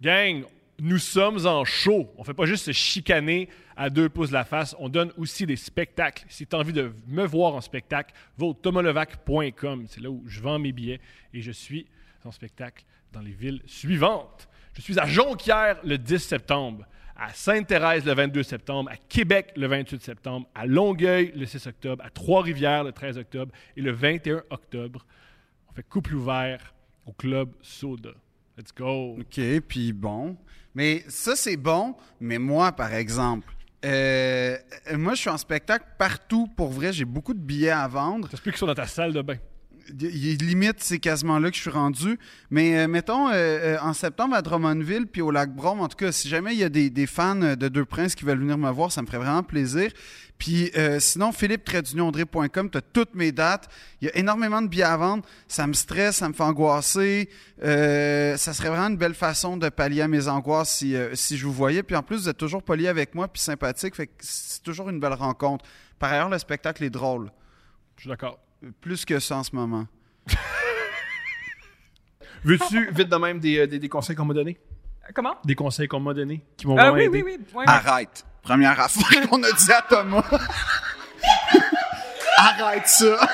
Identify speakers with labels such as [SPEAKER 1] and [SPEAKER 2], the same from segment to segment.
[SPEAKER 1] Gang, nous sommes en show. On fait pas juste se chicaner à deux pouces de la face. On donne aussi des spectacles. Si tu as envie de me voir en spectacle, va au tomolevac.com. C'est là où je vends mes billets et je suis en spectacle dans les villes suivantes. Je suis à Jonquière le 10 septembre, à Sainte-Thérèse le 22 septembre, à Québec le 28 septembre, à Longueuil le 6 octobre, à Trois-Rivières le 13 octobre et le 21 octobre. On fait couple ouvert au Club Soda. Let's go!
[SPEAKER 2] OK, puis bon. Mais ça, c'est bon, mais moi, par exemple, euh, moi, je suis en spectacle partout. Pour vrai, j'ai beaucoup de billets à vendre.
[SPEAKER 1] Ça se peut qu'ils soient dans ta salle de bain.
[SPEAKER 2] Y- y- Limite, c'est quasiment là que je suis rendu. Mais euh, mettons, euh, euh, en septembre à Drummondville puis au Lac Brome, en tout cas, si jamais il y a des, des fans euh, de Deux Princes qui veulent venir me voir, ça me ferait vraiment plaisir. Puis euh, sinon, philippe tu as toutes mes dates. Il y a énormément de billets à vendre. Ça me stresse, ça me fait angoisser. Euh, ça serait vraiment une belle façon de pallier à mes angoisses si, euh, si je vous voyais. Puis en plus, vous êtes toujours poli avec moi puis sympathique. Fait que c'est toujours une belle rencontre. Par ailleurs, le spectacle est drôle.
[SPEAKER 1] Je suis d'accord.
[SPEAKER 2] Plus que ça en ce moment.
[SPEAKER 1] Veux-tu vite de même des, euh, des- des conseils qu'on m'a donnés?
[SPEAKER 3] Comment?
[SPEAKER 1] Des conseils qu'on m'a donnés qui m'ont
[SPEAKER 3] Ah
[SPEAKER 1] vraiment
[SPEAKER 3] oui,
[SPEAKER 1] aidé.
[SPEAKER 3] oui, oui, oui.
[SPEAKER 2] Arrête. Première affaire qu'on a dit à Thomas. Arrête ça.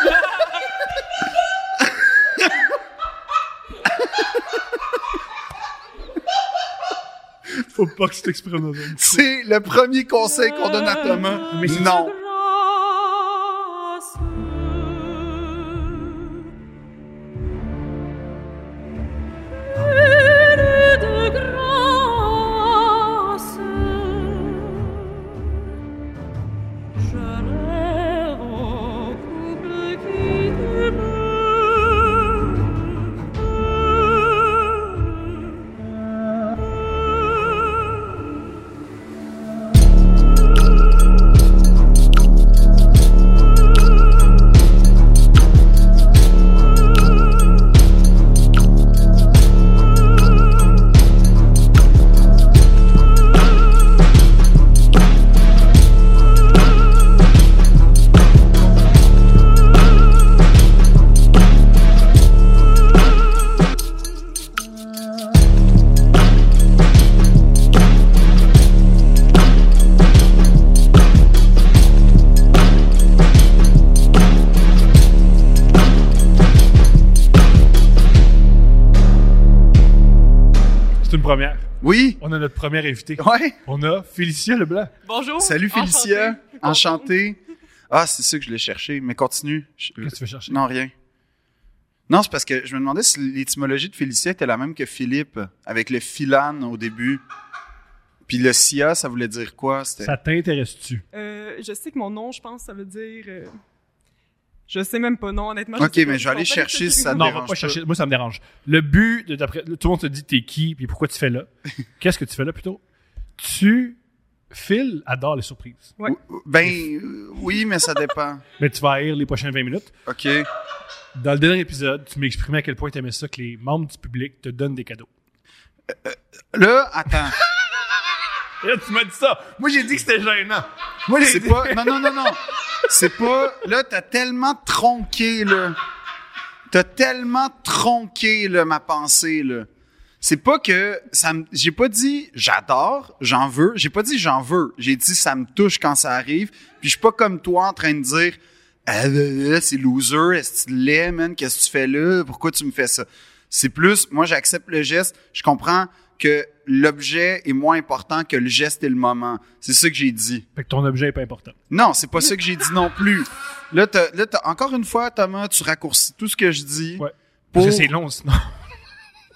[SPEAKER 1] Faut pas que tu t'exprimes dans un-
[SPEAKER 2] C'est le premier conseil qu'on donne à Thomas.
[SPEAKER 3] Euh,
[SPEAKER 2] Mais non.
[SPEAKER 1] C'est une première.
[SPEAKER 2] Oui.
[SPEAKER 1] On a notre première invitée.
[SPEAKER 2] Ouais.
[SPEAKER 1] On a Félicia Leblanc.
[SPEAKER 3] Bonjour.
[SPEAKER 2] Salut Félicia.
[SPEAKER 3] Enchantée.
[SPEAKER 2] Enchanté. Ah, c'est ça que je l'ai cherché. Mais continue. Je-
[SPEAKER 1] Qu'est-ce que tu veux chercher?
[SPEAKER 2] Non, rien. Non, c'est parce que je me demandais si l'étymologie de Félicia était la même que Philippe, avec le filane au début. Puis le sia, ça voulait dire quoi? C'était-
[SPEAKER 1] Ça t'intéresse-tu?
[SPEAKER 3] Euh, je sais que mon nom, je pense, ça veut dire. euh, Je sais même pas, non, honnêtement.
[SPEAKER 2] Ok,
[SPEAKER 3] sais pas.
[SPEAKER 2] mais je vais aller
[SPEAKER 3] comprends
[SPEAKER 2] chercher
[SPEAKER 3] pas
[SPEAKER 2] si ça
[SPEAKER 3] du
[SPEAKER 1] Non,
[SPEAKER 2] te
[SPEAKER 3] tout.
[SPEAKER 1] on va
[SPEAKER 2] dérange
[SPEAKER 1] pas
[SPEAKER 2] pas.
[SPEAKER 1] chercher. Moi, ça me dérange. Le but de ta pré- Tout le monde te dit t'es qui, puis pourquoi tu fais là. Qu'est-ce que tu fais là plutôt? Tu. Phil adore les surprises.
[SPEAKER 3] Ouais.
[SPEAKER 2] Ben, euh, oui, mais ça dépend.
[SPEAKER 1] Mais tu vas haïr les prochaines 20 minutes.
[SPEAKER 2] OK.
[SPEAKER 1] Dans le dernier épisode, tu m'exprimais à quel point tu aimais ça que les membres du public te donnent des cadeaux.
[SPEAKER 2] Là, attends.
[SPEAKER 1] Et là, tu m'as dit ça. Moi, j'ai dit que c'était gênant. Moi,
[SPEAKER 2] C'est pas. Non, non, non, non. C'est pas. Là, t'as tellement tronqué, là. T'as tellement tronqué, là, ma pensée, là. C'est pas que ça me. J'ai pas dit j'adore, j'en veux. J'ai pas dit j'en veux. J'ai dit ça me touche quand ça arrive. Puis je suis pas comme toi en train de dire. Ah, là, là, c'est loser, est-ce que tu l'es, man? Qu'est-ce que tu fais là? Pourquoi tu me fais ça? C'est plus, moi, j'accepte le geste. Je comprends que l'objet est moins important que le geste et le moment. C'est ça que j'ai dit.
[SPEAKER 1] Fait que ton objet est pas important.
[SPEAKER 2] Non, c'est pas ça que j'ai dit non plus. Là, t'as, là t'as- encore une fois, Thomas, tu raccourcis tout ce que je dis.
[SPEAKER 1] Ouais.
[SPEAKER 2] Pour-
[SPEAKER 1] Parce que c'est long, sinon.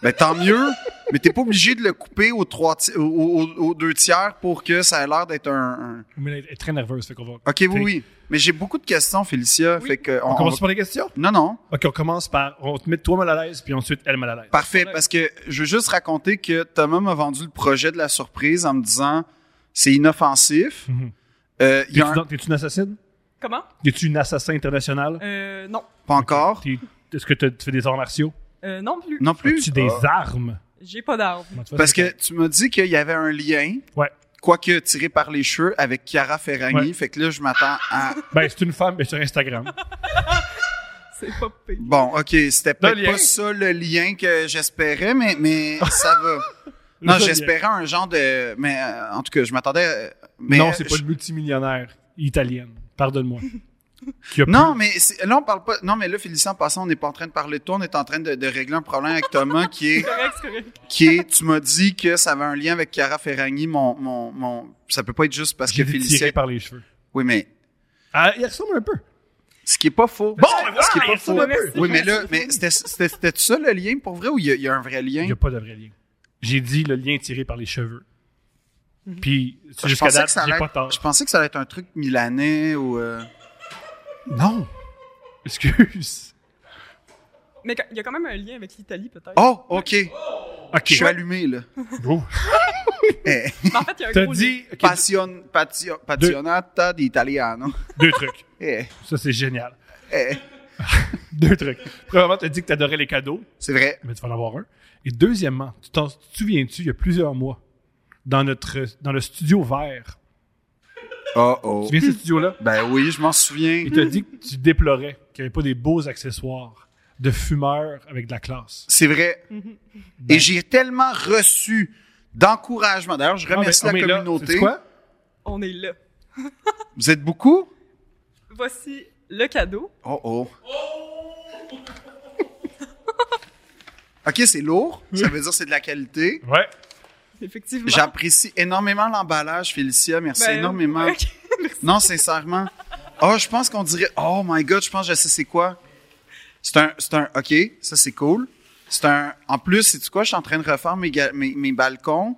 [SPEAKER 2] Ben, tant mieux, mais t'es pas obligé de le couper aux, trois ti- aux, aux- aux deux tiers pour que ça ait l'air d'être un...
[SPEAKER 1] Mais elle est très nerveuse, fait qu'on va.
[SPEAKER 2] un- OK, oui, oui. Mais j'ai beaucoup de questions, Félicia. Fait que on-
[SPEAKER 1] On
[SPEAKER 2] on
[SPEAKER 1] commence
[SPEAKER 2] va-
[SPEAKER 1] par les questions?
[SPEAKER 2] Non, non.
[SPEAKER 1] Ok, on commence par. On te met toi mal à l'aise, puis ensuite elle mal à l'aise.
[SPEAKER 2] Parfait, parce que je veux juste raconter que Thomas m'a vendu le projet de la surprise en me disant c'est inoffensif.
[SPEAKER 1] Mhm.
[SPEAKER 2] Euh, il y
[SPEAKER 1] T'es-tu
[SPEAKER 2] a un-
[SPEAKER 1] dans- t'es-tu une assassine?
[SPEAKER 3] Comment?
[SPEAKER 1] T'es-tu une assassin internationale?
[SPEAKER 3] Euh, non.
[SPEAKER 2] Pas encore.
[SPEAKER 1] T'es- Est-ce que t'as- tu fais des arts martiaux?
[SPEAKER 3] Euh, non plus.
[SPEAKER 2] Non plus.
[SPEAKER 1] As-tu des
[SPEAKER 2] Ah.
[SPEAKER 1] armes?
[SPEAKER 3] J'ai pas d'arbre.
[SPEAKER 1] Comment tu fais
[SPEAKER 2] Parce
[SPEAKER 1] ça?
[SPEAKER 2] que tu m'as dit qu'il y avait un lien,
[SPEAKER 1] Ouais.
[SPEAKER 2] quoique tiré par les cheveux, avec Chiara Ferragni.
[SPEAKER 1] Ouais.
[SPEAKER 2] Fait que là, je m'attends à.
[SPEAKER 1] Ben, c'est une femme mais sur Instagram.
[SPEAKER 3] C'est pas pire.
[SPEAKER 2] Bon, OK, c'était
[SPEAKER 1] Le
[SPEAKER 2] peut-être
[SPEAKER 1] lien.
[SPEAKER 2] pas ça le lien que j'espérais, mais, mais ça va. Non,
[SPEAKER 1] Ça,
[SPEAKER 2] j'espérais un genre de. Mais euh, en tout cas, je m'attendais. euh, mais,
[SPEAKER 1] non, c'est
[SPEAKER 2] euh,
[SPEAKER 1] pas
[SPEAKER 2] je-
[SPEAKER 1] une multimillionnaire italienne. Pardonne-moi. Qui a
[SPEAKER 2] Non, mais c'est- là, on parle pas. Non, mais là, Félicie, en passant, on n'est pas en train de parler de toi, on est en train de, de régler un problème avec Thomas qui est.
[SPEAKER 3] C'est correct, c'est correct.
[SPEAKER 2] Qui est tu m'as dit que ça avait un lien avec Chiara Ferragni, mon. mon, mon ça peut pas être juste parce
[SPEAKER 1] J'ai
[SPEAKER 2] que
[SPEAKER 1] été
[SPEAKER 2] Félicie.
[SPEAKER 1] tiré par les cheveux.
[SPEAKER 2] Oui, mais
[SPEAKER 1] Ah, il ressemble un peu.
[SPEAKER 2] ce qui est pas faux.
[SPEAKER 1] Bon,
[SPEAKER 2] ce qui est
[SPEAKER 1] voilà,
[SPEAKER 2] pas
[SPEAKER 1] ça
[SPEAKER 2] faux.
[SPEAKER 1] me plaît.
[SPEAKER 2] Oui, mais là, mais c'était- c'était c'était ça le lien pour vrai ou il y, a- il y a un vrai
[SPEAKER 1] Il
[SPEAKER 2] lien?
[SPEAKER 1] n'y a pas de vrai lien. J'ai dit le lien tiré par les cheveux. Puis,
[SPEAKER 2] Mhm. Je
[SPEAKER 1] jusqu'à
[SPEAKER 2] pensais
[SPEAKER 1] date,
[SPEAKER 2] que ça
[SPEAKER 1] j'ai
[SPEAKER 2] allait
[SPEAKER 1] pas
[SPEAKER 2] être-
[SPEAKER 1] tort.
[SPEAKER 2] Je pensais que ça allait être un truc milanais ou. euh,
[SPEAKER 1] Non. Excuse.
[SPEAKER 3] Mais quand- il y a quand même un lien avec l'Italie, peut-être.
[SPEAKER 2] Oh, OK.
[SPEAKER 1] OK.
[SPEAKER 2] Je suis allumé, là.
[SPEAKER 1] Oh.
[SPEAKER 2] Eh,
[SPEAKER 3] Mais en fait, il y a un
[SPEAKER 1] T'as
[SPEAKER 3] gros lien.
[SPEAKER 1] dit OK,
[SPEAKER 2] passion, patio- passionata d'italiano.
[SPEAKER 1] deux trucs.
[SPEAKER 2] Eh,
[SPEAKER 1] Ça, c'est génial.
[SPEAKER 2] eh,
[SPEAKER 1] Deux trucs. Premièrement, tu as dit que tu adorais les cadeaux,
[SPEAKER 2] C'est vrai.
[SPEAKER 1] mais tu vas en avoir un. Et deuxièmement, tu t'en tu te souviens-tu, il y a plusieurs mois, dans, notre, dans le studio vert,
[SPEAKER 2] Oh, oh.
[SPEAKER 1] tu viens de ce studio-là,
[SPEAKER 2] Ben oui, je m'en souviens.
[SPEAKER 1] il t'a dit que tu déplorais qu'il n'y avait pas des beaux accessoires de fumeurs avec de la classe.
[SPEAKER 2] C'est vrai.
[SPEAKER 1] Ben.
[SPEAKER 2] Et j'ai tellement reçu d'encouragement. D'ailleurs, je remercie
[SPEAKER 1] Ah, mais- ah, mais
[SPEAKER 2] la
[SPEAKER 1] là,
[SPEAKER 2] communauté.
[SPEAKER 1] sais-tu quoi?
[SPEAKER 3] On est là.
[SPEAKER 2] Vous êtes beaucoup?
[SPEAKER 3] Voici le cadeau.
[SPEAKER 2] Oh, oh. OK, c'est lourd. Ça veut dire que c'est de la qualité.
[SPEAKER 1] Ouais.
[SPEAKER 3] Effectivement.
[SPEAKER 2] J'apprécie énormément l'emballage, Félicia. Merci
[SPEAKER 3] Ben,
[SPEAKER 2] énormément.
[SPEAKER 3] ouais, ok.
[SPEAKER 2] Non, sincèrement. Oh, je pense qu'on dirait. Oh my God, je pense que je sais c'est quoi. C'est un, c'est un. Ok, ça c'est cool. C'est un. En plus, c'est tu quoi? Je suis en train de refaire mes, ga- mes, mes balcons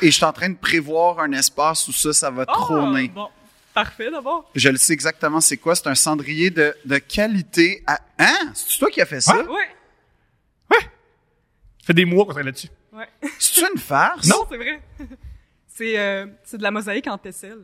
[SPEAKER 2] et je suis en train de prévoir un espace où ça, ça va
[SPEAKER 3] Ah,
[SPEAKER 2] trôner.
[SPEAKER 3] Bon, parfait d'abord.
[SPEAKER 2] Je le sais exactement c'est quoi. C'est un cendrier de, de qualité. À... Hein? C'est toi qui as fait ça?
[SPEAKER 3] Oui.
[SPEAKER 1] Ça fait des mois qu'on traîne là-dessus.
[SPEAKER 3] Ouais.
[SPEAKER 2] C'est une farce?
[SPEAKER 3] Non, c'est vrai. C'est euh, c'est de la mosaïque en tesselle.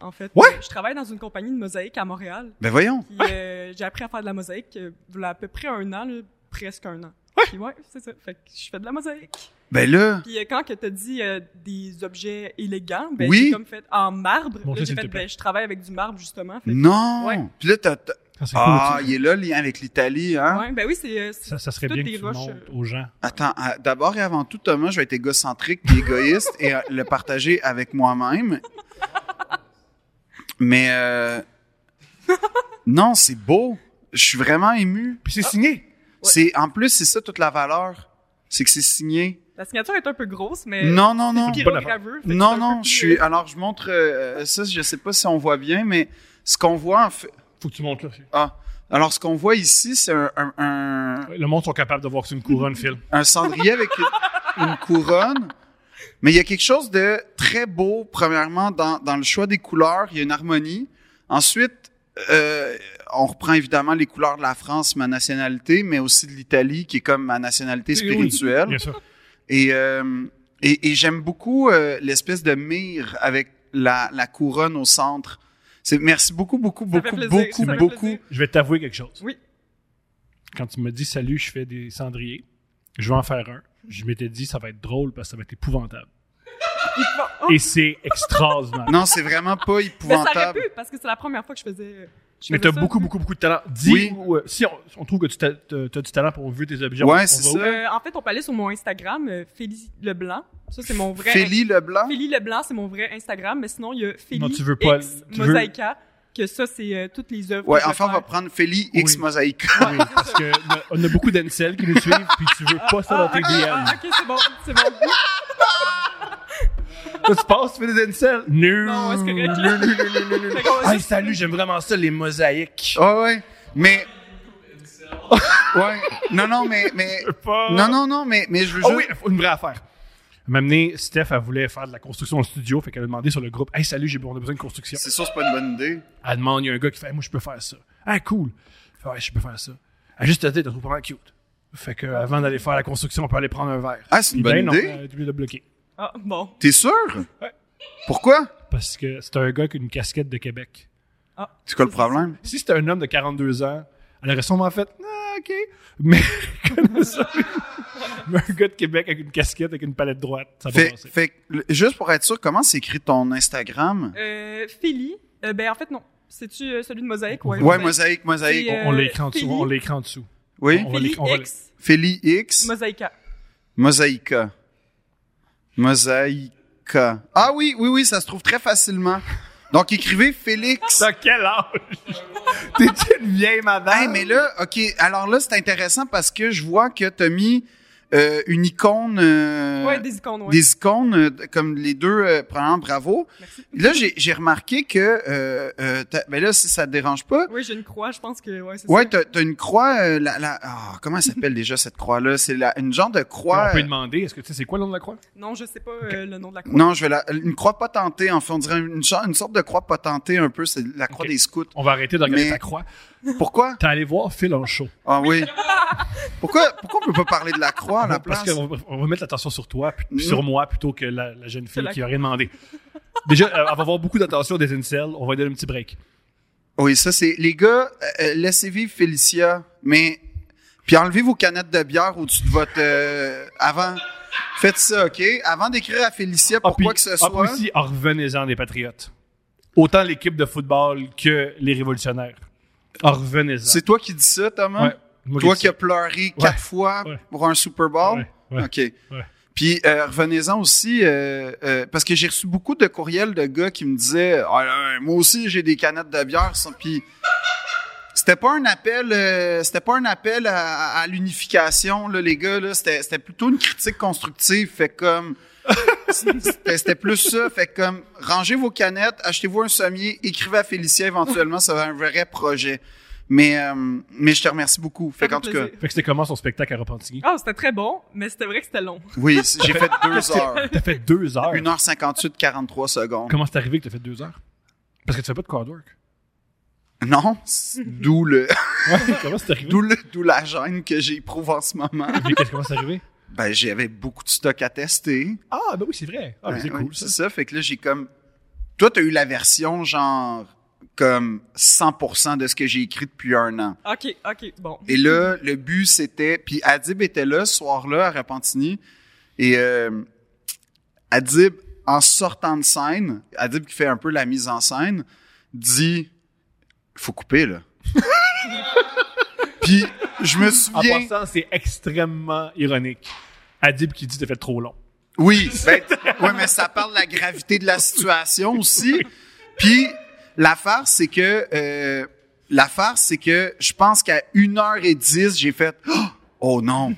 [SPEAKER 3] En fait,
[SPEAKER 1] Ouais.
[SPEAKER 3] Euh, je travaille dans une compagnie de mosaïque à Montréal.
[SPEAKER 2] Ben voyons.
[SPEAKER 3] Puis euh, j'ai appris à faire de la mosaïque euh, il y a à peu près un an, là, presque un an. Puis ouais, c'est ça. Fait que je fais de la mosaïque.
[SPEAKER 2] Ben là.
[SPEAKER 3] Puis euh, quand que t'as dit euh, des objets élégants, ben
[SPEAKER 2] Oui.
[SPEAKER 3] j'ai comme fait en marbre.
[SPEAKER 1] Montre-le,
[SPEAKER 3] là, j'ai
[SPEAKER 1] s'il te
[SPEAKER 3] fait,
[SPEAKER 1] plaît.
[SPEAKER 3] ben, je travaille avec du marbre justement. Fait que-
[SPEAKER 2] Non!
[SPEAKER 3] Ouais.
[SPEAKER 2] Puis là, t'as. t'as-
[SPEAKER 1] Ah, c'est
[SPEAKER 2] Ah,
[SPEAKER 1] cool,
[SPEAKER 2] il est là, le lien avec l'Italie, hein?
[SPEAKER 3] Ouais, ben oui, c'est euh, c'est-
[SPEAKER 1] ça, ça serait
[SPEAKER 3] toutes
[SPEAKER 1] bien que
[SPEAKER 3] des
[SPEAKER 1] tu
[SPEAKER 3] roches,
[SPEAKER 1] montres
[SPEAKER 3] euh,
[SPEAKER 1] aux gens.
[SPEAKER 2] Attends, à- d'abord et avant tout, Thomas, je vais être égocentrique et égoïste et euh, le partager avec moi-même. Mais euh, non, c'est beau. Je suis vraiment ému.
[SPEAKER 1] Puis c'est signé.
[SPEAKER 2] C'est en plus c'est ça toute la valeur, c'est que c'est signé.
[SPEAKER 3] La signature est un peu grosse, mais
[SPEAKER 2] Non non non.
[SPEAKER 1] qui-
[SPEAKER 3] pyrogravure, fait que c'est
[SPEAKER 2] Non
[SPEAKER 3] un peu
[SPEAKER 2] non,
[SPEAKER 3] plus,
[SPEAKER 2] je suis
[SPEAKER 3] euh,
[SPEAKER 2] alors je montre euh, ça, je sais pas si on voit bien mais ce qu'on voit en fait
[SPEAKER 1] Faut que tu montes là.
[SPEAKER 2] ah alors ce qu'on voit ici c'est un, un- un-
[SPEAKER 1] Le monde sont capables de voir que c'est une couronne, Phil.
[SPEAKER 2] un cendrier avec une, une couronne. Mais il y a quelque chose de très beau, premièrement, dans, dans le choix des couleurs. Il y a une harmonie. Ensuite, euh, on reprend évidemment les couleurs de la France, ma nationalité, mais aussi de l'Italie, qui est comme ma nationalité
[SPEAKER 1] Oui, oui.
[SPEAKER 2] spirituelle.
[SPEAKER 1] Bien sûr.
[SPEAKER 2] Et, euh, et, et j'aime beaucoup euh, l'espèce de mire avec la, la couronne au centre. C'est, merci beaucoup, beaucoup,
[SPEAKER 3] ça
[SPEAKER 2] beaucoup,
[SPEAKER 3] fait plaisir,
[SPEAKER 2] beaucoup,
[SPEAKER 3] ça fait
[SPEAKER 2] beaucoup.
[SPEAKER 3] plaisir.
[SPEAKER 1] Je vais t'avouer quelque chose.
[SPEAKER 3] Oui.
[SPEAKER 1] Quand tu me dis salut, je fais des cendriers, je vais en faire un. Je m'étais dit, ça va être drôle parce que ça va être épouvantable.
[SPEAKER 3] Oh!
[SPEAKER 1] Et c'est extraordinaire.
[SPEAKER 2] Non, c'est vraiment pas
[SPEAKER 3] Mais ça aurait
[SPEAKER 2] épouvantable.
[SPEAKER 3] pu, parce que c'est la première fois que je faisais. euh, Je
[SPEAKER 1] Mais
[SPEAKER 3] faisais
[SPEAKER 1] t'as
[SPEAKER 3] ça.
[SPEAKER 1] beaucoup, beaucoup, beaucoup de talent. Dis
[SPEAKER 2] Oui.
[SPEAKER 1] où, euh, si on, on trouve que tu as, du talent pour vu tes objets,
[SPEAKER 2] Ouais,
[SPEAKER 1] on- on
[SPEAKER 2] c'est
[SPEAKER 1] va
[SPEAKER 2] ça.
[SPEAKER 1] où?
[SPEAKER 3] Euh, en fait, on peut aller sur mon Instagram, euh, Félie Leblanc. Ça, c'est mon vrai.
[SPEAKER 2] Félie Leblanc.
[SPEAKER 3] Félie Leblanc, c'est mon vrai Instagram. Mais sinon, il y a Félie
[SPEAKER 1] Non, tu veux pas-
[SPEAKER 3] X
[SPEAKER 1] tu veux-
[SPEAKER 3] Mosaïca, que ça, c'est euh, toutes les œuvres.
[SPEAKER 2] Ouais,
[SPEAKER 3] que je
[SPEAKER 2] enfin, on
[SPEAKER 3] fais.
[SPEAKER 2] va prendre Feli X
[SPEAKER 1] Oui.
[SPEAKER 2] Mosaïque.
[SPEAKER 1] Oui, parce que euh, on a beaucoup d'ancels qui nous suivent, puis tu veux pas ça dans tes
[SPEAKER 3] Ah,
[SPEAKER 1] DM.
[SPEAKER 3] ah, ok, c'est bon, c'est bon.
[SPEAKER 1] Toi, tu passes, tu fais des incels? Non.
[SPEAKER 3] Non, ouais, c'est correct.
[SPEAKER 1] Non, non, non, non, non, non.
[SPEAKER 3] Fait qu'on va
[SPEAKER 1] Hey,
[SPEAKER 3] juste-
[SPEAKER 1] Ah, salut, j'aime vraiment ça, les mosaïques.
[SPEAKER 2] Ah ouais, mais. ouais. Non, non, mais. mais...
[SPEAKER 1] Pas-
[SPEAKER 2] Non, non, non, mais, mais je veux
[SPEAKER 1] Ah
[SPEAKER 3] Oh
[SPEAKER 2] juste.
[SPEAKER 1] oui, une vraie affaire. Elle m'a amené, Steph, elle voulait faire de la construction en studio, fait qu'elle a demandé sur le groupe Hey, salut, j'ai on a besoin de construction.
[SPEAKER 2] C'est sûr, c'est pas une bonne idée.
[SPEAKER 1] Elle demande, il y a un gars qui fait Hey, Moi, je peux faire ça. Ah, cool. Elle fait, ouais, je peux faire ça. Elle juste dit, t'as trouvé vraiment cute. Fait que euh, avant d'aller faire la construction, on peut aller prendre un verre.
[SPEAKER 2] Ah, c'est une
[SPEAKER 1] Puis,
[SPEAKER 2] bonne
[SPEAKER 1] ben, non,
[SPEAKER 2] idée.
[SPEAKER 1] euh, tu de bloquer.
[SPEAKER 3] Ah, bon.
[SPEAKER 2] T'es sûr?
[SPEAKER 1] Ouais.
[SPEAKER 2] Pourquoi?
[SPEAKER 1] Parce que c'est un gars qui a une casquette de Québec.
[SPEAKER 3] Ah,
[SPEAKER 2] C'est quoi le problème?
[SPEAKER 1] Si c'était un homme de 42 ans, elle aurait sûrement fait Ah, ok. Mais, connaissant- Mais un gars de Québec avec une casquette, avec une palette droite, ça va
[SPEAKER 2] Fait,
[SPEAKER 1] passer.
[SPEAKER 2] fait que, le- juste pour être sûr, comment s'écrit ton Instagram?
[SPEAKER 3] Euh, Félie, euh, ben en fait, non. C'est-tu euh, celui de Mosaïque? euh,
[SPEAKER 2] Ouais,
[SPEAKER 3] Ouais,
[SPEAKER 2] mosaïque, mosaïque.
[SPEAKER 3] Et, euh,
[SPEAKER 1] On l'écran en dessous.
[SPEAKER 3] Philly.
[SPEAKER 1] On l'écran en dessous.
[SPEAKER 2] oui.
[SPEAKER 1] on va
[SPEAKER 3] Félie
[SPEAKER 1] l'éc- on va
[SPEAKER 3] X
[SPEAKER 2] Feli X
[SPEAKER 3] Mosaïca.
[SPEAKER 2] Mosaïca. Mosaïca. Ah oui, oui, oui, ça se trouve très facilement. Donc, écrivez Félix.
[SPEAKER 1] T'as quel âge?
[SPEAKER 4] T'es une vieille madame.
[SPEAKER 2] Hey, mais là, OK, alors là, c'est intéressant parce que je vois que t'as mis euh, une icône... euh,
[SPEAKER 3] Ouais, des icônes, ouais.
[SPEAKER 2] des icônes euh, d- comme les deux euh, premièrement, bravo.
[SPEAKER 3] Merci.
[SPEAKER 2] Là j'ai j'ai remarqué que euh, euh, t'as- ben là si ça te dérange pas.
[SPEAKER 3] Oui, j'ai une croix, je pense que. Ouais, c'est
[SPEAKER 2] Ouais,
[SPEAKER 3] ça.
[SPEAKER 2] t'as t'as une croix euh, la, la ah, comment elle s'appelle déjà cette croix là, c'est la une genre de croix
[SPEAKER 1] On peut
[SPEAKER 2] euh,
[SPEAKER 1] demander, est-ce que tu sais c'est quoi le nom de la croix?
[SPEAKER 3] Non, je sais pas euh, le nom de la croix.
[SPEAKER 2] non, je vais la une croix patentée en fait, on dirait une, genre- une sorte de croix patentée un peu, c'est la croix
[SPEAKER 1] Ok.
[SPEAKER 2] des scouts.
[SPEAKER 1] On va arrêter de regarder
[SPEAKER 2] Mais-
[SPEAKER 1] ta croix.
[SPEAKER 2] Pourquoi
[SPEAKER 1] T'es allé voir Phil en show.
[SPEAKER 2] Ah oui. pourquoi pourquoi on peut pas parler de la croix à la
[SPEAKER 1] parce
[SPEAKER 2] place
[SPEAKER 1] qu'on va- on va mettre l'attention sur toi, puis- puis
[SPEAKER 2] Mm.
[SPEAKER 1] sur moi, plutôt que la, la jeune fille
[SPEAKER 3] la-
[SPEAKER 1] qui a rien demandé. Déjà, euh, on va avoir beaucoup d'attention des incels. On va lui donner un petit break.
[SPEAKER 2] Oui, ça c'est les gars, euh, euh, laissez vivre Félicia, mais puis enlevez vos canettes de bière au-dessus de votre euh, avant. Faites ça, OK Avant d'écrire à Félicia
[SPEAKER 1] Ah,
[SPEAKER 2] pour quoi
[SPEAKER 1] puis-
[SPEAKER 2] que ce
[SPEAKER 1] ah,
[SPEAKER 2] soit.
[SPEAKER 1] puis aussi, en revenez-en des Patriotes. Autant l'équipe de football que les révolutionnaires. En revenez-en.
[SPEAKER 2] c'est toi qui dis ça, Thomas
[SPEAKER 1] Ouais. Moi,
[SPEAKER 2] Toi
[SPEAKER 1] j'ai dit
[SPEAKER 2] qui
[SPEAKER 1] ça.
[SPEAKER 2] as pleuré quatre fois
[SPEAKER 1] ouais.
[SPEAKER 2] pour un Super Bowl
[SPEAKER 1] Ouais, ouais,
[SPEAKER 2] OK. Puis euh, revenez-en aussi, euh, euh, parce que j'ai reçu beaucoup de courriels de gars qui me disaient Ah, là, Moi aussi, j'ai des canettes de bière. ça. Puis c'était pas un appel, euh, c'était pas un appel à, à- à l'unification, là, les gars. Là, c'était, c'était plutôt une critique constructive. Fait comme. c'était, c'était plus ça. Fait comme rangez vos canettes, achetez-vous un sommier, écrivez à Félicien éventuellement, ça va être un vrai projet. Mais, euh, mais je te remercie beaucoup. Fait
[SPEAKER 3] Ça
[SPEAKER 2] qu'en
[SPEAKER 3] fait
[SPEAKER 2] tout cas,
[SPEAKER 3] plaisir.
[SPEAKER 1] Fait que c'était comment son spectacle à Repentigny?
[SPEAKER 3] Ah, c'était très bon, mais c'était vrai que c'était long.
[SPEAKER 2] oui, j'ai fait deux heures.
[SPEAKER 1] T'as fait deux heures.
[SPEAKER 2] 1h58, 43 secondes.
[SPEAKER 1] Comment c'est arrivé que t'as fait deux heures? Parce que tu fais pas de crowd work.
[SPEAKER 2] Non, c'est- d'où le,
[SPEAKER 1] comment c'est arrivé?
[SPEAKER 2] d'où le- d'où la gêne que j'éprouve en ce moment.
[SPEAKER 1] Mais qu'est-ce- comment c'est arrivé?
[SPEAKER 2] Ben, j'avais beaucoup de stock à tester.
[SPEAKER 1] Ah, ben oui, c'est vrai. Ah, ben,
[SPEAKER 2] Ben,
[SPEAKER 1] c'est
[SPEAKER 2] ouais,
[SPEAKER 1] cool, ça.
[SPEAKER 2] C'est ça, fait que là, j'ai comme... Toi, t'as eu la version, genre, comme 100% de ce que j'ai écrit depuis un an.
[SPEAKER 3] Ok, ok, bon.
[SPEAKER 2] Et là, le but, c'était... Puis Adib était là ce soir-là à Repentigny. Et euh, Adib, en sortant de scène, Adib qui fait un peu la mise en scène, dit « Faut couper, là. » Puis je me
[SPEAKER 1] En
[SPEAKER 2] souviens...
[SPEAKER 1] passant, c'est extrêmement ironique. Adib qui dit t'as fait trop long.
[SPEAKER 2] Oui, ben, ouais, mais ça parle de la gravité de la situation aussi. Puis l'affaire, c'est que euh, l'affaire, c'est que je pense qu'à 1h10, j'ai fait oh, oh non.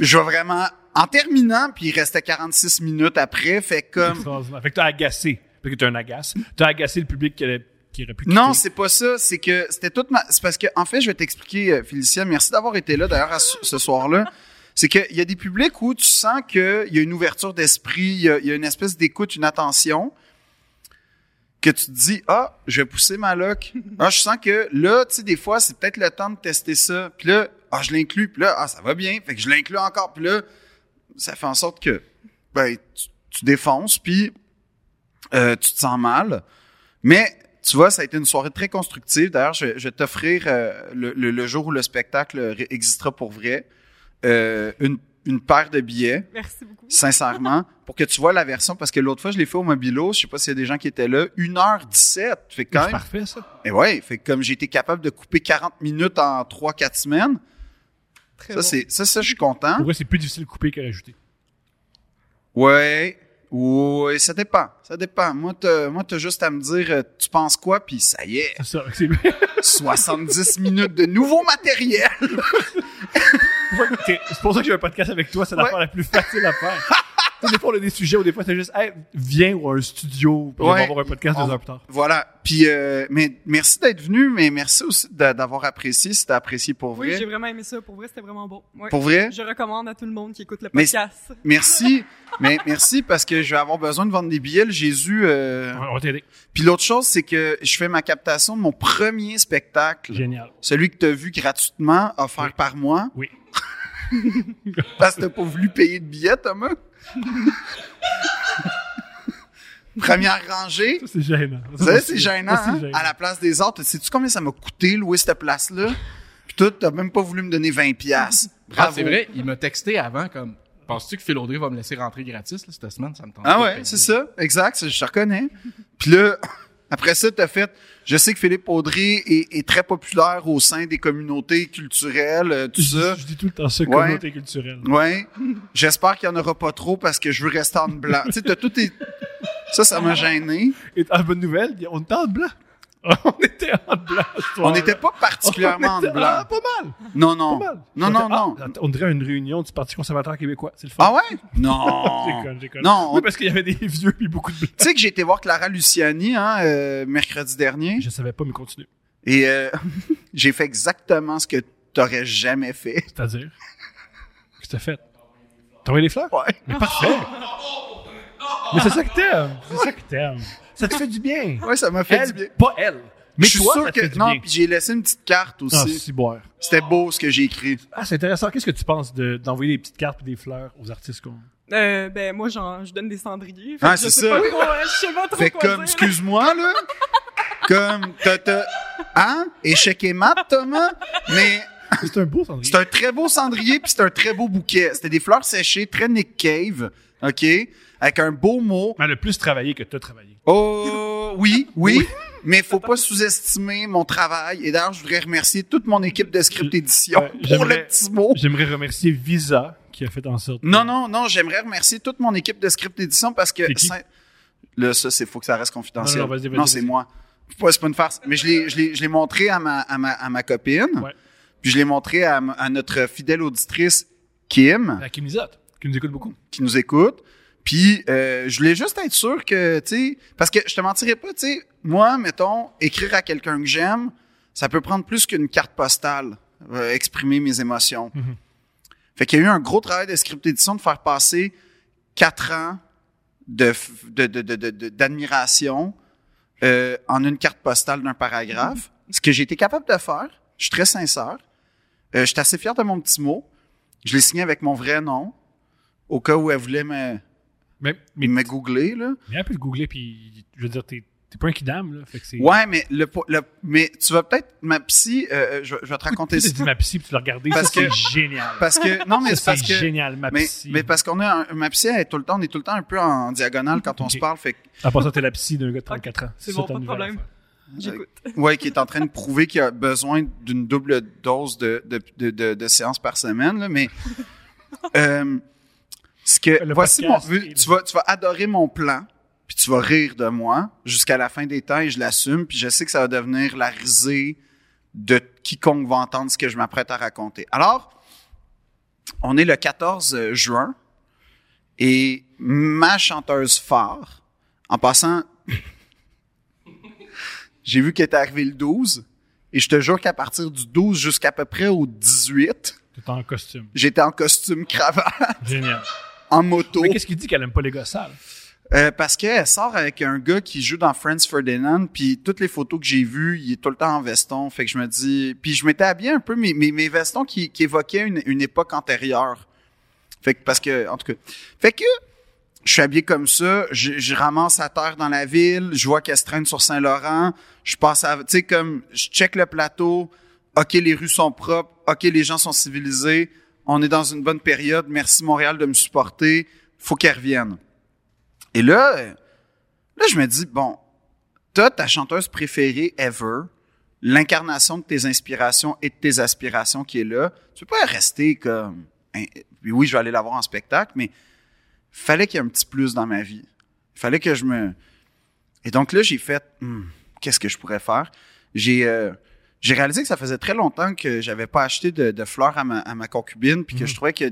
[SPEAKER 2] Je vais vraiment en terminant, puis il restait 46 minutes après, fait comme
[SPEAKER 1] Extraordinaire. Fait que t'as agacé. Parce que t'es un agace. T'as agacé le public qui, allait- qui aurait pu quitter.
[SPEAKER 2] Non, c'est pas ça. C'est que c'était toute ma. C'est parce que en fait, je vais t'expliquer, euh, Félicia. Merci d'avoir été là d'ailleurs à ce ce soir-là. C'est qu'il y a des publics où tu sens qu'il y a une ouverture d'esprit, il y, a- il y a une espèce d'écoute, une attention, que tu te dis ah, je vais pousser ma loc. Ah, je sens que là, tu sais, des fois, c'est peut-être le temps de tester ça. Puis là, ah, je l'inclus. Puis là, ah, ça va bien. Fait que je l'inclus encore. Puis là, ça fait en sorte que ben tu, tu défonces. Puis euh, tu te sens mal. Mais tu vois, ça a été une soirée très constructive. D'ailleurs, je, je vais t'offrir euh, le, le- le jour où le spectacle ré- existera pour vrai, euh, une, une paire de billets,
[SPEAKER 3] Merci beaucoup.
[SPEAKER 2] sincèrement, pour que tu vois la version. Parce que l'autre fois, je l'ai fait au Mobilo. Je sais pas s'il y a des gens qui étaient là. 1h17. Fait que quand
[SPEAKER 1] C'est
[SPEAKER 2] même.
[SPEAKER 1] parfait, ça.
[SPEAKER 2] Et ouais, fait que comme j'ai été capable de couper 40 minutes en 3-4 semaines, ça,
[SPEAKER 3] Très bon.
[SPEAKER 2] c'est, ça, ça, je suis content.
[SPEAKER 1] Pour vrai, c'est plus difficile de couper que d'ajouter.
[SPEAKER 2] Ouais. Ouais, ça dépend. Ça dépend. Moi, t'as, moi, t'as juste à me dire, euh, tu penses quoi, puis ça y est.
[SPEAKER 1] C'est ça. C'est
[SPEAKER 2] 70 minutes de nouveau matériel.
[SPEAKER 1] c'est- c'est pour ça que j'ai un podcast avec toi. C'est l'affaire la plus facile à faire. Tu sais, des fois, on a des sujets où des fois, c'est juste, hey, viens ou un studio. Puis on va
[SPEAKER 2] Ouais. Ah.
[SPEAKER 1] avoir un podcast
[SPEAKER 2] On-
[SPEAKER 1] deux heures plus tard.
[SPEAKER 2] Voilà. Puis, euh, mais merci d'être venu, mais merci aussi d'a- d'avoir apprécié, si t'as apprécié pour
[SPEAKER 3] Oui,
[SPEAKER 2] vrai.
[SPEAKER 3] j'ai vraiment aimé ça. Pour vrai, c'était vraiment bon. Ouais.
[SPEAKER 2] pour vrai,
[SPEAKER 3] Je recommande à tout le monde qui écoute le
[SPEAKER 2] Mais-
[SPEAKER 3] podcast.
[SPEAKER 2] merci. mais merci parce que je vais avoir besoin de vendre des billets. le Jésus. euh.
[SPEAKER 1] On va on va t'aider.
[SPEAKER 2] Puis l'autre chose, c'est que je fais ma captation de mon premier spectacle,
[SPEAKER 1] Génial.
[SPEAKER 2] celui que t'as vu gratuitement, offert
[SPEAKER 1] Oui.
[SPEAKER 2] par moi.
[SPEAKER 1] Oui.
[SPEAKER 2] parce que t'as pas voulu payer de billets, Thomas. Première rangée.
[SPEAKER 1] Ça, c'est gênant.
[SPEAKER 2] Vous savez, c'est gênant,
[SPEAKER 1] Ça, c'est
[SPEAKER 2] hein?
[SPEAKER 1] gênant.
[SPEAKER 2] À la place des autres, sais-tu combien ça m'a coûté louer cette place-là? Puis toi, t'as même pas voulu me donner 20 piastres. Bravo.
[SPEAKER 4] Ah, c'est vrai, il m'a texté avant comme Penses-tu que Phil Audrey va me laisser rentrer gratis là, cette semaine Ça me tente.
[SPEAKER 2] Ah
[SPEAKER 4] pas
[SPEAKER 2] ouais,
[SPEAKER 4] de payer.
[SPEAKER 2] c'est ça. Exact, ça, je te reconnais. Puis là, Après ça, t'as fait. Je sais que Philippe Audry est, est très populaire au sein des communautés culturelles, euh, tout ça.
[SPEAKER 1] Je dis tout le temps ça,
[SPEAKER 2] Ouais.
[SPEAKER 1] communauté culturelle.
[SPEAKER 2] Ouais. J'espère qu'il n'y en aura pas trop parce que je veux rester en blanc. tu sais, t'as tout. tes- Ça, ça m'a gêné.
[SPEAKER 1] Et en bonne nouvelle, on était en blanc. on était en blanc. ce
[SPEAKER 2] Ah. On
[SPEAKER 1] soir-là.
[SPEAKER 2] n'était pas particulièrement
[SPEAKER 1] On était-
[SPEAKER 2] en blanc.
[SPEAKER 1] Ah, pas mal.
[SPEAKER 2] Non,
[SPEAKER 1] Pas
[SPEAKER 2] non.
[SPEAKER 1] mal.
[SPEAKER 2] Non,
[SPEAKER 1] On
[SPEAKER 2] non,
[SPEAKER 1] était- ah,
[SPEAKER 2] non.
[SPEAKER 1] on dirait une réunion du Parti conservateur québécois. C'est le fun.
[SPEAKER 2] Ah ouais? Non.
[SPEAKER 1] J'éconne, j'éconne.
[SPEAKER 2] Non, on-
[SPEAKER 1] Oui, parce qu'il y avait des vieux et beaucoup de blancs.
[SPEAKER 2] Tu sais que j'ai été voir Clara Luciani hein, euh, mercredi dernier
[SPEAKER 1] Je savais pas, mais continue.
[SPEAKER 2] et euh, j'ai fait exactement ce que t'aurais jamais fait.
[SPEAKER 1] C'est-à-dire? Qu'est-ce que t'as fait? T'as envoyé des fleurs?
[SPEAKER 2] Ouais.
[SPEAKER 1] Mais parfait! Mais c'est ça que t'aimes! C'est ça que t'aimes! Ça te fait du bien!
[SPEAKER 2] Ouais, ça m'a fait
[SPEAKER 1] Elle,
[SPEAKER 2] du bien.
[SPEAKER 1] pas elle! Mais
[SPEAKER 2] je suis
[SPEAKER 1] toi,
[SPEAKER 2] sûr
[SPEAKER 1] ça te
[SPEAKER 2] que
[SPEAKER 1] fait du
[SPEAKER 2] non,
[SPEAKER 1] bien.
[SPEAKER 2] puis j'ai laissé une petite carte
[SPEAKER 1] Ah,
[SPEAKER 2] aussi.
[SPEAKER 1] c'est boire.
[SPEAKER 2] C'était beau ce que j'ai écrit.
[SPEAKER 1] Ah, c'est intéressant. Qu'est-ce que tu penses de- d'envoyer des petites cartes et des fleurs aux artistes qu'on...
[SPEAKER 3] Euh, ben, moi, j'en- je donne des cendriers.
[SPEAKER 2] Ah,
[SPEAKER 3] que je
[SPEAKER 2] c'est
[SPEAKER 3] sais
[SPEAKER 2] ça.
[SPEAKER 3] pas trop, euh, je sais pas trop
[SPEAKER 2] Fait
[SPEAKER 3] quoi
[SPEAKER 2] comme
[SPEAKER 3] dire.
[SPEAKER 2] excuse-moi là. comme t'as t'as hein, échec et mat Thomas, mais
[SPEAKER 1] C'est un beau cendrier.
[SPEAKER 2] c'est un très beau cendrier puis c'est un très beau bouquet. C'était des fleurs séchées très Nick Cave, OK, avec un beau mot.
[SPEAKER 1] Ah, le plus travaillé que t'as travaillé.
[SPEAKER 2] Oh oui, oui. Mais faut pas sous-estimer mon travail. Et d'ailleurs, je voudrais remercier toute mon équipe de script édition
[SPEAKER 1] Ouais,
[SPEAKER 2] pour
[SPEAKER 1] j'aimerais-
[SPEAKER 2] le petit mot.
[SPEAKER 1] J'aimerais remercier Visa, qui a fait en sorte...
[SPEAKER 2] Non, non, non, j'aimerais remercier toute mon équipe de script édition parce que.
[SPEAKER 1] C'est qui?
[SPEAKER 2] sin- Là, ça, c'est faut que ça reste confidentiel.
[SPEAKER 1] Non, non, non, vas-y, vas-y,
[SPEAKER 2] c'est
[SPEAKER 1] vas-y.
[SPEAKER 2] moi. Ouais, c'est pas une farce. Mais je l'ai- je l'ai je l'ai montré à ma, à ma, à ma copine.
[SPEAKER 1] Ouais.
[SPEAKER 2] Puis je l'ai montré à, ma- à notre fidèle auditrice, Kim,
[SPEAKER 1] La Kim Isotte, qui nous écoute beaucoup.
[SPEAKER 2] qui nous écoute. Puis euh, je voulais juste être sûr que, tu sais, parce que je te mentirais pas, tu sais, moi, mettons, écrire à quelqu'un que j'aime, ça peut prendre plus qu'une carte postale, euh, exprimer mes émotions.
[SPEAKER 1] Mhm.
[SPEAKER 2] Fait qu'il y a eu un gros travail de script édition de faire passer quatre ans de f- de- de- de- de- de- d'admiration euh, en une carte postale d'un paragraphe. Ce que j'ai été capable de faire, je suis très sincère. Euh, je suis assez fier de mon petit mot. Je l'ai signé avec mon vrai nom, au cas où elle voulait me,
[SPEAKER 1] Mais, mais,
[SPEAKER 2] me googler. Là.
[SPEAKER 1] mais elle peut le googler, puis je veux dire, t'es t'es pas un kidam, là. Fait que c'est...
[SPEAKER 2] Ouais, mais le, po- le- mais tu vas peut-être ma psy, euh, euh, je, vais- je vais te raconter
[SPEAKER 1] Tu
[SPEAKER 2] ça.
[SPEAKER 1] t'es dit ma psy, puis tu l'as regardé,
[SPEAKER 2] Parce
[SPEAKER 1] ça, c'est
[SPEAKER 2] que-
[SPEAKER 1] génial.
[SPEAKER 2] Parce que non, mais
[SPEAKER 1] Ça,
[SPEAKER 2] c'est parce
[SPEAKER 1] c'est
[SPEAKER 2] que
[SPEAKER 1] génial, ma
[SPEAKER 2] mais,
[SPEAKER 1] psy.
[SPEAKER 2] mais parce qu'on a un, ma psy, elle est tout le temps, on est tout le temps un peu en diagonale quand on
[SPEAKER 1] Ok.
[SPEAKER 2] se parle. Fait que
[SPEAKER 1] À part ça, t'es la psy d'un gars de 34 ans.
[SPEAKER 3] C'est
[SPEAKER 1] ça,
[SPEAKER 3] bon,
[SPEAKER 1] ta
[SPEAKER 3] pas de
[SPEAKER 1] nouvelle
[SPEAKER 3] problème.
[SPEAKER 1] affaire.
[SPEAKER 3] J'écoute.
[SPEAKER 2] Ouais, qui est en train de prouver qu'il a besoin d'une double dose de, de, de, de- de séances par semaine, là, mais euh, ce que
[SPEAKER 1] Le
[SPEAKER 2] voici mon,
[SPEAKER 1] podcast est-
[SPEAKER 2] tu vas tu vas adorer mon plan, puis tu vas rire de moi jusqu'à la fin des temps et je l'assume, puis je sais que ça va devenir la risée de quiconque va entendre ce que je m'apprête à raconter. Alors, on est le 14 juin et ma chanteuse phare, en passant, j'ai vu qu'elle était arrivée le 12 et je te jure qu'à partir du 12 jusqu'à peu près au 18,
[SPEAKER 1] T'es en costume.
[SPEAKER 2] j'étais en costume cravate,
[SPEAKER 1] Génial.
[SPEAKER 2] en moto,
[SPEAKER 1] Mais qu'est-ce qu'il dit qu'elle aime pas les gars sales?
[SPEAKER 2] Euh, parce qu'elle sort avec un gars qui joue dans Franz Ferdinand, puis toutes les photos que j'ai vues, il est tout le temps en veston, fait que je me dis, puis je m'étais habillé un peu mes, mes, mes vestons qui, qui évoquaient une, une époque antérieure. Fait que, parce que, en tout cas. Fait que, je suis habillé comme ça, je, je ramasse à terre dans la ville, je vois qu'elle se traîne sur Saint-Laurent, je passe à, tu sais, comme, je check le plateau, OK, les rues sont propres, OK, les gens sont civilisés, on est dans une bonne période, merci Montréal de me supporter, faut qu'elle revienne. Et là, euh, là, je me dis, bon, t'as ta chanteuse préférée ever, l'incarnation de tes inspirations et de tes aspirations qui est là. Tu peux pas rester comme, hein, euh, oui, je vais aller la voir en spectacle, mais fallait qu'il y ait un petit plus dans ma vie. Fallait que je me... Et donc là, j'ai fait, Hmm, qu'est-ce que je pourrais faire? J'ai... euh, j'ai réalisé que ça faisait très longtemps que j'avais pas acheté de, de fleurs à ma, à ma concubine, puis que
[SPEAKER 1] Mhm.
[SPEAKER 2] je trouvais que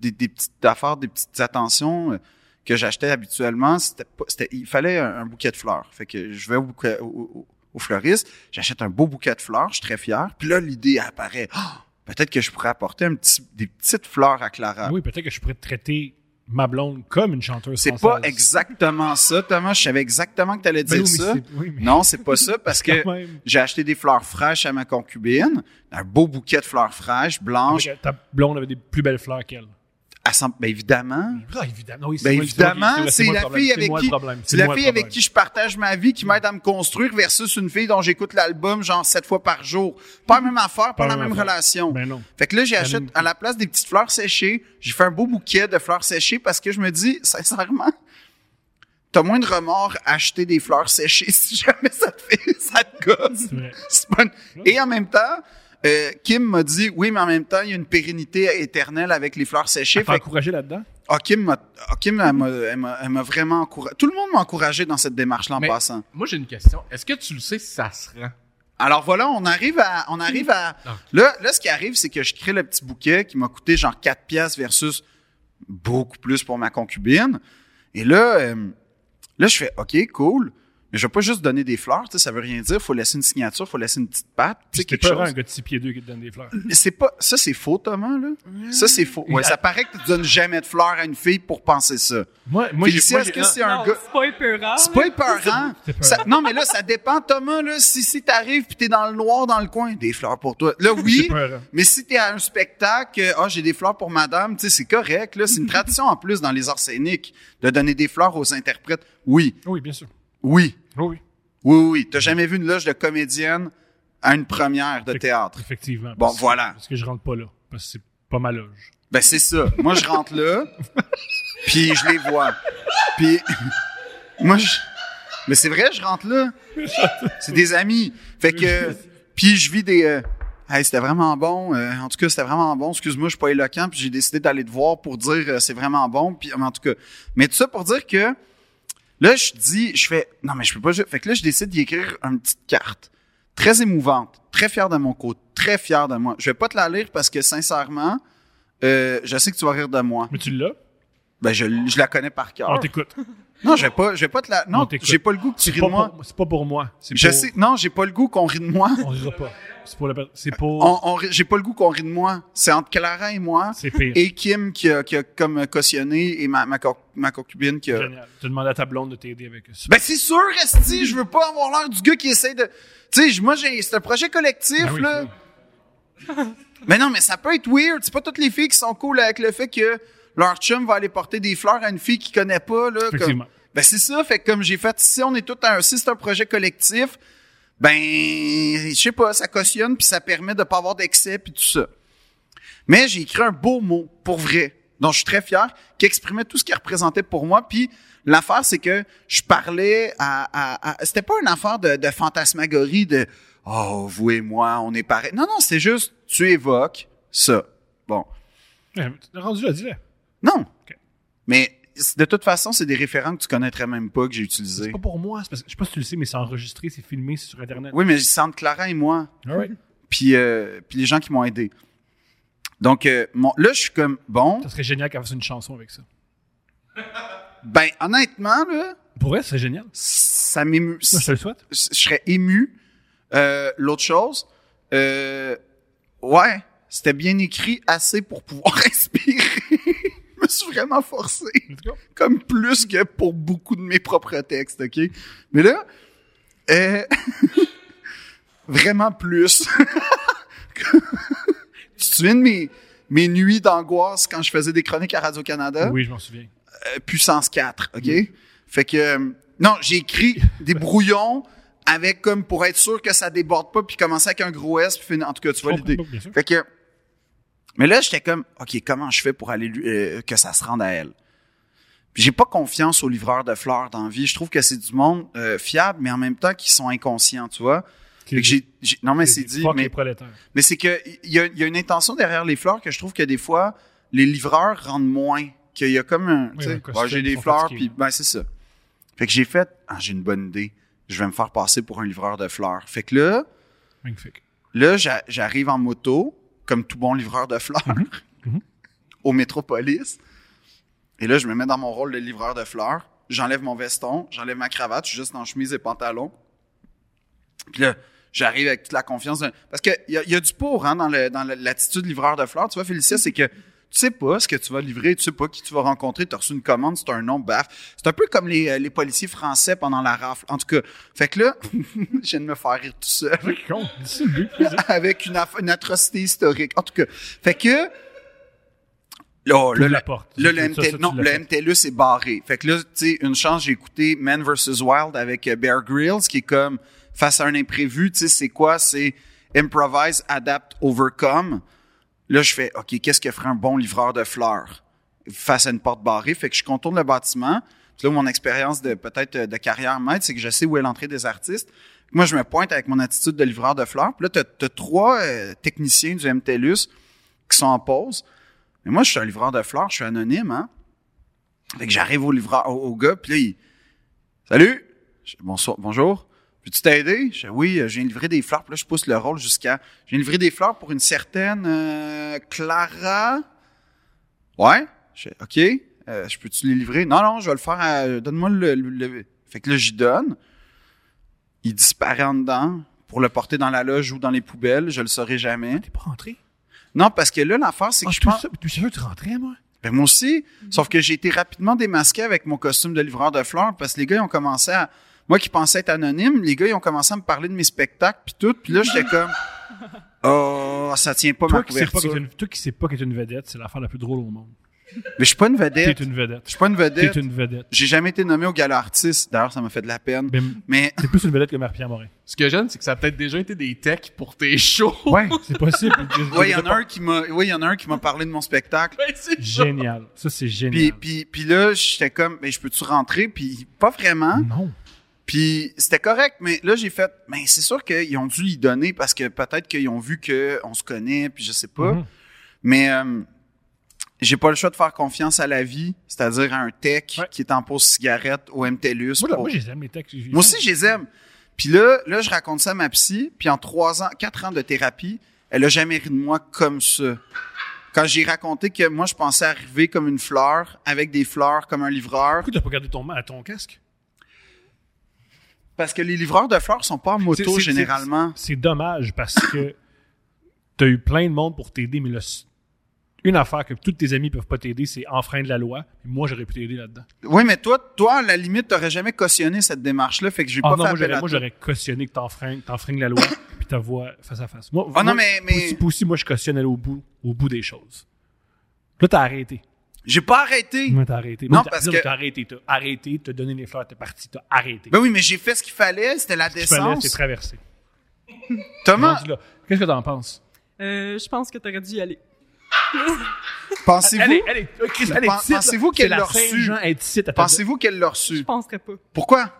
[SPEAKER 2] des, des petites affaires, des petites attentions, euh, que j'achetais habituellement, c'était pas, c'était, il fallait un, un bouquet de fleurs. Fait que je vais au, bouquet- au, au- au fleuriste, j'achète un beau bouquet de fleurs, je suis très fier. Puis là, l'idée apparaît. Ah, peut-être que je pourrais apporter un petit, des petites fleurs à Clara.
[SPEAKER 1] Oui, peut-être que je pourrais traiter ma blonde comme une chanteuse
[SPEAKER 2] Ah. c'est pas
[SPEAKER 1] française.
[SPEAKER 2] exactement ça, Thomas. Je savais exactement que tu allais
[SPEAKER 1] Ben
[SPEAKER 2] dire
[SPEAKER 1] oui, mais
[SPEAKER 2] ça.
[SPEAKER 1] c'est- oui, mais
[SPEAKER 2] Non, c'est pas ça parce que
[SPEAKER 1] quand même.
[SPEAKER 2] j'ai acheté des fleurs fraîches à ma concubine, un beau bouquet de fleurs fraîches, blanches,
[SPEAKER 1] Fait que Ta blonde avait des plus belles fleurs qu'elle.
[SPEAKER 2] à cent- ben évidemment.
[SPEAKER 1] Ah, évidemment. Oui, c'est
[SPEAKER 2] Ben
[SPEAKER 1] moi-
[SPEAKER 2] évidemment,
[SPEAKER 1] moi-
[SPEAKER 2] c'est
[SPEAKER 1] moi le
[SPEAKER 2] la
[SPEAKER 1] problème.
[SPEAKER 2] fille avec
[SPEAKER 1] moi le
[SPEAKER 2] qui-
[SPEAKER 1] problème.
[SPEAKER 2] C'est la
[SPEAKER 1] moi le
[SPEAKER 2] fille avec
[SPEAKER 1] problème.
[SPEAKER 2] qui je partage ma vie, qui m'aide à me construire, versus une fille dont j'écoute l'album genre sept fois par jour. Pas la même affaire, pas,
[SPEAKER 1] Pas
[SPEAKER 2] la
[SPEAKER 1] la
[SPEAKER 2] même,
[SPEAKER 1] même affaire.
[SPEAKER 2] relation.
[SPEAKER 1] Ben non.
[SPEAKER 2] Fait que là,
[SPEAKER 1] la
[SPEAKER 2] j'achète
[SPEAKER 1] même-
[SPEAKER 2] à la place des petites fleurs séchées, j'ai fait un beau bouquet de fleurs séchées parce que je me dis, sincèrement, t'as moins de remords à acheter des fleurs séchées si jamais ça te fait, ça te gosse.
[SPEAKER 1] vrai.
[SPEAKER 2] C'est pas une- Et en même temps, euh, Kim m'a dit, oui, mais en même temps, il y a une pérennité éternelle avec les fleurs séchées.
[SPEAKER 1] T'es
[SPEAKER 2] Fait que,
[SPEAKER 1] encouragé là-dedans?
[SPEAKER 2] ah, Kim m'a, ah, Kim, elle m'a, elle m'a- elle m'a vraiment encouragé. Tout le monde m'a encouragé dans cette démarche-là en
[SPEAKER 4] Mais-
[SPEAKER 2] passant.
[SPEAKER 4] Moi, j'ai une question. Est-ce que tu le sais si ça se rend?
[SPEAKER 2] Alors voilà, on arrive à, on arrive à,
[SPEAKER 4] Ah.
[SPEAKER 2] là, là, ce qui arrive, c'est que je crée le petit bouquet qui m'a coûté genre 4 piastres versus beaucoup plus pour ma concubine. Et là, euh, là, je fais, OK, cool. Mais je vais pas juste donner des fleurs, tu sais, ça veut rien dire. Faut laisser une signature, faut laisser une petite patte, tu sais,
[SPEAKER 1] T'es
[SPEAKER 2] quelque
[SPEAKER 1] pas un
[SPEAKER 2] chose.
[SPEAKER 1] gars de 6 pieds 2 qui te donne des fleurs.
[SPEAKER 2] Mais C'est pas, ça, c'est faux, Thomas, là. Ça, c'est faux. Ouais, ça paraît que tu donnes jamais de fleurs à une fille pour penser ça.
[SPEAKER 1] Moi, moi j'ai-
[SPEAKER 2] Félicia,
[SPEAKER 1] moi,
[SPEAKER 2] est-ce
[SPEAKER 1] j'ai-
[SPEAKER 2] que c'est un
[SPEAKER 3] Non,
[SPEAKER 2] gars?
[SPEAKER 3] c'est pas épeurant.
[SPEAKER 2] Ah, C'est
[SPEAKER 3] là.
[SPEAKER 2] pas épeurant.
[SPEAKER 1] C'est pas-
[SPEAKER 2] Ça- non, mais là, ça dépend, Thomas. Là, si si t'arrives puis t'es dans le noir, dans le coin, des fleurs pour toi. Là,
[SPEAKER 1] C'est
[SPEAKER 2] oui,
[SPEAKER 1] peurant.
[SPEAKER 2] mais si t'es à un spectacle, euh, ah, j'ai des fleurs pour madame, tu sais, c'est correct. Là, c'est une tradition en plus dans les arts scéniques de donner des fleurs aux interprètes. Oui,
[SPEAKER 1] Oui, bien sûr.
[SPEAKER 2] oui,
[SPEAKER 1] Oui, oui.
[SPEAKER 2] oui, oui. oui. T'as jamais vu une loge de comédienne à une première de
[SPEAKER 1] Fait-
[SPEAKER 2] théâtre.
[SPEAKER 1] Effectivement.
[SPEAKER 2] Bon,
[SPEAKER 1] parce que-
[SPEAKER 2] voilà.
[SPEAKER 1] Parce que je rentre pas là. Parce que c'est pas ma loge.
[SPEAKER 2] Ben, c'est ça. Moi, je rentre là, puis je les vois. Puis, moi, je... Mais c'est vrai, je rentre là. C'est des amis. Fait que, puis je vis des... euh, Hey, c'était vraiment bon. Euh, en tout cas, c'était vraiment bon. Excuse-moi, je suis pas éloquent, puis j'ai décidé d'aller te voir pour dire euh, c'est vraiment bon. Puis, mais en tout cas, mais tout ça pour dire que là, je dis, je fais non, mais je peux pas. ju- Fait que là, je décide d'y écrire une petite carte très émouvante, très fière de mon côté, très fière de moi. Je vais pas te la lire parce que sincèrement, euh, je sais que tu vas rire de moi.
[SPEAKER 1] Mais tu l'as?
[SPEAKER 2] Ben, je, je la connais par
[SPEAKER 1] On
[SPEAKER 2] cœur.
[SPEAKER 1] t'écoute.
[SPEAKER 2] Non, je vais pas, je vais pas te la.
[SPEAKER 1] On
[SPEAKER 2] Non,
[SPEAKER 1] t'écoute.
[SPEAKER 2] j'ai pas le goût que tu
[SPEAKER 1] C'est
[SPEAKER 2] ris de
[SPEAKER 1] pas
[SPEAKER 2] moi.
[SPEAKER 1] pour- C'est pas pour moi. C'est
[SPEAKER 2] Je
[SPEAKER 1] pour-
[SPEAKER 2] sais, non, j'ai pas le goût qu'on rit de moi.
[SPEAKER 1] On rira pas. C'est pour la per- C'est
[SPEAKER 2] On,
[SPEAKER 1] pour.
[SPEAKER 2] on rit- j'ai pas le goût qu'on rit de moi. C'est entre Clara et moi
[SPEAKER 1] C'est pire.
[SPEAKER 2] et Kim qui a, qui a comme cautionné et ma, ma, conc- ma concubine qui a.
[SPEAKER 1] Génial. Tu demandes à ta blonde de t'aider avec ça.
[SPEAKER 2] Ben c'est sûr, Resti, je veux pas avoir l'air du gars qui essaie de. Tu sais, je- moi j'ai. C'est un projet collectif,
[SPEAKER 1] Ben oui,
[SPEAKER 2] là. Mais non, mais ça peut être weird. C'est pas toutes les filles qui sont cool avec le fait que leur chum va aller porter des fleurs à une fille qui connaît pas, là.
[SPEAKER 1] Effectivement.
[SPEAKER 2] comme- Ben c'est ça, fait que comme j'ai fait, si on est tout un. Si c'est un projet collectif, ben je sais pas, ça cautionne puis ça permet de pas avoir d'excès puis tout ça. Mais j'ai écrit un beau mot pour vrai, dont je suis très fier, qui exprimait tout ce qu'il représentait pour moi. Puis l'affaire, c'est que je parlais à, à, à- c'était pas une affaire de, de fantasmagorie de oh vous et moi on est pareil. Non non, c'est juste tu évoques ça. Bon
[SPEAKER 1] Ben, tu l'as rendu là, dis-le.
[SPEAKER 2] non,
[SPEAKER 1] Ok.
[SPEAKER 2] mais c'est- de toute façon c'est des référents que tu connaîtrais même pas que j'ai
[SPEAKER 1] C'est
[SPEAKER 2] utilisés.
[SPEAKER 1] pas pour moi. c'est parce que- Je sais pas si tu le sais, mais c'est enregistré, c'est filmé, c'est sur Internet.
[SPEAKER 2] Oui mais ils entre Clara et moi.
[SPEAKER 1] All right.
[SPEAKER 2] Puis euh, puis les gens qui m'ont aidé. Donc euh, mon- là je suis comme bon
[SPEAKER 1] Ça serait génial qu'elle fasse une chanson avec ça.
[SPEAKER 2] ben honnêtement là
[SPEAKER 1] Pour elle, ce serait génial. Moi,
[SPEAKER 2] ça m'ému.
[SPEAKER 1] je te le souhaite.
[SPEAKER 2] je serais ému. Euh, L'autre chose, euh, ouais, c'était bien écrit assez pour pouvoir respirer. je me suis vraiment forcé,
[SPEAKER 1] Let's go.
[SPEAKER 2] comme plus que pour beaucoup de mes propres textes, ok? Mais là, euh, vraiment plus. tu te souviens de mes, mes nuits d'angoisse quand je faisais des chroniques à Radio-Canada?
[SPEAKER 1] Oui, je m'en souviens.
[SPEAKER 2] euh, puissance 4, OK? Fait que, euh, non, j'ai écrit des brouillons avec comme pour être sûr que ça déborde pas, puis commencer avec un gros S, puis finir- en tout cas, tu vois l'idée.
[SPEAKER 1] Bien sûr.
[SPEAKER 2] Fait que, mais là, j'étais comme, OK, comment je fais pour aller lui- euh, que ça se rende à elle? Puis j'ai pas confiance aux livreurs de fleurs dans la vie. Je trouve que c'est du monde euh, fiable, mais en même temps qui sont inconscients, tu vois. Fait que j'ai, j'ai- non, mais c'est dit,
[SPEAKER 1] Fuck
[SPEAKER 2] mais
[SPEAKER 1] les prolétaires.
[SPEAKER 2] mais c'est que il y a, il y a une intention derrière les fleurs que je trouve que des fois les livreurs rendent moins. Qu'il y a comme un, tu sais,
[SPEAKER 1] un costume,
[SPEAKER 2] bah, j'ai
[SPEAKER 1] ils
[SPEAKER 2] des
[SPEAKER 1] sont
[SPEAKER 2] fleurs
[SPEAKER 1] fatigués,
[SPEAKER 2] puis
[SPEAKER 1] là.
[SPEAKER 2] ben c'est ça. Fait que j'ai fait, ah, j'ai une bonne idée. Je vais me faire passer pour un livreur de fleurs. Fait que là,
[SPEAKER 1] Magnifique.
[SPEAKER 2] là j'a- j'arrive en moto comme tout bon livreur de fleurs
[SPEAKER 1] mhm.
[SPEAKER 2] au métropolis. Et là je me mets dans mon rôle de livreur de fleurs. J'enlève mon veston, j'enlève ma cravate, je suis juste en chemise et pantalon. Puis là, j'arrive avec toute la confiance. d'un- Parce qu'il y a, il y a du pour hein, dans, le- dans le- l'attitude livreur de fleurs. Tu vois, Félicia, c'est que tu sais pas ce que tu vas livrer, tu sais pas qui tu vas rencontrer, tu as reçu une commande, c'est un nom, baf. C'est un peu comme les, euh, les policiers français pendant la rafle. En tout cas, fait que là, je viens de me faire rire tout seul
[SPEAKER 1] Fait que con. C'est le but. vas-y.
[SPEAKER 2] avec une, aff- une atrocité historique. En tout cas, fait que... Là,
[SPEAKER 1] Ouvre
[SPEAKER 2] là,
[SPEAKER 1] la
[SPEAKER 2] la-
[SPEAKER 1] porte.
[SPEAKER 2] Là, le,
[SPEAKER 1] Ça, ça,
[SPEAKER 2] MTL,
[SPEAKER 1] tu
[SPEAKER 2] non,
[SPEAKER 1] l'as
[SPEAKER 2] le
[SPEAKER 1] fait.
[SPEAKER 2] MTLUS est barré. Fait que là, tu sais, une chance, j'ai écouté Man vs. Wild avec euh, Bear Grylls, qui est comme face à un imprévu, tu sais, c'est quoi? C'est improvise, adapt, overcome. Là, je fais, OK, qu'est-ce que ferait un bon livreur de fleurs face à une porte barrée? Fait que je contourne le bâtiment. Puis là, mon expérience de peut-être euh, de carrière maître, c'est que je sais où est l'entrée des artistes. Moi, je me pointe avec mon attitude de livreur de fleurs. Puis là, t'as as trois euh, techniciens du MTLUS qui sont en pause. Mais moi, je suis un livreur de fleurs, je suis anonyme, hein. Fait que j'arrive au livreur, au, au gars, puis là, il... Salut! Je dis, Bonsoir, bonjour. Peux-tu t'aider? Je dis, oui, euh, je viens livrer des fleurs. Puis là, je pousse le rôle jusqu'à... Je viens livrer des fleurs pour une certaine euh, Clara... Ouais. Je fais, OK. Euh, je peux-tu les livrer? Non, non, je vais le faire. à- Donne-moi le, le- le- Fait que là, j'y donne. Il disparaît en dedans pour le porter dans la loge ou dans les poubelles. Je le saurai jamais.
[SPEAKER 5] T'es pas rentré?
[SPEAKER 2] Non, parce que là, l'affaire, c'est
[SPEAKER 5] Ah,
[SPEAKER 2] que
[SPEAKER 5] je
[SPEAKER 2] je
[SPEAKER 5] suis
[SPEAKER 2] pense.
[SPEAKER 5] sûr- je suis sûr que tu rentrais, moi.
[SPEAKER 2] Ben, moi aussi.
[SPEAKER 1] Mm-hmm.
[SPEAKER 2] Sauf que j'ai été rapidement démasqué avec mon costume de livreur de fleurs parce que les gars, ils ont commencé à. Moi qui pensais être anonyme, les gars, ils ont commencé à me parler de mes spectacles puis tout. Puis là, j'étais comme. Oh, ça tient pas ma
[SPEAKER 1] Toi qui, sais pas
[SPEAKER 2] couverture.
[SPEAKER 1] que t'es une, toi qui sais pas que t'es une vedette, c'est l'affaire la plus drôle au monde.
[SPEAKER 2] Mais je suis pas une
[SPEAKER 1] T'es
[SPEAKER 2] vedette.
[SPEAKER 1] une
[SPEAKER 2] Je
[SPEAKER 1] vedette.
[SPEAKER 2] suis pas une
[SPEAKER 1] T'es
[SPEAKER 2] vedette.
[SPEAKER 1] une vedette.
[SPEAKER 2] J'ai jamais été nommé au gala artiste. D'ailleurs, ça m'a fait de la peine.
[SPEAKER 1] Ben,
[SPEAKER 2] Mais
[SPEAKER 1] T'es plus une vedette que Marie-Pierre Morin.
[SPEAKER 4] Ce que j'aime, c'est que ça a peut-être déjà été des techs pour tes shows. Ben,
[SPEAKER 1] Ouais, c'est possible.
[SPEAKER 2] Oui, il y en a un qui m'a, oui, il y en a un qui m'a parlé de mon spectacle.
[SPEAKER 4] Ben, c'est ça.
[SPEAKER 1] Génial. Ça, c'est
[SPEAKER 2] Puis,
[SPEAKER 1] génial.
[SPEAKER 2] puis, puis là, j'étais comme, mais je peux-tu rentrer? Puis pas vraiment.
[SPEAKER 1] Non.
[SPEAKER 2] Puis c'était correct, mais là, j'ai fait, mais c'est sûr qu'ils ont dû y donner parce que peut-être qu'ils ont vu qu'on se connaît, puis je sais pas.
[SPEAKER 1] Mhm.
[SPEAKER 2] Mais euh, j'ai pas le choix de faire confiance à la vie, c'est-à-dire à un tech
[SPEAKER 1] Ouais.
[SPEAKER 2] qui est en pause cigarette au MTLUS.
[SPEAKER 1] Moi, là,
[SPEAKER 2] pour-
[SPEAKER 1] moi, j'aime les textes. J'ai-
[SPEAKER 2] Moi aussi, je les aime. Puis là, là, je raconte ça à ma psy, puis en trois ans, quatre ans de thérapie, elle a jamais ri de moi comme ça. Quand j'ai raconté que moi, je pensais arriver comme une fleur, avec des fleurs, comme un livreur,
[SPEAKER 1] Pourquoi t'as pas gardé ton, à ton casque?
[SPEAKER 2] parce que les livreurs de fleurs sont pas en
[SPEAKER 1] C'est-
[SPEAKER 2] moto
[SPEAKER 1] c'est-
[SPEAKER 2] généralement.
[SPEAKER 1] C'est c'est dommage parce que t'as eu plein de monde pour t'aider, mais le s- une affaire que tous tes amis peuvent pas t'aider, c'est enfreindre la loi. Moi, j'aurais pu t'aider là-dedans.
[SPEAKER 2] Oui, mais toi, toi, à la limite, t'aurais jamais cautionné cette démarche-là, fait que j'ai
[SPEAKER 1] Ah
[SPEAKER 2] pas
[SPEAKER 1] non,
[SPEAKER 2] fait
[SPEAKER 1] moi,
[SPEAKER 2] appel
[SPEAKER 1] j'aurais-
[SPEAKER 2] à
[SPEAKER 1] moi,
[SPEAKER 2] toi.
[SPEAKER 1] j'aurais cautionné que t'enfreignes t'enfreignes la loi puis ta voix face à face. Moi,
[SPEAKER 2] Ah
[SPEAKER 1] moi,
[SPEAKER 2] non, mais- mais-
[SPEAKER 1] Poussi, Poussi, moi, je cautionne aller au bout, au bout des choses. Là, t'as arrêté.
[SPEAKER 2] J'ai pas arrêté.
[SPEAKER 1] Moi, t'as arrêté.
[SPEAKER 2] Non,
[SPEAKER 1] Moi, t'as-
[SPEAKER 2] parce
[SPEAKER 1] là,
[SPEAKER 2] que-
[SPEAKER 1] T'as arrêté, t'as arrêté, t'as donné les fleurs, t'es parti, t'as arrêté.
[SPEAKER 2] Ben oui, mais j'ai fait ce qu'il fallait, c'était la
[SPEAKER 1] tu fallais,
[SPEAKER 2] décence.
[SPEAKER 1] t'es traversé.
[SPEAKER 2] Thomas,
[SPEAKER 1] Rendu là. Qu'est-ce que t'en penses?
[SPEAKER 3] Euh, je pense que t'aurais dû y aller.
[SPEAKER 2] pensez-vous,
[SPEAKER 1] elle est, euh, Chris,
[SPEAKER 2] elle est Pen- petite, là. pensez-vous qu'elle C'est la l'a reçu? Saint-Jean,
[SPEAKER 1] est petite.
[SPEAKER 2] pensez-vous qu'elle l'a
[SPEAKER 3] Je
[SPEAKER 2] reçu?
[SPEAKER 3] penserais pas.
[SPEAKER 2] Pourquoi?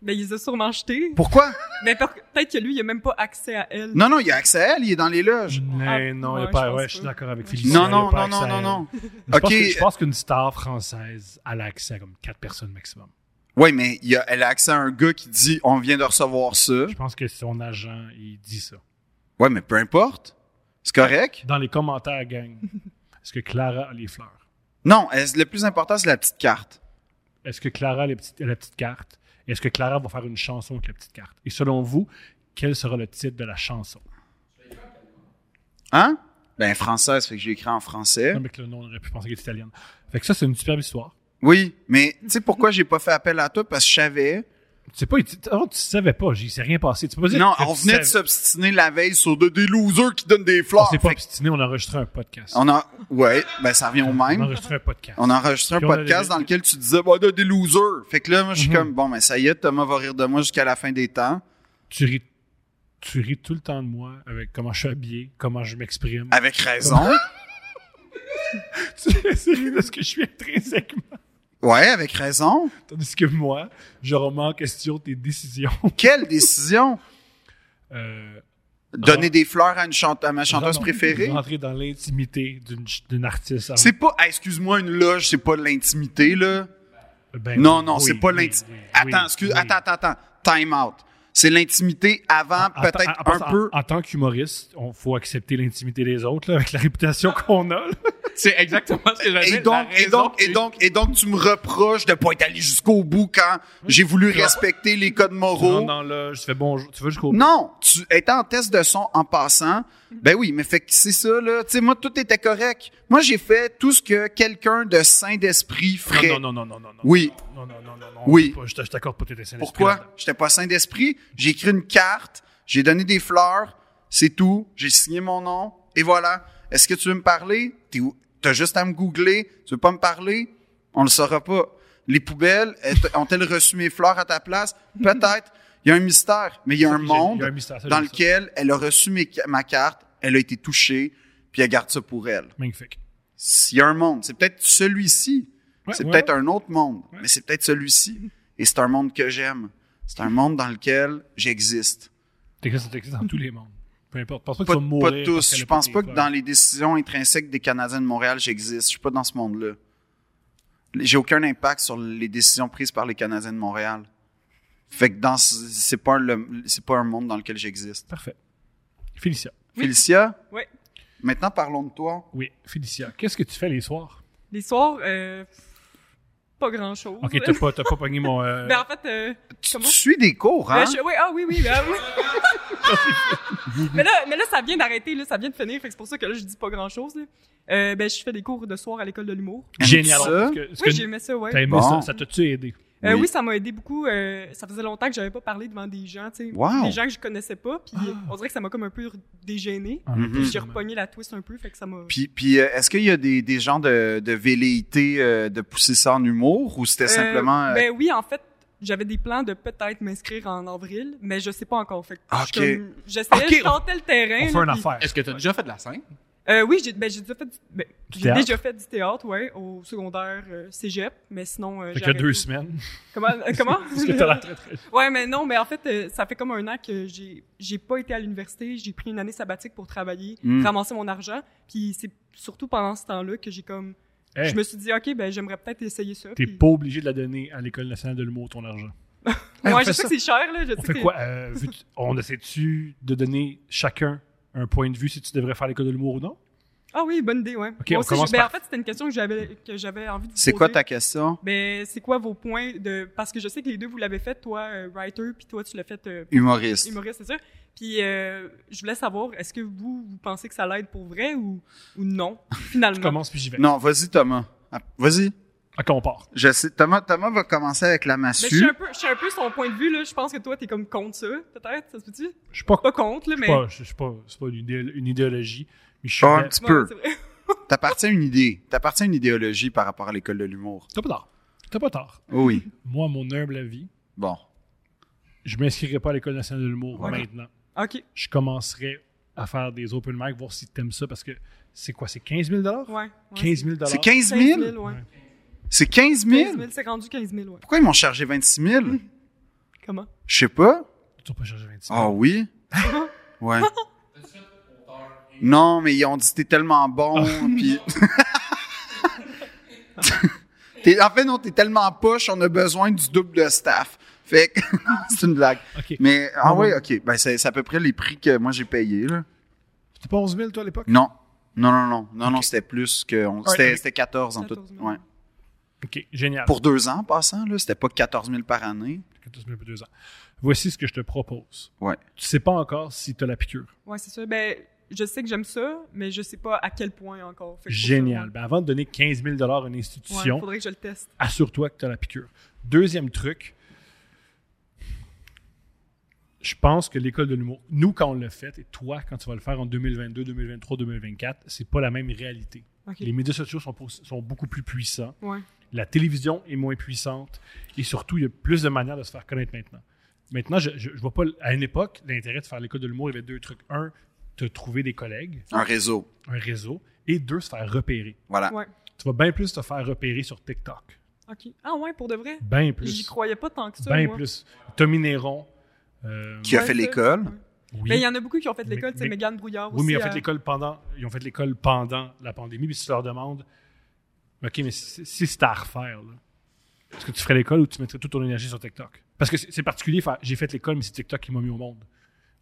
[SPEAKER 3] Ben, ils les a sûrement jetés.
[SPEAKER 2] Pourquoi?
[SPEAKER 3] Mais per- peut-être que lui, il a même pas accès à elle.
[SPEAKER 2] Non, non, il y a accès à elle, il est dans les loges.
[SPEAKER 3] Ah,
[SPEAKER 1] non, il
[SPEAKER 3] ouais,
[SPEAKER 1] y a
[SPEAKER 3] je
[SPEAKER 1] pas,
[SPEAKER 3] pense
[SPEAKER 1] ouais, je suis
[SPEAKER 3] pas.
[SPEAKER 1] d'accord avec Félicie.
[SPEAKER 2] Non,
[SPEAKER 1] il y a
[SPEAKER 2] non,
[SPEAKER 1] pas
[SPEAKER 2] non, non,
[SPEAKER 1] accès à
[SPEAKER 2] non,
[SPEAKER 1] elle.
[SPEAKER 2] non.
[SPEAKER 1] Je pense
[SPEAKER 2] Ok.
[SPEAKER 1] que- Je pense qu'une star française, elle a accès à comme 4 personnes maximum.
[SPEAKER 2] Oui, mais il y a- elle a accès à un gars qui dit on vient de recevoir ça.
[SPEAKER 1] Je pense que son agent, il dit ça.
[SPEAKER 2] Ouais, mais peu importe. C'est correct.
[SPEAKER 1] Dans les commentaires, gang, est-ce que Clara a les fleurs?
[SPEAKER 2] Non, elle- le plus important, c'est la petite carte.
[SPEAKER 1] Est-ce que Clara a, les petites- a la petite carte? Est-ce que Clara va faire une chanson avec la petite carte? Et selon vous, quel sera le titre de la chanson?
[SPEAKER 2] Hein? Ben, française, fait que j'ai écrit en français.
[SPEAKER 1] Non, mais que le nom, on aurait pu penser qu'elle est italienne. Fait que ça, c'est une superbe histoire.
[SPEAKER 2] Oui, mais
[SPEAKER 1] Mm.
[SPEAKER 2] tu sais pourquoi j'ai pas fait appel à toi? Parce que je savais.
[SPEAKER 1] Tu sais pas, tu, avant, tu savais pas, j'y s'est rien passé. Tu peux pas dire
[SPEAKER 2] Non,
[SPEAKER 1] que
[SPEAKER 2] on
[SPEAKER 1] tu
[SPEAKER 2] venait de
[SPEAKER 1] savais-
[SPEAKER 2] s'obstiner la veille sur de- des losers qui donnent des
[SPEAKER 1] On
[SPEAKER 2] fleurs.
[SPEAKER 1] s'est pas
[SPEAKER 2] Fait que
[SPEAKER 1] obstiné, on a enregistré un podcast.
[SPEAKER 2] on a. Ouais, ben, ça revient au
[SPEAKER 1] On a
[SPEAKER 2] même.
[SPEAKER 1] enregistré un podcast.
[SPEAKER 2] On a enregistré un
[SPEAKER 1] Puis on a
[SPEAKER 2] podcast
[SPEAKER 1] des-
[SPEAKER 2] dans lequel tu disais, bah, là, des losers. Fait que là, moi, je suis
[SPEAKER 1] Mhm.
[SPEAKER 2] comme, bon, ben, ça y est, Thomas va rire de moi jusqu'à la fin des temps.
[SPEAKER 1] Tu ris, tu ris tout le temps de moi avec comment je suis habillé, comment je m'exprime.
[SPEAKER 2] Avec raison.
[SPEAKER 1] tu ris de ce que je suis intrinsèquement.
[SPEAKER 2] Ouais, avec raison.
[SPEAKER 1] Tandis que moi, je remets en question tes décisions.
[SPEAKER 2] Quelle décision?
[SPEAKER 1] Ah. Euh,
[SPEAKER 2] Donner
[SPEAKER 1] Ah.
[SPEAKER 2] des fleurs à, une chante- à ma chanteuse
[SPEAKER 1] rentrer-
[SPEAKER 2] préférée?
[SPEAKER 1] Rentrer dans l'intimité d'une ch- d'une artiste. hein.
[SPEAKER 2] C'est pas, ah, excuse-moi, une loge, c'est pas de l'intimité, là.
[SPEAKER 1] Ben,
[SPEAKER 2] Non, non,
[SPEAKER 1] oui,
[SPEAKER 2] c'est pas
[SPEAKER 1] oui,
[SPEAKER 2] l'intimité.
[SPEAKER 1] oui,
[SPEAKER 2] attends,
[SPEAKER 1] oui,
[SPEAKER 2] excuse,
[SPEAKER 1] oui.
[SPEAKER 2] attends, attends, attends. Time out. C'est l'intimité avant,
[SPEAKER 1] En- en-
[SPEAKER 2] peut-être
[SPEAKER 1] en- en-
[SPEAKER 2] un peu.
[SPEAKER 1] En, en tant qu'humoriste, on faut accepter l'intimité des autres, là, avec la réputation qu'on a. là.
[SPEAKER 4] C'est exactement ce que
[SPEAKER 1] ah.
[SPEAKER 4] j'avais
[SPEAKER 2] Et donc, et donc, et donc, et donc, tu me reproches de pas être allé jusqu'au bout quand j'ai voulu respecter les codes moraux.
[SPEAKER 1] rentres dans là, je fais bonjour. Tu vas jusqu'au
[SPEAKER 2] Non, tu étais en test de son en passant. Ben oui, mais fait que c'est ça là. Tu sais, moi tout était correct. Moi j'ai fait tout ce que quelqu'un de saint d'esprit ferait.
[SPEAKER 1] Non, non, non, non, non, non.
[SPEAKER 2] Oui.
[SPEAKER 1] Non, non, non, non, non.
[SPEAKER 2] Oui.
[SPEAKER 1] Je te- je t'accorde pas tes dessins. d'esprit
[SPEAKER 2] Pourquoi
[SPEAKER 1] là-dedans.
[SPEAKER 2] J'étais pas saint d'esprit. J'ai écrit une carte. J'ai donné des fleurs. C'est tout. J'ai signé mon nom. Et voilà. Est-ce que tu veux me parler T'es où T'as juste à me googler. Tu veux pas me parler On le saura pas. Les poubelles est- ont-elles reçu mes fleurs à ta place Peut-être. Il y a un mystère, mais il y a un
[SPEAKER 1] J'ai-
[SPEAKER 2] monde
[SPEAKER 1] il y a un mystère, ça,
[SPEAKER 2] dans
[SPEAKER 1] j'aime ça.
[SPEAKER 2] lequel elle a reçu mes ca- ma carte, elle a été touchée, puis elle garde ça pour elle.
[SPEAKER 1] Magnifique.
[SPEAKER 2] S'il y a un monde, c'est peut-être celui-ci.
[SPEAKER 1] Ouais,
[SPEAKER 2] c'est
[SPEAKER 1] ouais,
[SPEAKER 2] peut-être un autre monde, mais c'est peut-être celui-ci. Et c'est un monde que j'aime. C'est un monde dans lequel j'existe.
[SPEAKER 1] T'existes, t'existes dans tous les mondes. Peu importe. Pense pas que
[SPEAKER 2] Pas,
[SPEAKER 1] tu vas mourir.
[SPEAKER 2] pas de
[SPEAKER 1] parce
[SPEAKER 2] tous.
[SPEAKER 1] qu'elle
[SPEAKER 2] Je
[SPEAKER 1] a
[SPEAKER 2] pense
[SPEAKER 1] tes
[SPEAKER 2] pas que
[SPEAKER 1] peurs.
[SPEAKER 2] dans les décisions intrinsèques des Canadiens de Montréal, j'existe. Je suis pas dans ce monde-là. J'ai aucun impact sur les décisions prises par les Canadiens de Montréal. Fait que dans ce- c'est pas le c'est pas un monde dans lequel j'existe.
[SPEAKER 1] Parfait. Félicia.
[SPEAKER 2] Félicia,
[SPEAKER 3] Ouais.
[SPEAKER 2] maintenant parlons de toi.
[SPEAKER 1] Oui, Félicia. Qu'est-ce que tu fais les soirs?
[SPEAKER 3] Les soirs, euh, pas grand-chose.
[SPEAKER 1] Ok, t'as pas, t'as pas pogné mon. euh,
[SPEAKER 3] Mais en fait, euh,
[SPEAKER 2] Tu,
[SPEAKER 3] Comment?
[SPEAKER 2] tu suis des cours, hein?
[SPEAKER 3] ben, je- oui, ah oui, oui, ben, oui. mais, là, mais là, ça vient d'arrêter, là, ça vient de finir, fait que c'est pour ça que là, je dis pas grand-chose. là. Euh, ben, je fais des cours de soir à l'école de l'humour.
[SPEAKER 1] Génial.
[SPEAKER 2] Aimes-tu ça?
[SPEAKER 1] Parce que- parce
[SPEAKER 3] Oui,
[SPEAKER 1] que
[SPEAKER 3] j'ai aimé ça, ouais.
[SPEAKER 1] T'as aimé
[SPEAKER 2] Bon.
[SPEAKER 1] ça? Ça t'a-tu aidé?
[SPEAKER 3] Euh,
[SPEAKER 2] Oui.
[SPEAKER 3] oui. ça m'a aidé beaucoup. euh, ça faisait longtemps que j'avais pas parlé devant des gens, tu sais,
[SPEAKER 2] Wow. Ah!
[SPEAKER 3] des gens que je connaissais pas. Puis on dirait que ça m'a comme un peu dégéné.
[SPEAKER 2] Mhm.
[SPEAKER 3] Puis j'ai repogné la twist un peu, fait que ça m'a.
[SPEAKER 2] Puis, puis euh, est-ce qu'il y a des, des gens de, de velléité euh, de pousser ça en humour ou c'était
[SPEAKER 3] Euh,
[SPEAKER 2] simplement. euh,
[SPEAKER 3] Ben oui, en fait, j'avais des plans de peut-être m'inscrire en avril, mais je sais pas encore. Fait que je
[SPEAKER 2] Ok.
[SPEAKER 3] suis comme- j'essayais,
[SPEAKER 1] Ok,
[SPEAKER 3] je tentais le terrain.
[SPEAKER 1] On fait
[SPEAKER 3] là,
[SPEAKER 1] une
[SPEAKER 3] puis-
[SPEAKER 1] affaire.
[SPEAKER 4] Est-ce que t'as déjà fait de la scène?
[SPEAKER 3] Euh, oui, j'ai ben, j'ai déjà fait du, ben,
[SPEAKER 1] Du
[SPEAKER 3] j'ai
[SPEAKER 1] théâtre?
[SPEAKER 3] déjà fait du théâtre, ouais, au secondaire euh, cégep, mais sinon. Euh,
[SPEAKER 1] Fait
[SPEAKER 3] j'ai
[SPEAKER 1] qu'il y a deux
[SPEAKER 3] arrêté.
[SPEAKER 1] semaines.
[SPEAKER 3] Comment? euh, comment?
[SPEAKER 1] Parce que t'as l'air très, très.
[SPEAKER 3] ouais, mais non, mais en fait, euh, ça fait comme un an que j'ai j'ai pas été à l'université, j'ai pris une année sabbatique pour travailler,
[SPEAKER 1] Hmm.
[SPEAKER 2] Mm.
[SPEAKER 3] ramasser mon argent, puis c'est surtout pendant ce temps-là que j'ai comme.
[SPEAKER 1] Hey,
[SPEAKER 3] Je me suis dit, OK, ben j'aimerais peut-être essayer ça.
[SPEAKER 1] T'es
[SPEAKER 3] puis-
[SPEAKER 1] pas obligé de la donner à l'École nationale de l'humour, ton argent. Hey, on
[SPEAKER 3] Ouais,
[SPEAKER 1] fait
[SPEAKER 3] je sais
[SPEAKER 1] ça.
[SPEAKER 3] que c'est cher, là. Je
[SPEAKER 1] On
[SPEAKER 3] sais
[SPEAKER 1] fait
[SPEAKER 3] que-
[SPEAKER 1] quoi? Euh, veux-tu- on essaie-tu de donner chacun un point de vue si tu devrais faire l'école de l'humour ou non?
[SPEAKER 3] Ah oui, bonne idée, ouais.
[SPEAKER 1] Ok,
[SPEAKER 3] Moi
[SPEAKER 1] on
[SPEAKER 3] aussi,
[SPEAKER 1] commence
[SPEAKER 3] je- ben,
[SPEAKER 1] par-
[SPEAKER 3] en fait, c'était une question que j'avais que j'avais envie de vous
[SPEAKER 2] c'est quoi
[SPEAKER 3] poser.
[SPEAKER 2] ta question?
[SPEAKER 3] Ben, c'est quoi vos points de parce que je sais que les deux vous l'avez fait toi euh, writer puis toi tu l'as fait euh,
[SPEAKER 2] Humoriste.
[SPEAKER 3] humoriste, c'est sûr. Puis euh, je voulais savoir est-ce que vous vous pensez que ça l'aide pour vrai ou ou non
[SPEAKER 1] Je
[SPEAKER 3] finalement.
[SPEAKER 1] commence puis j'y vais.
[SPEAKER 2] Non, vas-y, Thomas. Ah, Vas-y.
[SPEAKER 1] Ok, on part.
[SPEAKER 2] Je sais, Thomas, Thomas va commencer avec la
[SPEAKER 3] Ben, je suis
[SPEAKER 2] massue.
[SPEAKER 3] un peu je suis un peu son point de vue là, je pense que toi t'es comme contre ça peut-être, ça se peut-tu
[SPEAKER 1] Je suis pas.
[SPEAKER 3] Pas contre là
[SPEAKER 1] je
[SPEAKER 3] mais
[SPEAKER 1] suis pas- je suis pas. C'est pas une, idéal- une idéologie. Mais je suis.
[SPEAKER 2] Ah, un petit
[SPEAKER 3] Ouais,
[SPEAKER 2] peu.
[SPEAKER 3] c'est vrai.
[SPEAKER 2] T'appartiens à une idée. T'appartiens à une idéologie par rapport à l'école de l'humour. Oh
[SPEAKER 1] T'as pas tard. T'as pas tard.
[SPEAKER 2] Oui.
[SPEAKER 1] Moi, à mon humble avis,
[SPEAKER 2] Bon.
[SPEAKER 1] je m'inscrirai pas à l'École nationale de l'humour
[SPEAKER 3] Ouais.
[SPEAKER 1] maintenant.
[SPEAKER 3] OK,
[SPEAKER 1] Je commencerai à faire des open mic, voir si t'aimes ça parce que c'est quoi? C'est 15 000
[SPEAKER 3] ouais. ouais
[SPEAKER 1] 15 000
[SPEAKER 2] C'est 15 000?
[SPEAKER 3] ouais.
[SPEAKER 2] C'est 15 000?
[SPEAKER 3] 15 000, c'est rendu 15 000, ouais.
[SPEAKER 2] Pourquoi ils m'ont chargé 26 000?
[SPEAKER 3] Comment
[SPEAKER 2] Je sais pas.
[SPEAKER 1] Tu vas pas charger 25
[SPEAKER 2] Ah oui? ouais. Non, mais ils ont dit t'es tellement bon,
[SPEAKER 1] Ah.
[SPEAKER 2] puis... T'es- en fait, non, t'es tellement poche, on a besoin du double de staff. Fait que c'est une blague.
[SPEAKER 1] OK.
[SPEAKER 2] Mais, ah
[SPEAKER 1] Ah
[SPEAKER 2] oui,
[SPEAKER 1] ouais.
[SPEAKER 2] OK. Ben, c'est c'est à peu près les prix que moi j'ai payé, là.
[SPEAKER 1] C'était pas 11 000, toi, à l'époque?
[SPEAKER 2] Non. Non, non, non. Non, non, c'était plus que... on-
[SPEAKER 1] Ouais,
[SPEAKER 2] C'était
[SPEAKER 1] ok.
[SPEAKER 2] c'était 14 en tout.
[SPEAKER 3] 14 000.
[SPEAKER 2] Ouais.
[SPEAKER 1] OK, génial.
[SPEAKER 2] Pour deux ans, en passant, là, c'était pas 14 000 par année.
[SPEAKER 1] 14 000 pour deux ans. Voici ce que je te propose.
[SPEAKER 2] Ouais.
[SPEAKER 1] Tu sais pas encore si t'as la piqûre.
[SPEAKER 3] Ouais, c'est ça. Ben, je sais que j'aime ça, mais je sais pas à quel point encore. Fait que
[SPEAKER 1] Génial.
[SPEAKER 3] faut
[SPEAKER 1] Ben, avant de donner 15 000 à une
[SPEAKER 3] que- Ouais,
[SPEAKER 1] institution,
[SPEAKER 3] faudrait que je le teste.
[SPEAKER 1] assure-toi que tu as la piqûre. Deuxième truc, je pense que l'école de l'humour, nous quand on l'a fait et toi quand tu vas le faire en 2022, 2023, 2024, c'est pas la même réalité.
[SPEAKER 3] Ok.
[SPEAKER 1] Les médias sociaux sont, pour- sont beaucoup plus puissants,
[SPEAKER 3] Ouais.
[SPEAKER 1] la télévision est moins puissante et surtout il y a plus de manières de se faire connaître maintenant. Maintenant, je, je- je vois pas l- à une époque l'intérêt de faire l'école de l'humour, il y avait deux trucs. Un, te trouver des collègues,
[SPEAKER 2] Un réseau.
[SPEAKER 1] un réseau, et deux, se faire repérer.
[SPEAKER 2] Voilà.
[SPEAKER 3] Ah. Ouais.
[SPEAKER 1] Tu vas bien plus te faire repérer sur TikTok.
[SPEAKER 3] Ok. Ah ouais, pour de vrai.
[SPEAKER 1] Bien plus.
[SPEAKER 3] J'y croyais pas tant que ça.
[SPEAKER 1] Bien
[SPEAKER 3] moi.
[SPEAKER 1] plus. Tommy Néron. euh,
[SPEAKER 2] Qui a
[SPEAKER 3] Ouais,
[SPEAKER 2] fait
[SPEAKER 3] ça.
[SPEAKER 2] l'école.
[SPEAKER 3] Ouais.
[SPEAKER 1] oui.
[SPEAKER 3] Mais Ben, il y en a beaucoup qui ont fait
[SPEAKER 1] Mais-
[SPEAKER 3] l'école, c'est
[SPEAKER 1] mais-
[SPEAKER 3] Mégane Brouillard
[SPEAKER 1] Oui,
[SPEAKER 3] aussi.
[SPEAKER 1] mais ils ont fait
[SPEAKER 3] euh,
[SPEAKER 1] l'école pendant, ils ont fait l'école pendant la pandémie. Puis si tu leur demandes, OK, mais si, si c'était à refaire, là, est-ce que tu ferais l'école ou tu mettrais toute ton énergie sur TikTok? Parce que c'est c'est particulier, faire- j'ai fait l'école, mais c'est TikTok qui m'a mis au monde.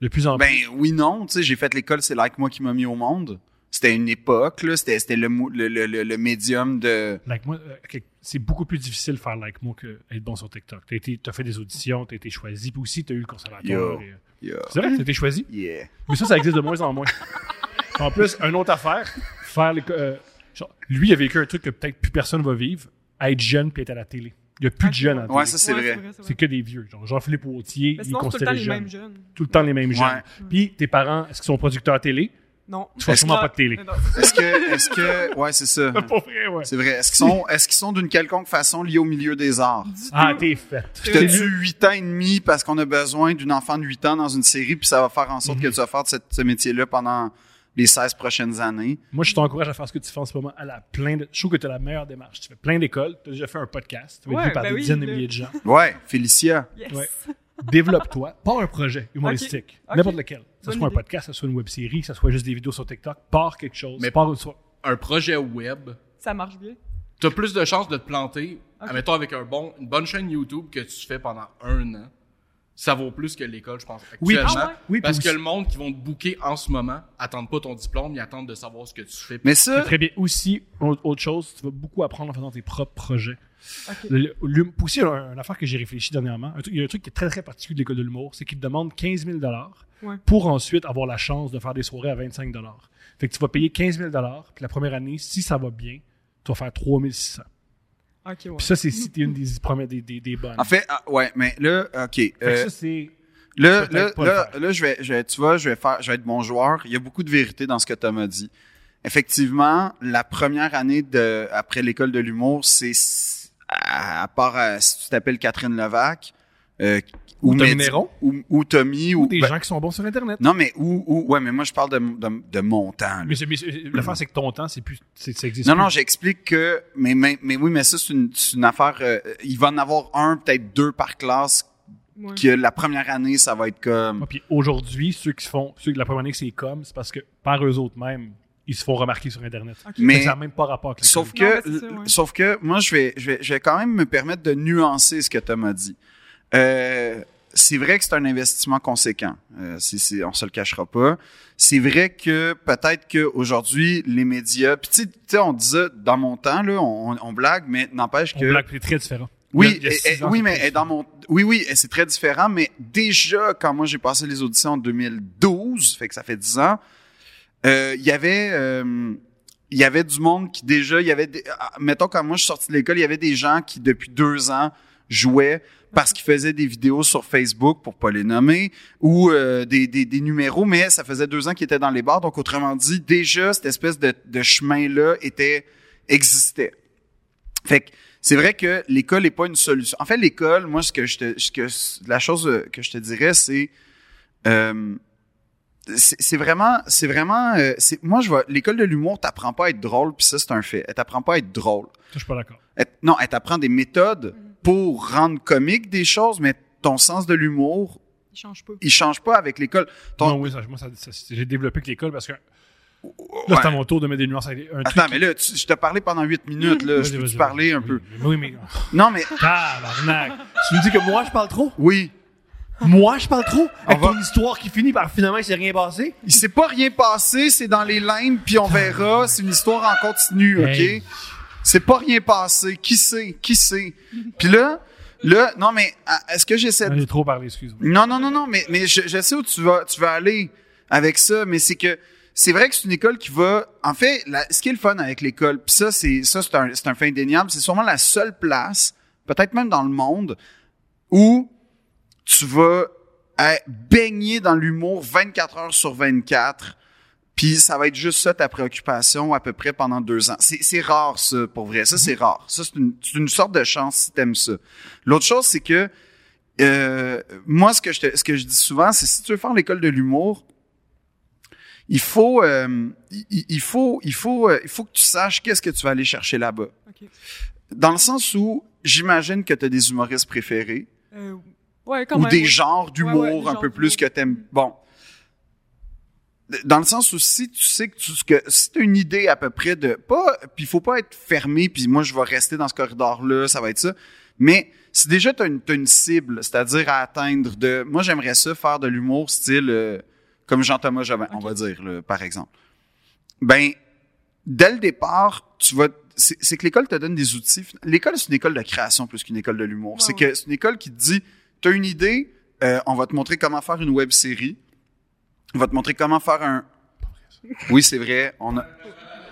[SPEAKER 1] De plus en plus.
[SPEAKER 2] Ben oui, non. Tu sais, j'ai fait l'école, c'est like moi qui m'a mis au monde. C'était une époque, là. C'était, c'était le, mou- le, le, le, le médium de.
[SPEAKER 1] Like moi, euh, ok, c'est beaucoup plus difficile de faire like moi que être bon sur TikTok. T'as été- t'as fait des auditions, t'as été choisi, puis aussi t'as eu le
[SPEAKER 2] Yo.
[SPEAKER 1] conservatoire. et, euh,
[SPEAKER 2] Yeah.
[SPEAKER 1] C'est vrai, t'as été choisi?
[SPEAKER 2] Yeah.
[SPEAKER 1] Mais ça, ça existe de moins en moins. En plus, une autre affaire, faire les- euh, genre, lui, il a vécu un truc que peut-être plus personne va vivre, être jeune puis être à la télé. Il n'y a plus de jeunes à la
[SPEAKER 2] Ouais,
[SPEAKER 1] télé.
[SPEAKER 2] ça, c'est
[SPEAKER 3] ouais,
[SPEAKER 2] vrai.
[SPEAKER 3] c'est
[SPEAKER 1] C'est que des vieux. Genre Jean-Philippe Wautier,
[SPEAKER 3] Mais
[SPEAKER 1] il est
[SPEAKER 3] sinon, c'est tout le temps
[SPEAKER 1] considéré
[SPEAKER 3] les
[SPEAKER 1] jeune.
[SPEAKER 3] mêmes jeunes.
[SPEAKER 1] Tout le temps les mêmes jeunes.
[SPEAKER 2] Ouais.
[SPEAKER 1] Puis tes parents, est-ce qu'ils sont producteurs télé?
[SPEAKER 3] Non.
[SPEAKER 1] Tu vois sûrement pas de télé.
[SPEAKER 3] Non, non, c'est-
[SPEAKER 2] Est-ce que. Est-ce que. Ouais, c'est ça.
[SPEAKER 1] Pas vrai, ouais.
[SPEAKER 2] C'est vrai. Est-ce qu'ils sont, est-ce qu'ils sont d'une quelconque façon liés au milieu des arts?
[SPEAKER 1] Ah, t'es faite.
[SPEAKER 2] Je te tue 8 ans et demi parce
[SPEAKER 1] Mm-hmm.
[SPEAKER 2] qu'on a besoin d'une enfant de 8 ans dans une série, puis ça va faire en sorte que tu vas faire de cette- ce métier-là pendant les 16 prochaines années.
[SPEAKER 1] Moi, je t'encourage à faire ce que tu fais en ce moment. À la plein de... Je trouve que tu as la meilleure démarche. Tu fais plein d'écoles, tu as déjà fait un podcast, tu as été
[SPEAKER 3] Ouais,
[SPEAKER 1] vu par
[SPEAKER 3] ben
[SPEAKER 1] des
[SPEAKER 3] oui,
[SPEAKER 1] dizaines de
[SPEAKER 3] là.
[SPEAKER 1] milliers de gens.
[SPEAKER 2] Ouais, Félicia.
[SPEAKER 3] Yes.
[SPEAKER 1] Ouais. Développe-toi, pas un projet humoristique,
[SPEAKER 3] Ok.
[SPEAKER 1] n'importe lequel. Que ce
[SPEAKER 3] Bonne
[SPEAKER 1] soit un
[SPEAKER 3] idée.
[SPEAKER 1] podcast, que ce soit une web série, que ce soit juste des vidéos sur TikTok, pars quelque chose.
[SPEAKER 4] Mais-
[SPEAKER 1] pars soit-
[SPEAKER 4] Un projet web,
[SPEAKER 3] Ça marche bien.
[SPEAKER 4] t'as plus de chances de te planter,
[SPEAKER 3] Ok.
[SPEAKER 4] admettons, avec un bon, une bonne chaîne YouTube que tu fais pendant un an. Ça vaut plus que l'école, je pense,
[SPEAKER 1] Oui,
[SPEAKER 4] actuellement.
[SPEAKER 3] Ah ouais?
[SPEAKER 1] Oui,
[SPEAKER 4] parce
[SPEAKER 1] puis
[SPEAKER 4] que
[SPEAKER 1] aussi-
[SPEAKER 4] le monde qui vont te booker en ce moment attendent pas ton diplôme, ils attendent de savoir ce que tu fais.
[SPEAKER 2] Mais
[SPEAKER 1] C'est
[SPEAKER 2] ça,
[SPEAKER 1] très bien. Aussi, au- autre chose, tu vas beaucoup apprendre en faisant tes propres projets.
[SPEAKER 3] Ok.
[SPEAKER 1] Le- le- l'hum- aussi, une, une affaire que j'ai réfléchi dernièrement, un truc- il y a un truc qui est très, très particulier de l'école de l'humour, c'est qu'ils te demandent 15 000
[SPEAKER 3] Ouais.
[SPEAKER 1] pour ensuite avoir la chance de faire des soirées à 25 Fait que tu vas payer 15 000 puis la première année, si ça va bien, tu vas faire 3 600
[SPEAKER 3] Ok, ouais.
[SPEAKER 1] Puis ça, c'est si t'es une des, premières- des, des, des bonnes.
[SPEAKER 2] en fait, ah, ouais, mais là, OK.
[SPEAKER 1] Fait que
[SPEAKER 2] euh,
[SPEAKER 1] ça, c'est...
[SPEAKER 2] Là,
[SPEAKER 1] Peut-être
[SPEAKER 2] là,
[SPEAKER 1] pas le
[SPEAKER 2] là,
[SPEAKER 1] faire.
[SPEAKER 2] là, je vais, je vais- tu vois, je vais faire, je vais être bon joueur. Il y a beaucoup de vérité dans ce que tu m'as dit. Effectivement, la première année de, après l'école de l'humour, c'est, s- à, à part euh, si tu t'appelles Catherine Levac, euh,
[SPEAKER 1] Ou Tommy
[SPEAKER 2] Mehdi-
[SPEAKER 1] Néron.
[SPEAKER 2] ou, ou Tommy, ou,
[SPEAKER 1] Ou des
[SPEAKER 2] ben,
[SPEAKER 1] gens qui sont bons sur Internet.
[SPEAKER 2] non, mais ou, ou, ouais, mais moi, je parle de, de, de mon temps, là.
[SPEAKER 1] Mais, c'est- mais c'est- l'affaire, c'est que ton temps, c'est plus, c'est, ça existe
[SPEAKER 2] Non,
[SPEAKER 1] plus.
[SPEAKER 2] non, j'explique que. Mais, mais, mais oui, mais ça, c'est une, c'est une affaire. euh, il va en avoir un, peut-être deux par classe,
[SPEAKER 3] Ouais.
[SPEAKER 2] que la première année, ça va être comme.
[SPEAKER 1] Ouais, puis aujourd'hui, ceux qui se font, ceux de la première année que c'est comme, c'est parce que par eux autres mêmes, ils se font remarquer sur Internet.
[SPEAKER 3] Ok.
[SPEAKER 2] Mais-
[SPEAKER 1] Fait que ça n'a même pas rapport avec
[SPEAKER 2] Sauf
[SPEAKER 1] l'école.
[SPEAKER 3] Non,
[SPEAKER 2] que,
[SPEAKER 3] mais c'est ça, ouais.
[SPEAKER 2] sauf que, moi, je vais, je vais, je vais quand même me permettre de nuancer ce que Tom a dit. Euh, c'est vrai que c'est un investissement conséquent. Euh, c'est, c'est- on se le cachera pas. C'est vrai que peut-être qu'aujourd'hui, les médias, puis tu sais- tu sais, on disait dans mon temps là, on, on blague, mais n'empêche
[SPEAKER 1] On
[SPEAKER 2] que
[SPEAKER 1] blague, c'est très différent.
[SPEAKER 2] oui,
[SPEAKER 1] Il y a- il y a
[SPEAKER 2] eh,
[SPEAKER 1] six
[SPEAKER 2] eh,
[SPEAKER 1] ans,
[SPEAKER 2] oui,
[SPEAKER 1] c'est
[SPEAKER 2] mais
[SPEAKER 1] très
[SPEAKER 2] eh, dans
[SPEAKER 1] différent.
[SPEAKER 2] mon, oui, oui, eh, c'est très différent. Mais déjà, quand moi j'ai passé les auditions en 2012, fait que ça fait 10 ans, euh, il y avait, euh, il y avait du monde qui déjà, il y avait, des- ah, mettons quand moi je suis sorti de l'école, il y avait des gens qui depuis deux ans jouaient parce qu'ils faisaient des vidéos sur Facebook pour pas les nommer ou euh, des, des, des numéros, mais ça faisait deux ans qu'ils étaient dans les bars. Donc autrement dit, déjà cette espèce de, de chemin là était existait. Fait que c'est vrai que l'école n'est pas une solution. En fait, l'école, moi, ce que je te, ce que, la chose euh, que je te dirais, c'est, euh, c'est c'est vraiment, c'est vraiment, euh, c'est, moi, je vois, l'école de l'humour t'apprend pas à être drôle, puis ça, c'est un fait. Elle t'apprend pas à être drôle.
[SPEAKER 1] Ça, Je suis pas d'accord.
[SPEAKER 2] Elle- non, elle t'apprend des méthodes pour rendre comique des choses, mais ton sens de l'humour,
[SPEAKER 3] Il change pas.
[SPEAKER 2] il change pas avec l'école. Ton-
[SPEAKER 1] Non, oui, ça, moi, ça, ça- j'ai développé que l'école parce que là,
[SPEAKER 2] Ouais.
[SPEAKER 1] c'est à mon tour de mettre des nuances. avec- Un truc
[SPEAKER 2] Attends, mais là, tu- je t'ai parlé pendant huit minutes, là.
[SPEAKER 1] Vas-y,
[SPEAKER 2] Je peux
[SPEAKER 1] vas-y,
[SPEAKER 2] te parler
[SPEAKER 1] vas-y.
[SPEAKER 2] un
[SPEAKER 1] Oui,
[SPEAKER 2] peu.
[SPEAKER 1] mais- Oui, mais. oh,
[SPEAKER 2] Non, mais,
[SPEAKER 1] Tabarnak! tu me dis que moi, je parle trop?
[SPEAKER 2] oui.
[SPEAKER 1] Moi, je parle trop? Avec
[SPEAKER 2] va-
[SPEAKER 1] ton histoire qui finit par finalement, il s'est rien passé?
[SPEAKER 2] Il s'est pas rien passé, c'est dans les limbes, puis on verra. C'est une histoire en continu, OK?
[SPEAKER 1] Hey.
[SPEAKER 2] C'est pas rien passé. Qui sait? Qui sait? Puis là, là, non, mais ah, est-ce que j'essaie
[SPEAKER 1] Ah,
[SPEAKER 2] de...
[SPEAKER 1] J'ai trop parlé, excuse-moi.
[SPEAKER 2] Non, non, non, non, mais, mais je, je sais où tu vas, tu vas aller avec ça, mais c'est que c'est vrai que c'est une école qui va... En fait, la- ce qui est le fun avec l'école, puis ça, c'est ça, c'est un, c'est un fait indéniable, c'est sûrement la seule place, peut-être même dans le monde, où tu vas à baigner dans l'humour 24 heures sur 24. Puis ça va être juste ça ta préoccupation à peu près pendant deux ans. C'est c'est rare ça pour vrai. Ça c'est rare. Ça c'est une, c'est une sorte de chance si t'aimes ça. L'autre chose c'est que euh, moi ce que je te- ce que je dis souvent c'est si tu veux faire l'école de l'humour, il faut euh, il, il- il faut il faut euh, il faut que tu saches qu'est-ce que tu vas aller chercher là-bas.
[SPEAKER 3] Ok.
[SPEAKER 2] Dans le sens où j'imagine que tu as des humoristes préférés
[SPEAKER 3] Euh, ouais, quand
[SPEAKER 2] ou
[SPEAKER 3] même.
[SPEAKER 2] des
[SPEAKER 3] ouais.
[SPEAKER 2] genres d'humour
[SPEAKER 3] Ouais, ouais, des
[SPEAKER 2] un
[SPEAKER 3] genres
[SPEAKER 2] peu plus que
[SPEAKER 3] d'humour.
[SPEAKER 2] t'aimes. Bon. Dans le sens où si tu sais que tu que si t'as une idée à peu près de pas puis faut pas être fermé puis moi je vais rester dans ce corridor là, ça va être ça. Mais si déjà t'as une t'as une cible, c'est-à-dire à atteindre de moi j'aimerais ça faire de l'humour style euh, comme Jean-Thomas Jobin, on va dire là, par exemple. Ben dès le départ, tu vas c'est c'est que l'école te donne des outils. L'école c'est une école de création plus qu'une école de l'humour.
[SPEAKER 3] Ouais,
[SPEAKER 2] c'est
[SPEAKER 3] ouais.
[SPEAKER 2] que c'est une école qui te dit t'as une idée, euh, on va te montrer comment faire une web série. On va te montrer comment faire un. Oui, c'est vrai. On a...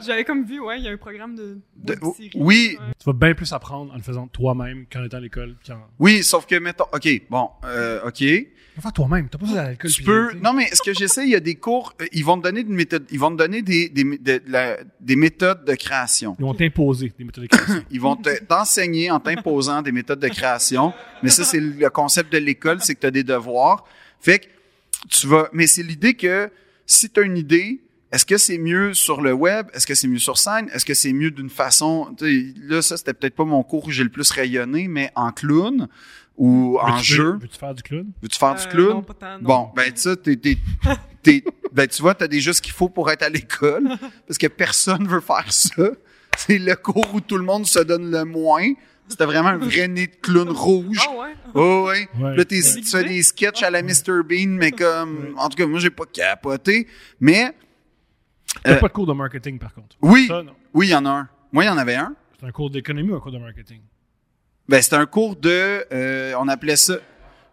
[SPEAKER 3] J'avais comme vu, ouais, il y a un programme de.
[SPEAKER 2] de-
[SPEAKER 3] web-série.
[SPEAKER 2] Oui,
[SPEAKER 3] Ouais.
[SPEAKER 1] Tu vas bien plus apprendre en le faisant toi-même qu'en étant à l'école. Qu'en...
[SPEAKER 2] oui, sauf que mettons. Ok, bon, euh, ok.
[SPEAKER 1] Faut faire toi-même. T'as pas besoin d'aller à l'école.
[SPEAKER 2] Tu
[SPEAKER 1] puis-
[SPEAKER 2] peux. Non, mais ce que j'essaie, il y a des cours. euh, Ils vont te donner une méthode. Ils vont te donner des des, de- de la- des méthodes de création.
[SPEAKER 1] Ils vont t'imposer des méthodes de création.
[SPEAKER 2] Ils vont te- t'enseigner en t'imposant des méthodes de création. Mais ça, c'est le concept de l'école, c'est que tu as des devoirs. Fait que tu vas. Mais c'est l'idée que si tu as une idée, Est-ce que c'est mieux sur le web? Est-ce que c'est mieux sur scène? Est-ce que c'est mieux d'une façon... tu sais, Là, ça, c'était peut-être pas mon cours où j'ai le plus rayonné, mais en clown ou en
[SPEAKER 1] Veux-tu-
[SPEAKER 2] jeu.
[SPEAKER 1] Veux-tu faire du clown?
[SPEAKER 2] Veux-tu faire du
[SPEAKER 3] Euh,
[SPEAKER 2] clown?
[SPEAKER 3] non, pas tant, non.
[SPEAKER 2] Bon, ben ça, t'es, t'es- t'es- ben, tu vois, t'as déjà ce qu'il faut pour être à l'école, parce que personne veut faire ça. C'est le cours où tout le monde se donne le moins. C'était vraiment un vrai nez de clown rouge.
[SPEAKER 3] Ah ouais?
[SPEAKER 2] Oh ouais.
[SPEAKER 1] Ouais.
[SPEAKER 2] Là, t'es-
[SPEAKER 1] Ouais.
[SPEAKER 2] tu fais des sketchs à la Mr. Bean, mais comme, en tout cas, moi, j'ai pas capoté. Mais
[SPEAKER 1] T'as
[SPEAKER 2] Euh,
[SPEAKER 1] pas de cours de marketing, par contre.
[SPEAKER 2] oui,
[SPEAKER 1] Ça, non.
[SPEAKER 2] oui, il y en a un. Moi, il y en avait un.
[SPEAKER 1] C'est un cours d'économie ou un cours de marketing?
[SPEAKER 2] Ben, c'était un cours de, euh, on appelait ça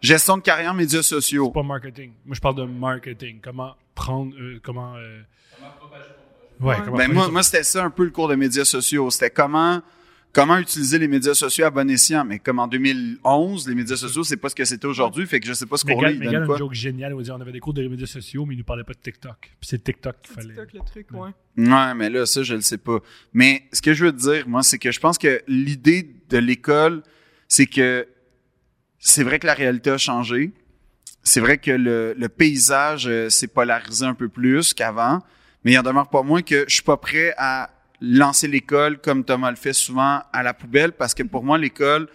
[SPEAKER 2] gestion de carrière médias sociaux.
[SPEAKER 1] Pas marketing. Moi, je parle de marketing. Comment prendre. euh, comment. euh, Ouais, comment
[SPEAKER 2] Ben,
[SPEAKER 1] propager
[SPEAKER 2] moi,
[SPEAKER 1] son-
[SPEAKER 2] moi c'était ça un peu le cours de médias sociaux. C'était comment comment utiliser les médias sociaux à bon escient. Mais comme en 2011, les médias sociaux, c'est pas ce que c'était aujourd'hui. Fait que je sais pas ce qu'on
[SPEAKER 1] Megan,
[SPEAKER 2] lui
[SPEAKER 1] Megan a
[SPEAKER 2] donne
[SPEAKER 1] une
[SPEAKER 2] quoi.
[SPEAKER 1] joke géniale. On, dit, on avait des cours de médias sociaux, mais ils nous parlaient pas de TikTok. Puis c'est TikTok qu'il fallait.
[SPEAKER 3] TikTok, le truc, ouais.
[SPEAKER 2] Ouais, mais là, ça, je le sais pas. Mais ce que je veux te dire, moi, c'est que je pense que l'idée de l'école, c'est que c'est vrai que la réalité a changé. C'est vrai que le, le paysage euh, s'est polarisé un peu plus qu'avant, mais il en demeure pas moins que je suis pas prêt à lancer l'école comme Thomas le fait souvent à la poubelle parce que pour moi l'école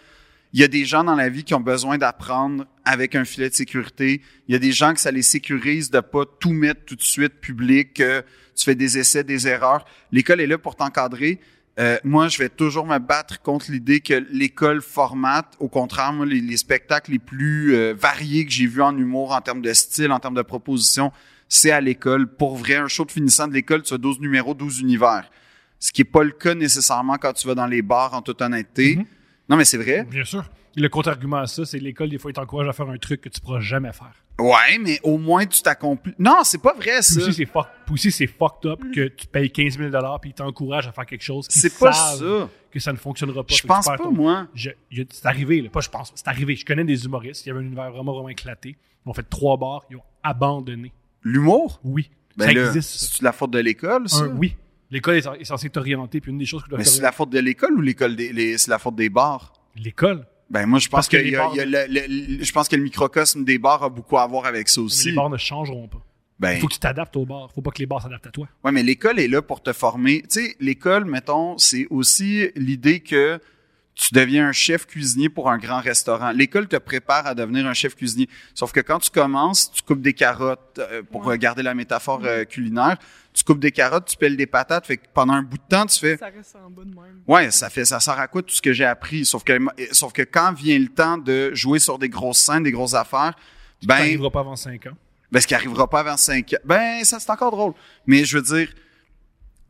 [SPEAKER 2] il y a des gens dans la vie qui ont besoin d'apprendre avec un filet de sécurité. Il y a des gens que ça les sécurise de pas tout mettre tout de suite public, que tu fais des essais, des erreurs. L'école est là pour t'encadrer. Euh, moi, je vais toujours me battre contre l'idée que l'école formate. Au contraire, moi, les, les spectacles les plus euh, variés que j'ai vus en humour, en termes de style, en termes de proposition, c'est à l'école. Pour vrai, un show de finissant de l'école, tu as 12 numéros, 12 univers. Ce qui est pas le cas nécessairement quand tu vas dans les bars, en toute honnêteté.
[SPEAKER 1] Mhm.
[SPEAKER 2] Non, mais c'est vrai.
[SPEAKER 1] Bien sûr. Le contre-argument à ça, c'est l'école, des fois, ils t'encouragent à faire un truc que tu pourras jamais faire.
[SPEAKER 2] Ouais, mais au moins tu t'accomplis. Non, c'est pas vrai
[SPEAKER 1] Puis
[SPEAKER 2] ça.
[SPEAKER 1] aussi, c'est fuck- puis aussi, c'est fucked
[SPEAKER 3] Mm.
[SPEAKER 1] up que tu payes 15 000 puis ils t'encouragent à faire quelque chose. qu'ils
[SPEAKER 2] C'est pas
[SPEAKER 1] savent
[SPEAKER 2] ça.
[SPEAKER 1] Que ça ne fonctionnera pas.
[SPEAKER 2] Je
[SPEAKER 1] fait que tu
[SPEAKER 2] pense
[SPEAKER 1] perds
[SPEAKER 2] pas
[SPEAKER 1] ton-
[SPEAKER 2] moi.
[SPEAKER 1] Je- il y a- c'est arrivé, là, pas je pense, c'est arrivé. Je connais des humoristes, il y avait un univers vraiment, vraiment éclaté. Ils ont fait trois bars, ils ont abandonné.
[SPEAKER 2] L'humour,
[SPEAKER 1] Oui.
[SPEAKER 2] ben
[SPEAKER 1] ça
[SPEAKER 2] là,
[SPEAKER 1] existe. ça.
[SPEAKER 2] c'est la faute de l'école ça.
[SPEAKER 1] Un oui. L'école est, cen- est censée t'orienter, puis une des choses que tu dois
[SPEAKER 2] Mais c'est
[SPEAKER 1] faire.
[SPEAKER 2] la faute de l'école ou l'école des les- c'est la faute des bars.
[SPEAKER 1] L'école.
[SPEAKER 2] Ben moi je pense
[SPEAKER 1] Parce que
[SPEAKER 2] que,
[SPEAKER 1] les
[SPEAKER 2] il y a-
[SPEAKER 1] bars-
[SPEAKER 2] il y a le- le- le- je pense que le microcosme des bars a beaucoup à voir avec ça
[SPEAKER 1] Mais
[SPEAKER 2] aussi.
[SPEAKER 1] Les bars ne changeront pas.
[SPEAKER 2] ben
[SPEAKER 1] Il faut que tu t'adaptes aux bars. faut pas que les bars s'adaptent à toi.
[SPEAKER 2] Ouais, mais l'école est là pour te former. Tu sais, l'école, mettons, c'est aussi l'idée que tu deviens un chef cuisinier pour un grand restaurant. L'école te prépare à devenir un chef cuisinier. Sauf que quand tu commences, tu coupes des carottes, euh, pour
[SPEAKER 3] Ouais.
[SPEAKER 2] euh, garder la métaphore euh, culinaire, tu coupes des carottes, tu pèles des patates. Fait que pendant un bout de temps, tu fais,
[SPEAKER 3] Ça reste en bas de même.
[SPEAKER 2] ouais, ça fait, ça sert à quoi tout ce que j'ai appris? Sauf que, euh, sauf que quand vient le temps de jouer sur des grosses scènes, des grosses affaires,
[SPEAKER 1] Tu
[SPEAKER 2] ben,
[SPEAKER 1] n'arriveras pas avant 5 ans.
[SPEAKER 2] ben, ce qui arrivera pas avant 5 ans. Ben, ça, c'est encore drôle. Mais je veux dire,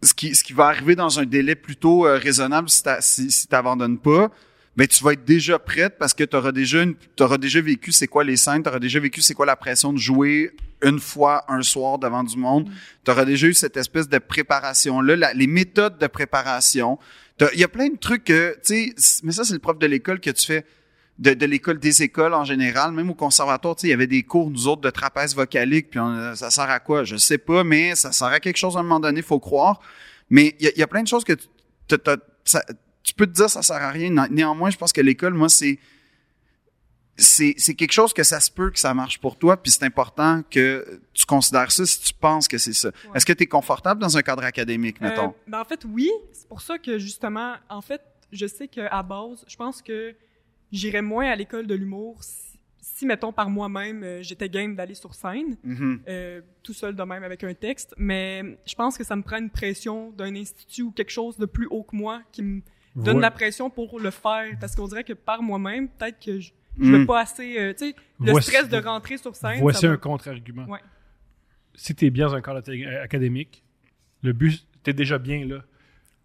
[SPEAKER 2] ce qui, ce qui va arriver dans un délai plutôt euh, raisonnable si t'as- si, si t'abandonnes pas, ben, tu vas être déjà prête parce que t'auras déjà une, t'auras déjà vécu c'est quoi les scènes, t'auras déjà vécu c'est quoi la pression de jouer une fois un soir devant du monde. T'auras déjà eu cette espèce de préparation-là, la- les méthodes de préparation. T'as- Il y a plein de trucs que, tu sais, c- mais ça, c'est le prof de l'école que tu fais de, de l'école des écoles en général, même au conservatoire, tu sais, il y avait des cours, nous autres, de trapèze vocalique, puis on, euh, ça sert à quoi? Je sais pas, mais ça sert à quelque chose à un moment donné, faut croire. Mais il y a, il y a plein de choses que tu, t'as- t'as- ça- tu peux te dire ça sert à rien. Né- Néanmoins, je pense que l'école, moi, c'est c'est c'est quelque chose que ça se peut que ça marche pour toi, puis c'est important que tu considères ça si tu penses que c'est ça. Est-ce que tu es confortable dans un cadre académique, mettons?
[SPEAKER 3] Euh, ben en fait, oui. C'est pour ça que, justement, en fait, je sais qu'à base, je pense que j'irais moins à l'école de l'humour si, si, mettons, par moi-même, euh, j'étais game d'aller sur scène,
[SPEAKER 2] Mhm.
[SPEAKER 3] euh, tout seul de même avec un texte. Mais je pense que ça me prend une pression d'un institut ou quelque chose de plus haut que moi qui me donne
[SPEAKER 1] Ouais.
[SPEAKER 3] la pression pour le faire. Parce qu'on dirait que par moi-même, peut-être que je je vais
[SPEAKER 2] Mm.
[SPEAKER 3] pas assez... euh, tu sais, le
[SPEAKER 1] Hmm. Voici-
[SPEAKER 3] stress de rentrer sur scène...
[SPEAKER 1] Voici
[SPEAKER 3] ça va-
[SPEAKER 1] un contre-argument.
[SPEAKER 3] Ouais.
[SPEAKER 1] Si tu es bien dans un cadre athé- euh, académique, le but, tu es déjà bien là.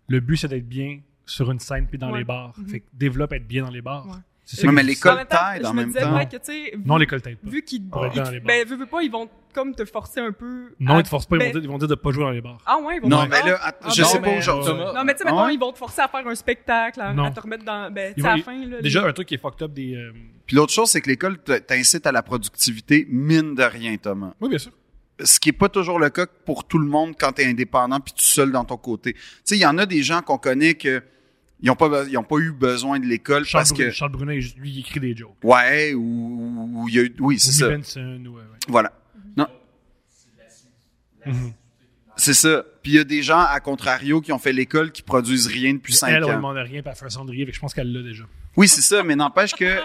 [SPEAKER 1] Le but, c'est d'être bien sur une scène puis dans
[SPEAKER 3] Ouais.
[SPEAKER 1] les bars.
[SPEAKER 3] Mhm.
[SPEAKER 1] Fait que développe être bien dans les bars.
[SPEAKER 3] Ouais.
[SPEAKER 1] C'est
[SPEAKER 2] Non,
[SPEAKER 1] que
[SPEAKER 2] mais
[SPEAKER 1] tu-
[SPEAKER 2] l'école-
[SPEAKER 3] même temps,
[SPEAKER 2] taille, en
[SPEAKER 3] je me
[SPEAKER 2] même
[SPEAKER 3] disais
[SPEAKER 2] temps.
[SPEAKER 3] peut-être que, tu sais,
[SPEAKER 1] Non, l'école t'aide pas.
[SPEAKER 3] vu qu'ils
[SPEAKER 1] Pour être
[SPEAKER 3] ils-
[SPEAKER 1] dans les bars.
[SPEAKER 3] ben, veux, veux pas, ils vont comme te forcer un peu.
[SPEAKER 1] Non,
[SPEAKER 3] à-
[SPEAKER 1] ils te forcent pas, ils,
[SPEAKER 3] ben-
[SPEAKER 1] vont dire, ils vont dire de pas jouer dans les bars.
[SPEAKER 3] Ah ouais, ils vont
[SPEAKER 2] Non,
[SPEAKER 3] te-
[SPEAKER 2] mais
[SPEAKER 3] ah,
[SPEAKER 2] là, att-
[SPEAKER 3] ah,
[SPEAKER 2] je
[SPEAKER 3] non,
[SPEAKER 2] sais
[SPEAKER 3] mais-
[SPEAKER 2] pas aujourd'hui.
[SPEAKER 4] Thomas,
[SPEAKER 3] Non, mais tu sais, mettons,
[SPEAKER 2] Ah ouais?
[SPEAKER 3] ils vont te forcer à faire un spectacle, à,
[SPEAKER 1] Non.
[SPEAKER 3] à te remettre dans. Ben, tu
[SPEAKER 1] Ils
[SPEAKER 3] sais, à
[SPEAKER 1] vont-
[SPEAKER 3] la fin, là.
[SPEAKER 1] Déjà,
[SPEAKER 3] les-
[SPEAKER 1] un truc qui est fucked up des. euh,
[SPEAKER 2] Puis l'autre chose, c'est que l'école te- t'incite à la productivité, mine de rien, Thomas.
[SPEAKER 1] Oui, bien sûr.
[SPEAKER 2] Ce qui est pas toujours le cas pour tout le monde quand tu es indépendant puis tout seul dans ton côté. Tu sais, il y en a des gens qu'on connaît que ils ont pas be- ils ont pas eu besoin de l'école
[SPEAKER 1] Charles,
[SPEAKER 2] parce
[SPEAKER 1] Brunet,
[SPEAKER 2] que
[SPEAKER 1] Charles Brunet, lui, il écrit des jokes.
[SPEAKER 2] ouais ou ou il y a eu oui, c'est
[SPEAKER 1] Ou
[SPEAKER 2] ça.
[SPEAKER 1] Benson, ou, euh, ouais.
[SPEAKER 2] Voilà. Non. C'est ça. Puis il y a des gens, à contrario, qui ont fait l'école qui produisent rien depuis cinq
[SPEAKER 1] elle, on ne
[SPEAKER 2] ans.
[SPEAKER 1] demande rien, puis elle fait un cendrier, fait que je pense qu'elle l'a déjà.
[SPEAKER 2] Oui, c'est ça, mais n'empêche que.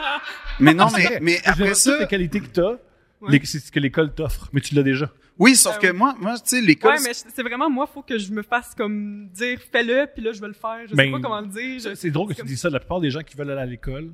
[SPEAKER 2] Mais non, mais, mais après ça.
[SPEAKER 1] Toutes les qualités que t'as,
[SPEAKER 3] Ouais.
[SPEAKER 1] les- c'est ce que l'école t'offre, mais tu l'as déjà.
[SPEAKER 2] Oui, sauf
[SPEAKER 3] Ah
[SPEAKER 2] que
[SPEAKER 3] oui.
[SPEAKER 2] moi, moi tu sais, l'école.
[SPEAKER 3] Ouais, mais je- c'est vraiment moi, faut que je me fasse comme dire fais-le, puis là je vais le faire. Je
[SPEAKER 1] Ben,
[SPEAKER 3] sais pas comment le dire. je-
[SPEAKER 1] C'est drôle que
[SPEAKER 3] c'est
[SPEAKER 1] tu
[SPEAKER 3] comme-
[SPEAKER 1] dis ça. La plupart des gens qui veulent aller à l'école,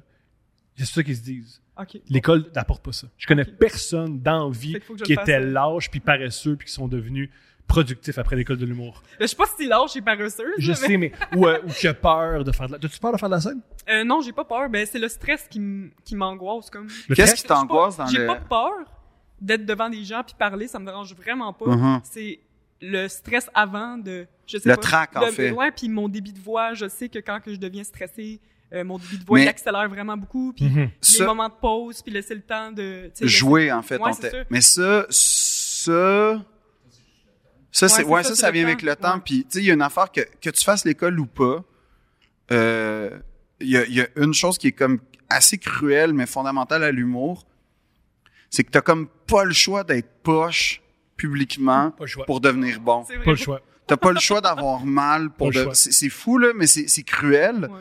[SPEAKER 1] c'est ça qu'ils se disent.
[SPEAKER 3] Ok. Ben,
[SPEAKER 1] L'école n'apporte pas ça. Je connais
[SPEAKER 3] Ok.
[SPEAKER 1] personne dans la vie
[SPEAKER 3] Fait qu'il faut que je
[SPEAKER 1] qui
[SPEAKER 3] le fasse,
[SPEAKER 1] était
[SPEAKER 3] ouais.
[SPEAKER 1] lâche, puis paresseux, puis qui sont devenus productifs après l'école de l'humour.
[SPEAKER 3] Ben, je sais pas si lâche et paresseuse.
[SPEAKER 1] Je
[SPEAKER 3] là, mais-
[SPEAKER 1] sais, mais... Ou, euh, ou qui a peur de faire de la... T'as-tu peur de faire de la scène?
[SPEAKER 3] Euh, non, j'ai pas peur. Ben, c'est le stress qui m- qui m'angoisse comme.
[SPEAKER 1] Le
[SPEAKER 2] Qu'est-ce
[SPEAKER 1] test?
[SPEAKER 2] qui t'angoisse dans
[SPEAKER 3] J'ai
[SPEAKER 2] le.
[SPEAKER 3] pas peur d'être devant des gens puis parler, ça me dérange vraiment pas.
[SPEAKER 2] Mhm.
[SPEAKER 3] C'est le stress avant de, je sais
[SPEAKER 2] Le
[SPEAKER 3] pas.
[SPEAKER 2] trac, en
[SPEAKER 3] de-
[SPEAKER 2] fait.
[SPEAKER 3] Ouais, puis mon débit de voix, je sais que quand que je deviens stressé, mon débit de voix
[SPEAKER 2] Mais-
[SPEAKER 3] il accélère vraiment beaucoup, puis
[SPEAKER 1] Mhm.
[SPEAKER 3] les
[SPEAKER 2] Ça,
[SPEAKER 3] moments de pause, puis laisser le temps de tu sais,
[SPEAKER 2] jouer, en fait.
[SPEAKER 3] Ouais,
[SPEAKER 2] en
[SPEAKER 3] c'est
[SPEAKER 2] tête.
[SPEAKER 3] sûr.
[SPEAKER 2] Mais ça, ça. Ça, c'est,
[SPEAKER 3] c'est
[SPEAKER 2] ouais,
[SPEAKER 3] ça,
[SPEAKER 2] ça,
[SPEAKER 3] c'est
[SPEAKER 2] ça
[SPEAKER 3] le
[SPEAKER 2] vient
[SPEAKER 3] temps.
[SPEAKER 2] avec le temps.
[SPEAKER 3] Ouais.
[SPEAKER 2] Puis, tu sais, il y a une affaire que, que tu fasses l'école ou pas, euh, il y, a, il y a une chose qui est comme assez cruelle, mais fondamentale à l'humour, c'est que t'as comme pas le choix d'être poche publiquement
[SPEAKER 1] Pas le choix.
[SPEAKER 2] pour devenir bon.
[SPEAKER 3] C'est vrai.
[SPEAKER 1] Pas le choix.
[SPEAKER 2] T'as pas le choix d'avoir mal pour
[SPEAKER 1] Pas le
[SPEAKER 2] de-
[SPEAKER 1] choix.
[SPEAKER 2] c'est, c'est fou là, mais c'est, c'est cruel.
[SPEAKER 3] Ouais.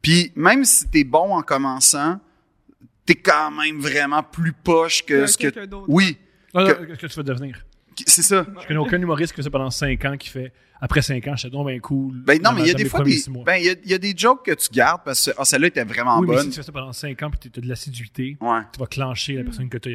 [SPEAKER 2] Puis même si t'es bon en commençant, t'es quand même vraiment plus poche que
[SPEAKER 3] Euh,
[SPEAKER 2] ce que.
[SPEAKER 3] quelqu'un d'autre.
[SPEAKER 2] Oui,
[SPEAKER 1] Non, non,
[SPEAKER 2] Que-
[SPEAKER 1] Qu'est-ce que tu vas devenir?
[SPEAKER 2] c'est ça.
[SPEAKER 1] Je connais aucun humoriste que ça pendant 5 ans qui fait après 5 ans, j'étais donc bien cool.
[SPEAKER 2] Ben non,
[SPEAKER 1] dans-
[SPEAKER 2] mais il y a
[SPEAKER 1] dans
[SPEAKER 2] des
[SPEAKER 1] mes
[SPEAKER 2] fois
[SPEAKER 1] premiers
[SPEAKER 2] des,
[SPEAKER 1] six mois.
[SPEAKER 2] ben il y a, il y a des jokes que tu gardes parce que ah celle-là était vraiment
[SPEAKER 1] oui, mais si
[SPEAKER 2] bonne.
[SPEAKER 1] tu fais ça pendant 5 ans puis tu as de l'assiduité,
[SPEAKER 2] Ouais.
[SPEAKER 1] tu vas clencher
[SPEAKER 3] Mm.
[SPEAKER 1] la personne que tu as il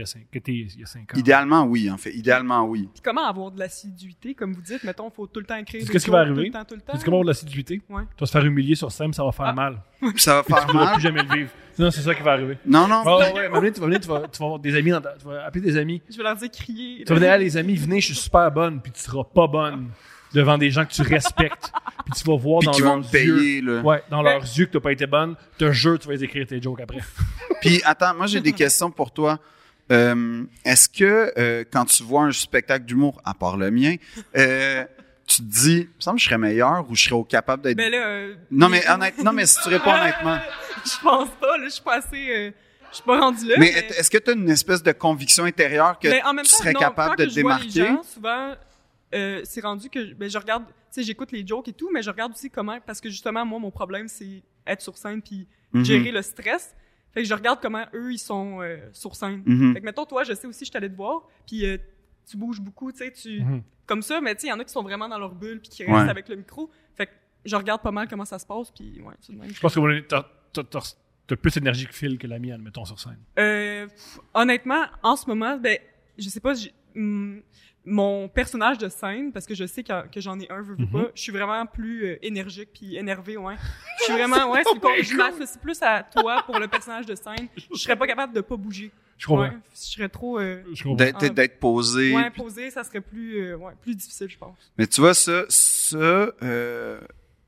[SPEAKER 1] y a 5 ans.
[SPEAKER 2] Idéalement oui en fait, idéalement oui.
[SPEAKER 3] Puis comment avoir de l'assiduité, comme vous dites, mettons, faut tout le temps écrire.
[SPEAKER 1] Parce
[SPEAKER 3] des
[SPEAKER 1] qu'est-ce qui va
[SPEAKER 3] choses,
[SPEAKER 1] arriver?
[SPEAKER 3] Tout le temps, tout le temps.
[SPEAKER 1] Tu dis comment avoir de l'assiduité?
[SPEAKER 3] Ouais. Ah.
[SPEAKER 1] Tu vas se faire humilier sur scène, ça va faire mal.
[SPEAKER 2] Puis ça va faire
[SPEAKER 1] Tu ne
[SPEAKER 2] mal.
[SPEAKER 1] plus jamais le vivre. Non, c'est ça qui va arriver.
[SPEAKER 2] Non non.
[SPEAKER 1] Ah ouais, ouais, à un moment donné, tu vas venir, tu vas, tu vas avoir des amis, dans ta- tu vas appeler des amis.
[SPEAKER 3] Je vais leur dire crier.
[SPEAKER 1] Tu vas venir, Ah, les amis, venez, je suis super bonne, puis tu seras pas bonne devant des gens que tu respectes. Puis tu vas voir
[SPEAKER 2] Puis
[SPEAKER 1] dans
[SPEAKER 2] qui vont
[SPEAKER 1] leurs
[SPEAKER 2] te
[SPEAKER 1] yeux.
[SPEAKER 2] payer là.
[SPEAKER 1] Ouais,
[SPEAKER 3] Ben-
[SPEAKER 1] dans leurs yeux que t'as pas été bonne, te jure, tu vas les écrire tes jokes après.
[SPEAKER 2] Puis attends, moi j'ai des questions pour toi. Euh, Est-ce que euh, quand tu vois un spectacle d'humour, à part le mien, euh, tu te dis, il me semble que je serais meilleur ou je serais capable d'être.
[SPEAKER 3] Ben là, euh,
[SPEAKER 2] non mais
[SPEAKER 3] les-
[SPEAKER 2] honnête, non mais si tu réponds honnêtement.
[SPEAKER 3] je pense pas, là, je suis pas assez. euh, je suis pas rendu là.
[SPEAKER 2] Mais est-ce que tu as une espèce de conviction intérieure que
[SPEAKER 3] mais en même
[SPEAKER 2] tu
[SPEAKER 3] temps,
[SPEAKER 2] serais
[SPEAKER 3] non,
[SPEAKER 2] capable
[SPEAKER 3] quand
[SPEAKER 2] de
[SPEAKER 3] que
[SPEAKER 2] te
[SPEAKER 3] je vois les
[SPEAKER 2] démarquer?
[SPEAKER 3] gens, souvent, euh, c'est rendu que ben, je regarde, tu sais, j'écoute les jokes et tout, mais je regarde aussi comment, parce que justement, moi, mon problème, c'est être sur scène puis
[SPEAKER 2] Mhm,
[SPEAKER 3] gérer le stress. Fait que je regarde comment eux, ils sont euh, sur scène.
[SPEAKER 2] mhm.
[SPEAKER 3] Fait que, mettons, toi, je sais aussi, je t'allais te voir, puis euh, tu bouges beaucoup, tu sais, tu...
[SPEAKER 1] Mhm.
[SPEAKER 3] Comme ça, mais tu sais, il y en a qui sont vraiment dans leur bulle puis qui
[SPEAKER 2] Ouais.
[SPEAKER 3] restent avec le micro. Fait que je regarde pas mal comment ça se passe, puis ouais, c'est le même.
[SPEAKER 1] Je pense que t'as t'as- t'as plus d'énergie que Phil que la mienne, mettons, sur scène.
[SPEAKER 3] Euh, pff, honnêtement, en ce moment, ben, je sais pas, j'ai- hmm, mon personnage de scène, parce que je sais que, que j'en ai un, veux, veux pas, je suis vraiment plus euh, énergique puis énervée, ouais. Je suis vraiment, ouais, c'est con- je m'associe plus à toi pour le personnage de scène. Je serais pas capable de pas bouger.
[SPEAKER 1] Je comprends.
[SPEAKER 3] Ouais, je serais trop, euh,
[SPEAKER 1] Je comprends.
[SPEAKER 2] D'être
[SPEAKER 3] Ah.
[SPEAKER 2] d'être posé.
[SPEAKER 3] ouais, posée, ça serait plus, euh, ouais, plus difficile, je pense.
[SPEAKER 2] Mais tu vois, ça, ça euh,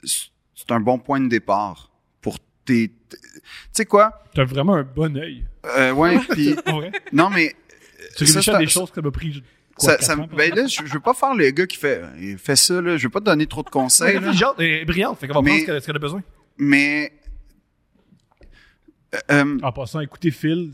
[SPEAKER 2] c'est un bon point de départ pour tes... tes- Tu sais quoi?
[SPEAKER 1] T'as vraiment un bon œil.
[SPEAKER 2] Euh, ouais, puis...
[SPEAKER 1] Pour vrai.
[SPEAKER 2] Non, mais...
[SPEAKER 1] Tu
[SPEAKER 2] ça,
[SPEAKER 1] réfléchis
[SPEAKER 2] ça-
[SPEAKER 1] à des choses que ça m'a pris. Quoi,
[SPEAKER 2] Ça,
[SPEAKER 1] quatre
[SPEAKER 2] ça,
[SPEAKER 1] ans,
[SPEAKER 2] ben là, je, je veux pas faire le gars qui fait il fait ça là, je veux pas te donner trop de
[SPEAKER 1] Elle est
[SPEAKER 2] conseils là,
[SPEAKER 1] intelligente, elle est brillante, fait qu'on va
[SPEAKER 2] Mais-
[SPEAKER 1] prendre ce qu'elle- ce qu'elle a besoin.
[SPEAKER 2] mais euh, euh,
[SPEAKER 1] En passant, écouter Phil,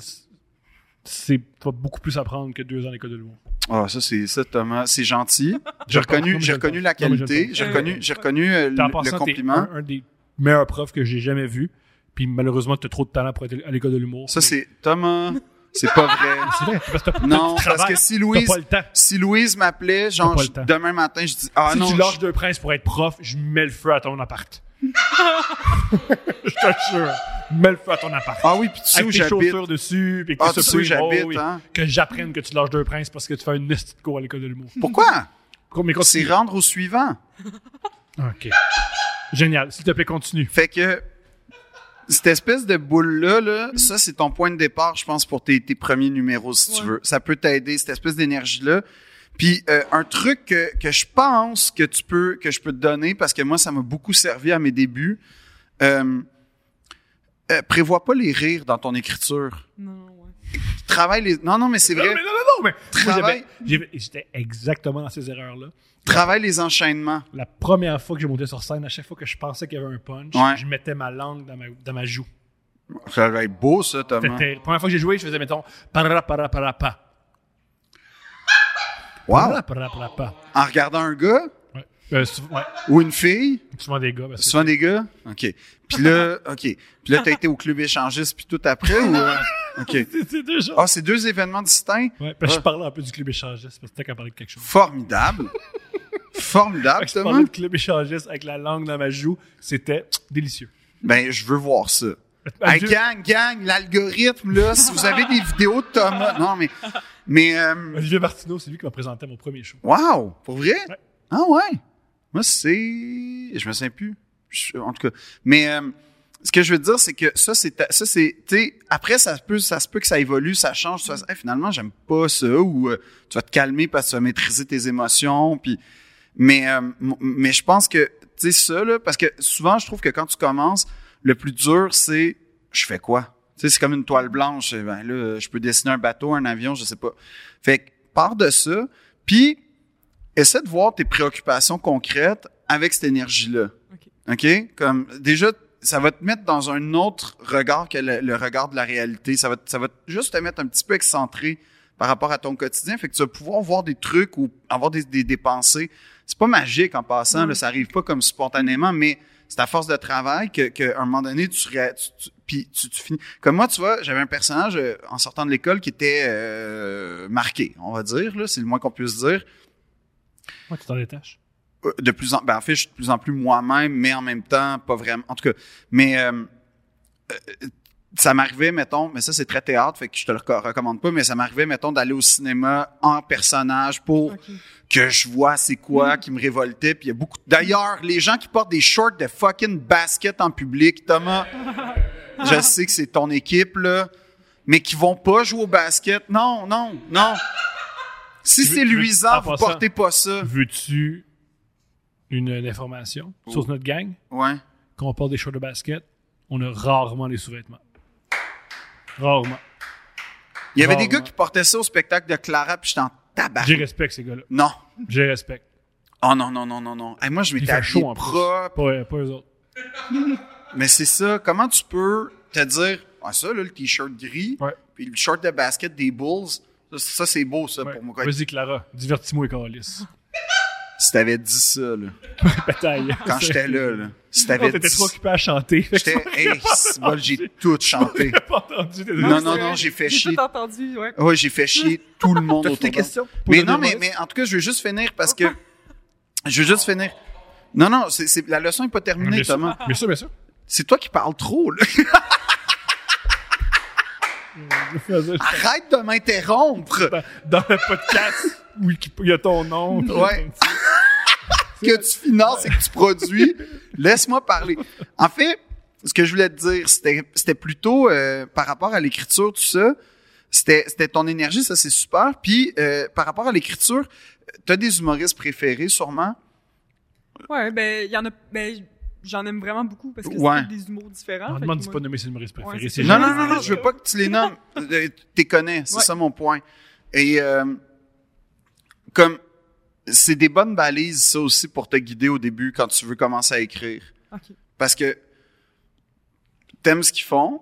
[SPEAKER 1] c'est tu vas beaucoup plus apprendre que deux ans d'école de l'humour.
[SPEAKER 2] ah, ça c'est ça Thomas, c'est gentil.
[SPEAKER 1] Je
[SPEAKER 2] J'ai
[SPEAKER 1] le pense,
[SPEAKER 2] reconnu
[SPEAKER 1] non, mais
[SPEAKER 2] j'ai
[SPEAKER 1] je le
[SPEAKER 2] reconnu
[SPEAKER 1] pense.
[SPEAKER 2] la
[SPEAKER 1] Non, mais je le
[SPEAKER 2] qualité,
[SPEAKER 1] pense.
[SPEAKER 2] j'ai
[SPEAKER 3] Euh,
[SPEAKER 2] reconnu j'ai reconnu euh,
[SPEAKER 1] Puis En
[SPEAKER 2] le, le
[SPEAKER 1] passant, t'es
[SPEAKER 2] compliment.
[SPEAKER 1] un, un des meilleurs profs que j'ai jamais vu. Puis malheureusement, t'as trop de talent pour être à l'école de l'humour.
[SPEAKER 2] Ça
[SPEAKER 1] Mais-
[SPEAKER 2] c'est Thomas, c'est pas vrai.
[SPEAKER 1] C'est vrai, c'est parce que t'as
[SPEAKER 2] Non,
[SPEAKER 1] tu
[SPEAKER 2] parce
[SPEAKER 1] travailles,
[SPEAKER 2] que si
[SPEAKER 1] t'as
[SPEAKER 2] Louise
[SPEAKER 1] pas le temps.
[SPEAKER 2] si Louise m'appelait, genre,
[SPEAKER 1] pas le
[SPEAKER 2] je-
[SPEAKER 1] temps.
[SPEAKER 2] demain matin, je dis, ah
[SPEAKER 1] si
[SPEAKER 2] non,
[SPEAKER 1] tu
[SPEAKER 2] je-
[SPEAKER 1] lâches deux princes pour être prof, je mets le feu à ton appart. je t'assure, mets le feu à ton appart.
[SPEAKER 2] ah oui, puis tu sais où
[SPEAKER 1] avec tes
[SPEAKER 2] j'habite.
[SPEAKER 1] chaussures dessus, puis que
[SPEAKER 2] Ah,
[SPEAKER 1] tu
[SPEAKER 2] tu
[SPEAKER 1] sois
[SPEAKER 2] sais où
[SPEAKER 1] plus beau, et
[SPEAKER 2] j'habite, hein?
[SPEAKER 1] que j'apprenne que tu lâches deux princes parce que tu fais un esti de cours à l'école de l'humour.
[SPEAKER 2] Pourquoi?
[SPEAKER 1] Mais
[SPEAKER 2] C'est
[SPEAKER 1] continue.
[SPEAKER 2] rendre au suivant.
[SPEAKER 1] OK. Génial. S'il te plaît, continue.
[SPEAKER 2] Fait que, cette espèce de boule-là, là, ça, c'est ton point de départ, je pense, pour tes, tes premiers numéros, si tu
[SPEAKER 3] Ouais.
[SPEAKER 2] veux. Ça peut t'aider, cette espèce d'énergie-là. Puis, euh, un truc que, que je pense que tu peux, que je peux te donner, parce que moi, ça m'a beaucoup servi à mes débuts, euh, euh, prévois pas les rires dans ton écriture.
[SPEAKER 3] Non, ouais.
[SPEAKER 2] Travaille les. Non, non, mais c'est
[SPEAKER 1] Non,
[SPEAKER 2] vrai.
[SPEAKER 1] mais non, non, non, mais moi,
[SPEAKER 2] Travaille.
[SPEAKER 1] j'avais- j'avais- j'étais exactement dans ces erreurs-là.
[SPEAKER 2] Travaille les enchaînements.
[SPEAKER 1] La première fois que j'ai monté sur scène, à chaque fois que je pensais qu'il y avait un punch,
[SPEAKER 2] Ouais.
[SPEAKER 1] je mettais ma langue dans ma, dans ma joue.
[SPEAKER 2] Ça va être beau, ça, Thomas.
[SPEAKER 1] C'était La première fois que j'ai joué, je faisais, mettons, para para para pa.
[SPEAKER 2] Wow!
[SPEAKER 1] Raprapapa.
[SPEAKER 2] En regardant un gars
[SPEAKER 1] Ouais. Euh, sou- ouais,
[SPEAKER 2] ou une fille,
[SPEAKER 1] souvent des gars. parce que-
[SPEAKER 2] souvent des gars? OK. Puis là, OK. Puis là, t'as été au club échangiste puis tout après ou... euh, OK.
[SPEAKER 1] C'est c'est deux genres.
[SPEAKER 2] Ah, c'est deux événements distincts.
[SPEAKER 1] Ouais, parce que je parlais un peu du club échangiste, parce que c'était qu'à parler de quelque chose.
[SPEAKER 2] Formidable. Formidable,
[SPEAKER 1] Fait que je
[SPEAKER 2] Thomas.
[SPEAKER 1] parlais de club échangiste avec la langue dans ma joue, c'était délicieux.
[SPEAKER 2] Ben, je veux voir ça. Hey,
[SPEAKER 1] Adieu.
[SPEAKER 2] gang, gang, l'algorithme, là, si vous avez des vidéos de Thomas... Non, mais... Mais... euh,
[SPEAKER 1] Olivier Martineau, c'est lui qui m'a présenté à mon premier show.
[SPEAKER 2] Wow! Pour vrai?
[SPEAKER 1] Ouais.
[SPEAKER 2] Ah ouais! Moi, c'est. Je me souviens plus. Je- En tout cas. Mais euh, ce que je veux dire, c'est que ça, c'est. ta- Ça, c'est. Tu sais, après, ça peut, ça se peut que ça évolue, ça change. Tu fais, Hey, finalement, j'aime pas ça. Ou euh, tu vas te calmer parce que tu vas maîtriser tes émotions. Puis. Mais, euh, m- mais je pense que. Tu sais, ça, là. Parce que souvent, je trouve que quand tu commences, le plus dur, c'est. Je fais quoi? Tu sais, c'est comme une toile blanche. Ben là, je peux dessiner un bateau, un avion, je sais pas. Fait que, pars de ça. Puis essaie de voir tes préoccupations concrètes avec cette énergie-là.
[SPEAKER 3] OK.
[SPEAKER 2] OK? Comme, déjà, ça va te mettre dans un autre regard que le, le regard de la réalité. Ça va, te- ça va te- juste te mettre un petit peu excentré par rapport à ton quotidien. Fait que tu vas pouvoir voir des trucs ou avoir des, des, des pensées. C'est pas magique en passant,
[SPEAKER 3] Mm.
[SPEAKER 2] là, ça arrive pas comme spontanément, mais c'est à force de travail que, que à un moment donné, tu, ré- tu, tu- puis tu, tu finis. Comme moi, tu vois, j'avais un personnage euh, en sortant de l'école qui était euh, marqué, on va dire, là, c'est le moins qu'on puisse dire
[SPEAKER 1] Ouais, tu t'en détaches.
[SPEAKER 2] euh, de plus en ben en fait je suis de plus en plus moi-même mais en même temps pas vraiment en tout cas mais euh, euh, ça m'arrivait mettons mais ça c'est très théâtre fait que je te le reco- recommande pas mais ça m'arrivait mettons d'aller au cinéma en personnage pour
[SPEAKER 3] Ok.
[SPEAKER 2] que je vois c'est quoi qui me révoltait puis il y a beaucoup d'ailleurs les gens qui portent des shorts de fucking basket en public Thomas je sais que c'est ton équipe là mais qui vont pas jouer au basket non non non si
[SPEAKER 1] veux-
[SPEAKER 2] c'est
[SPEAKER 1] tu veux-
[SPEAKER 2] luisant
[SPEAKER 1] en
[SPEAKER 2] vous
[SPEAKER 1] passant-
[SPEAKER 2] portez pas ça
[SPEAKER 1] Veux-tu une, une information
[SPEAKER 2] Oh.
[SPEAKER 1] sur notre gang?
[SPEAKER 2] ouais
[SPEAKER 1] Quand on porte des shorts de basket, on a rarement les sous-vêtements. Rarement.
[SPEAKER 2] Il y avait des
[SPEAKER 1] Rarement.
[SPEAKER 2] gars qui portaient ça au spectacle de Clara, puis j'étais en tabac.
[SPEAKER 1] J'ai respect ces gars-là.
[SPEAKER 2] Non.
[SPEAKER 1] J'ai respect.
[SPEAKER 2] Oh non, non, non, non, non. Hey, moi, je
[SPEAKER 1] Il
[SPEAKER 2] m'étais
[SPEAKER 1] fait
[SPEAKER 2] habillé
[SPEAKER 1] chaud en plus.
[SPEAKER 2] propre.
[SPEAKER 1] Pas, pas eux autres.
[SPEAKER 2] Mais c'est ça. Comment tu peux te dire, ah, ça, là, le t-shirt gris,
[SPEAKER 1] Ouais.
[SPEAKER 2] puis le short de basket des Bulls, ça, ça, c'est beau, ça,
[SPEAKER 1] Ouais.
[SPEAKER 2] pour moi.
[SPEAKER 1] Vas-y, Clara, divertis-moi et Carlis.
[SPEAKER 2] Si t'avais dit ça, là,
[SPEAKER 1] Bataille.
[SPEAKER 2] quand j'étais là, là, si
[SPEAKER 1] Quand
[SPEAKER 2] t'avais dit
[SPEAKER 1] t'étais trop
[SPEAKER 2] ça,
[SPEAKER 1] occupé à chanter. fait que
[SPEAKER 2] j'étais, hey, c'est bol, j'ai tout chanté.
[SPEAKER 1] t'as pas entendu. t'es
[SPEAKER 2] Non,
[SPEAKER 1] désolé.
[SPEAKER 2] non,
[SPEAKER 3] c'est
[SPEAKER 2] non,
[SPEAKER 3] vrai.
[SPEAKER 2] j'ai fait
[SPEAKER 3] J'ai
[SPEAKER 2] chier.
[SPEAKER 3] tout entendu, ouais.
[SPEAKER 2] Ouais, j'ai fait chier tout le monde autour
[SPEAKER 1] Toutes tes
[SPEAKER 2] d'elle.
[SPEAKER 1] questions. pour
[SPEAKER 2] Mais
[SPEAKER 1] donner
[SPEAKER 2] non,
[SPEAKER 1] le
[SPEAKER 2] mais,
[SPEAKER 1] reste?
[SPEAKER 2] mais en tout cas, je veux juste finir parce que. Je veux juste finir. Non, non, c'est, c'est- la leçon n'est pas terminée,
[SPEAKER 1] Bien sûr,
[SPEAKER 2] Thomas.
[SPEAKER 1] bien sûr, bien sûr.
[SPEAKER 2] C'est toi qui parles trop, là. Arrête de m'interrompre.
[SPEAKER 1] Dans- Dans le podcast où il il y a ton nom.
[SPEAKER 2] Ouais. que tu finances et que tu produis. Laisse-moi parler. En fait, ce que je voulais te dire, c'était c'était plutôt euh, par rapport à l'écriture, tout ça. C'était c'était ton énergie, ça c'est super. Puis euh, par rapport à l'écriture, t'as des humoristes préférés sûrement.
[SPEAKER 3] Ouais, ben, il y en a. Ben, j'en aime vraiment beaucoup parce que c'est
[SPEAKER 2] Ouais.
[SPEAKER 3] tous des humours différents.
[SPEAKER 1] On
[SPEAKER 3] fait
[SPEAKER 1] demande
[SPEAKER 3] que
[SPEAKER 1] si
[SPEAKER 3] moi-
[SPEAKER 1] pas nommer ses humoristes préférés.
[SPEAKER 3] Ouais,
[SPEAKER 1] c'est
[SPEAKER 3] c'est
[SPEAKER 2] Non,
[SPEAKER 1] genre-
[SPEAKER 2] non, non, non, je veux pas que tu les nommes. Euh, T'es connais, c'est
[SPEAKER 3] Ouais.
[SPEAKER 2] ça mon point. Et euh, comme c'est des bonnes balises, ça aussi, pour te guider au début quand tu veux commencer à écrire.
[SPEAKER 3] Ok.
[SPEAKER 2] Parce que t'aimes ce qu'ils font.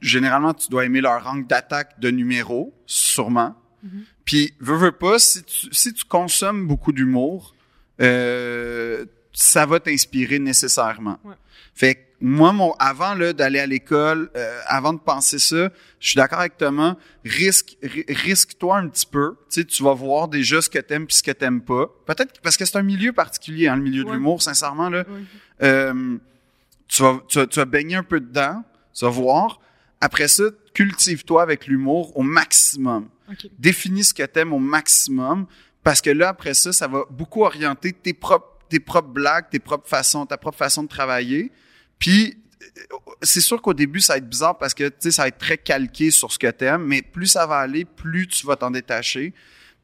[SPEAKER 2] Généralement, tu dois aimer leur rang d'attaque de numéro, sûrement.
[SPEAKER 3] Mhm.
[SPEAKER 2] Puis, veux, veux pas, si tu, si tu consommes beaucoup d'humour, euh, ça va t'inspirer nécessairement.
[SPEAKER 3] Ouais.
[SPEAKER 2] Fait que moi, mon, avant là, d'aller à l'école, euh, avant de penser ça, je suis d'accord avec Thomas, risque, ri- risque-toi un petit peu. Tu sais, tu vas voir déjà ce que t'aimes puis ce que t'aimes pas. Peut-être que- parce que c'est un milieu particulier, hein, le milieu de
[SPEAKER 3] Ouais.
[SPEAKER 2] l'humour, sincèrement, là.
[SPEAKER 3] Ouais.
[SPEAKER 2] Euh, tu, vas, tu, vas, tu vas baigner un peu dedans, tu vas voir. Après ça, cultive-toi avec l'humour au maximum.
[SPEAKER 3] Ok.
[SPEAKER 2] Définis ce que t'aimes au maximum, parce que là, après ça, ça va beaucoup orienter tes propres, tes propres blagues, tes propres façons, ta propre façon de travailler. Puis, euh, c'est sûr qu'au début, ça va être bizarre parce que, tu sais, ça va être très calqué sur ce que t'aimes, mais plus ça va aller, plus tu vas t'en détacher.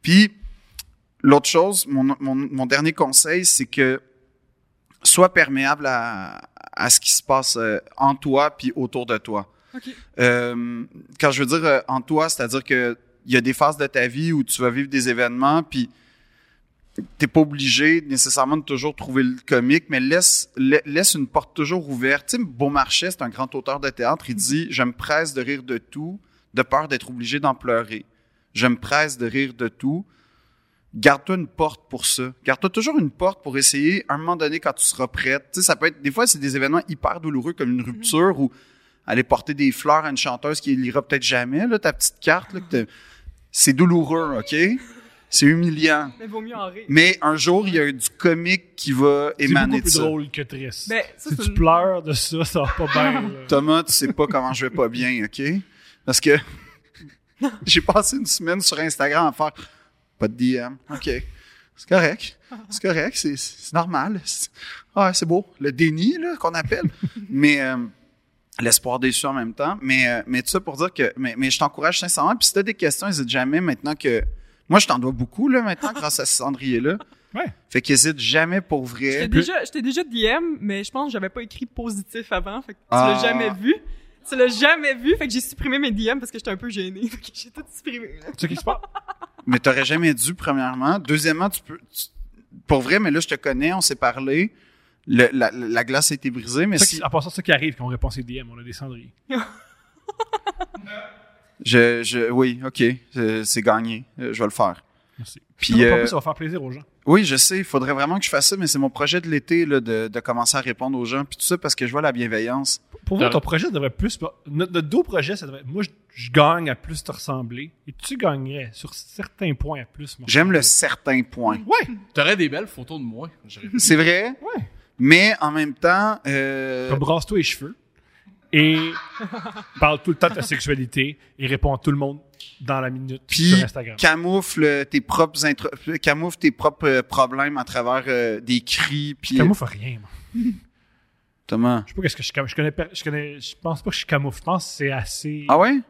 [SPEAKER 2] Puis, l'autre chose, mon, mon, mon dernier conseil, c'est que sois perméable à, à ce qui se passe euh, en toi puis autour de toi.
[SPEAKER 3] Ok.
[SPEAKER 2] Euh, quand je veux dire euh, en toi, c'est-à-dire que il y a des phases de ta vie où tu vas vivre des événements, puis t'es pas obligé nécessairement de toujours trouver le comique, mais laisse la- laisse une porte toujours ouverte. Tu sais, Beaumarchais, c'est un grand auteur de théâtre. Il dit « Je me presse de rire de tout, de peur d'être obligé d'en pleurer. Je me presse de rire de tout, garde-toi une porte pour ça. Garde-toi toujours une porte pour essayer, à un moment donné, quand tu seras prête. Tu sais, ça peut être, des fois, c'est des événements hyper douloureux, comme une rupture ou aller porter des fleurs à une chanteuse qui lira peut-être jamais, là, ta petite carte, là, que t'as- c'est douloureux, OK? C'est humiliant.
[SPEAKER 3] Mais vaut mieux en rire.
[SPEAKER 2] Mais un jour, il y a du comique qui va
[SPEAKER 1] C'est
[SPEAKER 2] émaner
[SPEAKER 1] beaucoup
[SPEAKER 2] de
[SPEAKER 1] plus
[SPEAKER 2] ça.
[SPEAKER 1] drôle que triste.
[SPEAKER 3] Ben, ça,
[SPEAKER 1] si
[SPEAKER 3] c'est
[SPEAKER 1] tu
[SPEAKER 3] une-
[SPEAKER 1] pleures de ça, ça va pas bien. là.
[SPEAKER 2] Thomas, tu sais pas comment je vais pas bien, OK? Parce que j'ai passé une semaine sur Instagram à faire pas de DM. OK. C'est correct. C'est correct. C'est- C'est normal. C'est- Ah, c'est beau. Le déni, là, qu'on appelle. Mais euh, l'espoir déçu en même temps. Mais, euh, mais tout ça pour dire que. Mais, mais je t'encourage sincèrement. Puis si t'as des questions, n'hésite jamais maintenant que. Moi, je t'en dois beaucoup, là, maintenant, grâce à ce cendrier-là.
[SPEAKER 1] Ouais.
[SPEAKER 2] Fait qu'hésite jamais pour vrai.
[SPEAKER 3] J'étais
[SPEAKER 1] Puis-
[SPEAKER 3] déjà, j'étais déjà DM, mais je pense que j'avais pas écrit positif avant. Fait que tu
[SPEAKER 2] Ah.
[SPEAKER 3] l'as jamais vu. Tu l'as jamais vu. Fait que j'ai supprimé mes DM parce que j'étais un peu gênée. Fait que j'ai tout supprimé.
[SPEAKER 1] Tu sais qui se passe?
[SPEAKER 2] Mais t'aurais jamais dû, premièrement. Deuxièmement, tu peux. tu- pour vrai, mais là, je te connais, on s'est parlé. Le- la, la- la glace a été brisée, mais
[SPEAKER 1] Ça qui-
[SPEAKER 2] si.
[SPEAKER 1] En passant, c'est ça qui arrive quand on répond à ces DM, on a des cendriers.
[SPEAKER 2] Je, je, oui, OK, euh, c'est gagné. Euh, Je vais le faire.
[SPEAKER 1] Merci.
[SPEAKER 2] Puis,
[SPEAKER 1] Non, en
[SPEAKER 2] euh,
[SPEAKER 1] plus, ça va faire plaisir aux gens.
[SPEAKER 2] oui, je sais, il faudrait vraiment que je fasse ça, mais c'est mon projet de l'été là, de, de commencer à répondre aux gens. Puis tout ça, parce que je vois la bienveillance.
[SPEAKER 1] Pour moi, ton projet devrait plus. Notre, notre dos projet, ça devrait. Moi, je, je gagne à plus te ressembler et tu gagnerais sur certains points à plus. me
[SPEAKER 2] J'aime le
[SPEAKER 1] ressembler.
[SPEAKER 2] certain point.
[SPEAKER 1] Ouais!
[SPEAKER 4] T'aurais des belles photos de moi. je dirais.
[SPEAKER 2] C'est vrai,
[SPEAKER 1] Ouais!
[SPEAKER 2] mais en même temps. euh,
[SPEAKER 1] Comme Brasse-toi les cheveux et parle tout le temps de ta sexualité et réponds à tout le monde dans la minute
[SPEAKER 2] Puis,
[SPEAKER 1] sur Instagram.
[SPEAKER 2] camoufle tes propres intro- camoufle tes propres euh, problèmes à travers euh, des cris puis
[SPEAKER 1] Camoufle fait rien, moi.
[SPEAKER 2] Thomas
[SPEAKER 1] Je sais pas qu'est-ce que je camoufle. Je connais, per- je connais. Je pense pas que je camoufle. Je pense que c'est assez.
[SPEAKER 2] Ah ouais?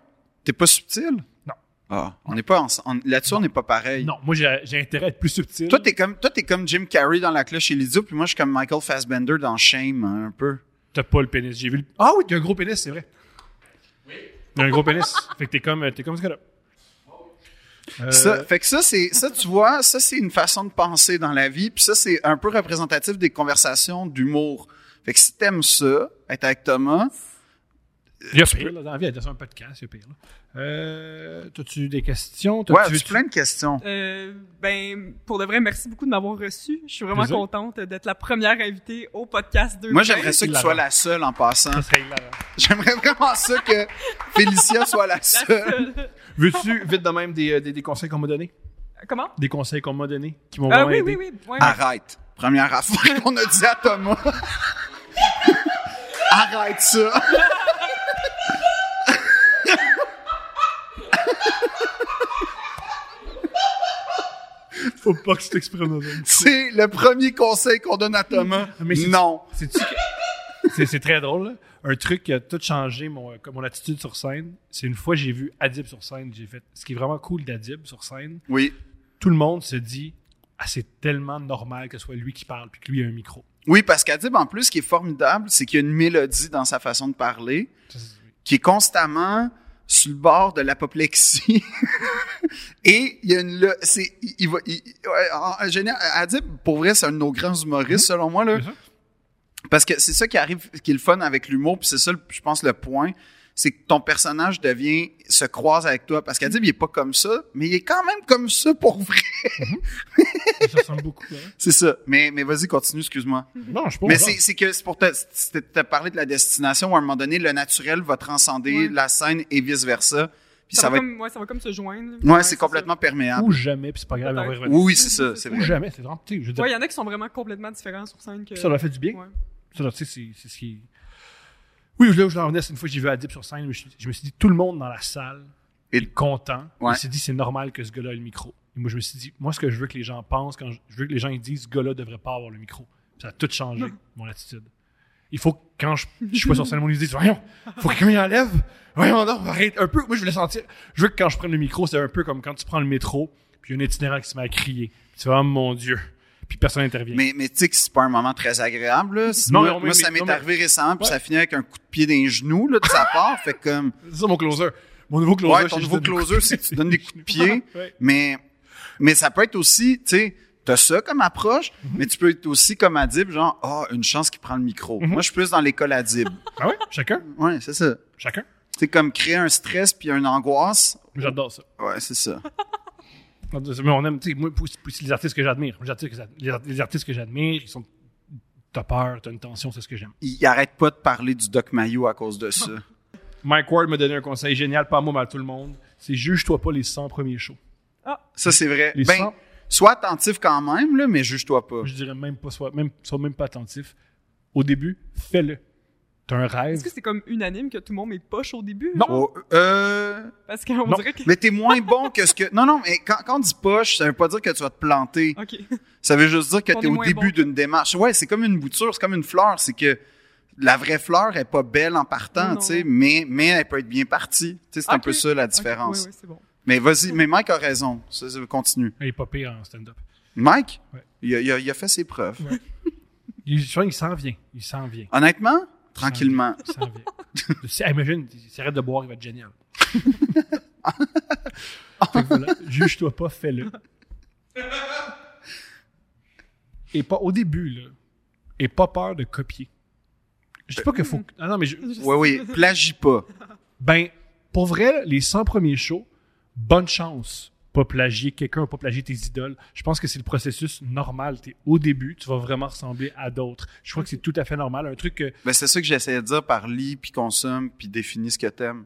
[SPEAKER 2] T'es pas subtil?
[SPEAKER 1] Non.
[SPEAKER 2] Ah, on n'est pas ens- on- là-dessus, on n'est pas pareil.
[SPEAKER 1] Non, moi, j'ai j'ai intérêt à être plus subtil.
[SPEAKER 2] Toi, t'es comme, toi, t'es comme Jim Carrey dans La Cloche et l'idiot, puis moi, je suis comme Michael Fassbender dans Shame, hein, un peu.
[SPEAKER 1] T'as pas le pénis. J'ai vu le... Ah oui, t'as un gros pénis, c'est vrai. Oui. T'as un gros pénis. Fait que t'es comme, t'es comme ce gars-là. Euh,
[SPEAKER 2] Ça, fait que ça, c'est, ça, tu vois, ça, c'est une façon de penser dans la vie, puis ça, c'est un peu représentatif des conversations d'humour. Fait que si t'aimes ça, être avec Thomas,
[SPEAKER 1] Il y a pire, là, dans la vie, elle a un podcast, il y a pire. Là. Euh, T'as-tu des questions?
[SPEAKER 2] ouais,
[SPEAKER 1] T'as-tu-
[SPEAKER 2] tu plein de questions.
[SPEAKER 3] Euh, ben, pour de vrai, merci beaucoup de m'avoir reçu. Je suis vraiment
[SPEAKER 1] Plaisir.
[SPEAKER 3] contente d'être la première invitée au podcast 2.
[SPEAKER 2] Moi, j'aimerais ça que tu
[SPEAKER 1] hilarant.
[SPEAKER 2] sois la seule en passant.
[SPEAKER 1] Ça serait hilarant.
[SPEAKER 2] J'aimerais vraiment ça que Félicia soit la seule.
[SPEAKER 3] Euh,
[SPEAKER 1] Veux-tu, vite de même, des, euh, des, des conseils qu'on m'a donnés?
[SPEAKER 3] Comment?
[SPEAKER 1] Des conseils qu'on m'a donnés, qui m'ont
[SPEAKER 3] Ah
[SPEAKER 1] vraiment
[SPEAKER 3] oui,
[SPEAKER 1] aidé.
[SPEAKER 3] oui, oui, ouais.
[SPEAKER 2] Arrête. Première affaire qu'on a dit à Thomas. Arrête ça.
[SPEAKER 1] Faut pas que tu t'exprimes dans un...
[SPEAKER 2] C'est le premier conseil qu'on donne à Thomas.
[SPEAKER 1] Ah, Mais c'est-
[SPEAKER 2] non.
[SPEAKER 1] C'est-tu que- C'est c'est très drôle. là. Un truc qui a tout changé mon, euh, mon attitude sur scène, c'est une fois j'ai vu Adib sur scène, j'ai fait ce qui est vraiment cool d'Adib sur scène,
[SPEAKER 2] Oui.
[SPEAKER 1] tout le monde se dit ah, c'est tellement normal que ce soit lui qui parle puis que lui a un micro.
[SPEAKER 2] Oui, parce qu'Adib, en plus, ce qui est formidable, c'est qu'il y a une mélodie dans sa façon de parler
[SPEAKER 1] Ça, c'est-
[SPEAKER 2] qui est constamment sur le bord de l'apoplexie. Et il y a une... lo- C'est, il, il va, il- ouais, en- en général, Adib, pour vrai, c'est un de nos grands humoristes, selon moi. Là.
[SPEAKER 1] Mm-hmm. Bien sûr.
[SPEAKER 2] Parce que c'est ça qui arrive, qui est le fun avec l'humour, puis c'est ça, le- je pense, le point, c'est que ton personnage devient, se croise avec toi. Parce qu'Adib, il est pas comme ça, mais il est quand même comme ça pour vrai.
[SPEAKER 1] Ça ressemble beaucoup. hein.
[SPEAKER 2] C'est ça. Mais, mais vas-y, continue, excuse-moi.
[SPEAKER 1] Non, je suis pas
[SPEAKER 2] mais
[SPEAKER 1] genre.
[SPEAKER 2] c'est, c'est que c'est pour te, c'est- te parler de la destination où à un moment donné, le naturel va transcender
[SPEAKER 3] Ouais.
[SPEAKER 2] la scène et vice-versa. Puis
[SPEAKER 3] Ça,
[SPEAKER 2] ça,
[SPEAKER 3] va
[SPEAKER 2] va être...
[SPEAKER 3] comme, ouais, ça va comme se joindre.
[SPEAKER 2] Ouais, c'est complètement perméable.
[SPEAKER 1] Ou jamais, puis c'est pas grave, on va y
[SPEAKER 3] Peut-être.
[SPEAKER 1] revenir.
[SPEAKER 2] Oui, oui, c'est ça, c'est
[SPEAKER 1] Ou
[SPEAKER 2] vrai.
[SPEAKER 1] jamais, c'est vraiment. tu sais, Je veux
[SPEAKER 3] Il
[SPEAKER 1] dire,
[SPEAKER 3] y en a qui sont vraiment complètement différents sur scène. Que...
[SPEAKER 1] ça leur fait du bien.
[SPEAKER 3] Ouais.
[SPEAKER 1] Ça leur- tu sais, c'est c'est ce qui. Oui, là où je leur venais, c'est une fois que j'ai vu Adib sur scène, je me suis- je me suis dit tout le monde dans la salle
[SPEAKER 2] Et-
[SPEAKER 1] est content.
[SPEAKER 2] Ouais.
[SPEAKER 1] Il s'est dit c'est normal que ce gars-là ait le micro. Et moi je me suis dit moi ce que je veux que les gens pensent quand je, je veux que les gens ils disent ce gars-là devrait pas avoir le micro. Puis ça a tout changé mon attitude. Il faut que quand je, je suis pas sur scène, mon ils disent voyons, faut que quelqu'un y enlève. Voyons non, arrête un peu. Moi je voulais sentir. Je veux que quand je prenne le micro, c'est un peu comme quand tu prends le métro, puis il y a un itinérant qui se met à crier. Puis tu vas oh mon dieu. Puis personne n'intervient.
[SPEAKER 2] Mais, mais tu sais que c'est pas un moment très agréable. Là.
[SPEAKER 1] Non,
[SPEAKER 2] moi,
[SPEAKER 1] mais-
[SPEAKER 2] moi, ça
[SPEAKER 1] mais-
[SPEAKER 2] m'est
[SPEAKER 1] non, mais-
[SPEAKER 2] arrivé récemment, puis
[SPEAKER 1] Ouais.
[SPEAKER 2] ça finit avec un coup de pied d'un genou là, de sa part. Fait que comme...
[SPEAKER 1] C'est ça mon closer. Mon nouveau closer.
[SPEAKER 2] Ouais, ton
[SPEAKER 1] c'est
[SPEAKER 2] nouveau
[SPEAKER 1] juste donner
[SPEAKER 2] closer,
[SPEAKER 1] des
[SPEAKER 2] c'est que tu
[SPEAKER 1] coups de
[SPEAKER 2] donnes des coups de pied.
[SPEAKER 1] Ouais.
[SPEAKER 2] Mais, mais ça peut être aussi, tu sais, t'as ça comme approche,
[SPEAKER 1] Mhm.
[SPEAKER 2] mais tu peux être aussi comme Adib, genre, ah, une chance qu'il prend le micro.
[SPEAKER 1] Mhm.
[SPEAKER 2] Moi, je suis plus dans l'école Adib.
[SPEAKER 1] Ah ouais? Chacun?
[SPEAKER 2] ouais, c'est ça.
[SPEAKER 1] Chacun?
[SPEAKER 2] C'est comme créer un stress puis une angoisse.
[SPEAKER 1] J'adore ça.
[SPEAKER 2] Ouais, c'est ça.
[SPEAKER 1] Mais on aime, tu sais, moi, pour- pour- les artistes que j'admire. Les artistes que j'a- les art- les artistes que j'admire, ils sont. T'as peur, t'as une tension, c'est ce que j'aime.
[SPEAKER 2] Il arrête pas de parler du Doc Mayo à cause de ça.
[SPEAKER 1] Mike Ward m'a donné un conseil génial, pas à moi, mais à tout le monde. C'est juge-toi pas les 100 premiers shows.
[SPEAKER 2] Ça, c'est vrai.
[SPEAKER 1] Les
[SPEAKER 2] ben,
[SPEAKER 1] cent-
[SPEAKER 2] sois attentif quand même, là, mais juge-toi pas.
[SPEAKER 1] Je dirais même pas, sois même, sois même pas attentif. Au début, fais-le. T'as un rêve.
[SPEAKER 3] Est-ce que c'est comme unanime que tout le monde est poche au début?
[SPEAKER 1] Non.
[SPEAKER 3] genre?
[SPEAKER 2] Oh, euh,
[SPEAKER 3] Parce qu'on
[SPEAKER 1] Non.
[SPEAKER 3] dirait que...
[SPEAKER 2] mais t'es moins bon que ce que. Non, non, mais quand, quand on dit poche, ça veut pas dire que tu vas te planter.
[SPEAKER 3] OK.
[SPEAKER 2] Ça veut juste dire que
[SPEAKER 3] Qu'on
[SPEAKER 2] t'es
[SPEAKER 3] est
[SPEAKER 2] au
[SPEAKER 3] moins
[SPEAKER 2] début
[SPEAKER 3] bon.
[SPEAKER 2] d'une démarche. Ouais, c'est comme une bouture, c'est comme une fleur. C'est que la vraie fleur est pas belle en partant,
[SPEAKER 3] Non,
[SPEAKER 2] tu sais,
[SPEAKER 3] non.
[SPEAKER 2] mais, mais elle peut être bien partie. Tu sais, c'est un
[SPEAKER 3] Ok.
[SPEAKER 2] peu ça la
[SPEAKER 3] Ok,
[SPEAKER 2] différence.
[SPEAKER 3] ouais, ouais, c'est bon.
[SPEAKER 2] Mais vas-y, mais Mike a raison. Ça, ça, continue.
[SPEAKER 1] Il est pas pire en stand-up.
[SPEAKER 2] Mike,
[SPEAKER 1] Ouais.
[SPEAKER 2] il, a, il a- il a fait ses preuves.
[SPEAKER 1] Il, souvent, il s'en vient. Il s'en vient.
[SPEAKER 2] Honnêtement, tranquillement.
[SPEAKER 1] Il s'en vient. Si- hey, imagine, s'il arrête de boire, il va être génial. Fait que voilà, Juge-toi pas, fais-le. Et pas au début, là. Et pas peur de copier. Je dis pas qu'il faut. Ah non, mais je-
[SPEAKER 2] Oui, oui, plagie pas.
[SPEAKER 1] Ben, pour vrai, les 100 premiers shows, bonne chance. Pas plagier quelqu'un, pas plagier tes idoles. Je pense que c'est le processus normal. T'es au début, tu vas vraiment ressembler à d'autres. Je crois que c'est tout à fait normal. Un truc que.
[SPEAKER 2] Ben, c'est ça que j'essayais de dire par lis, puis consomme, puis définis ce que t'aimes.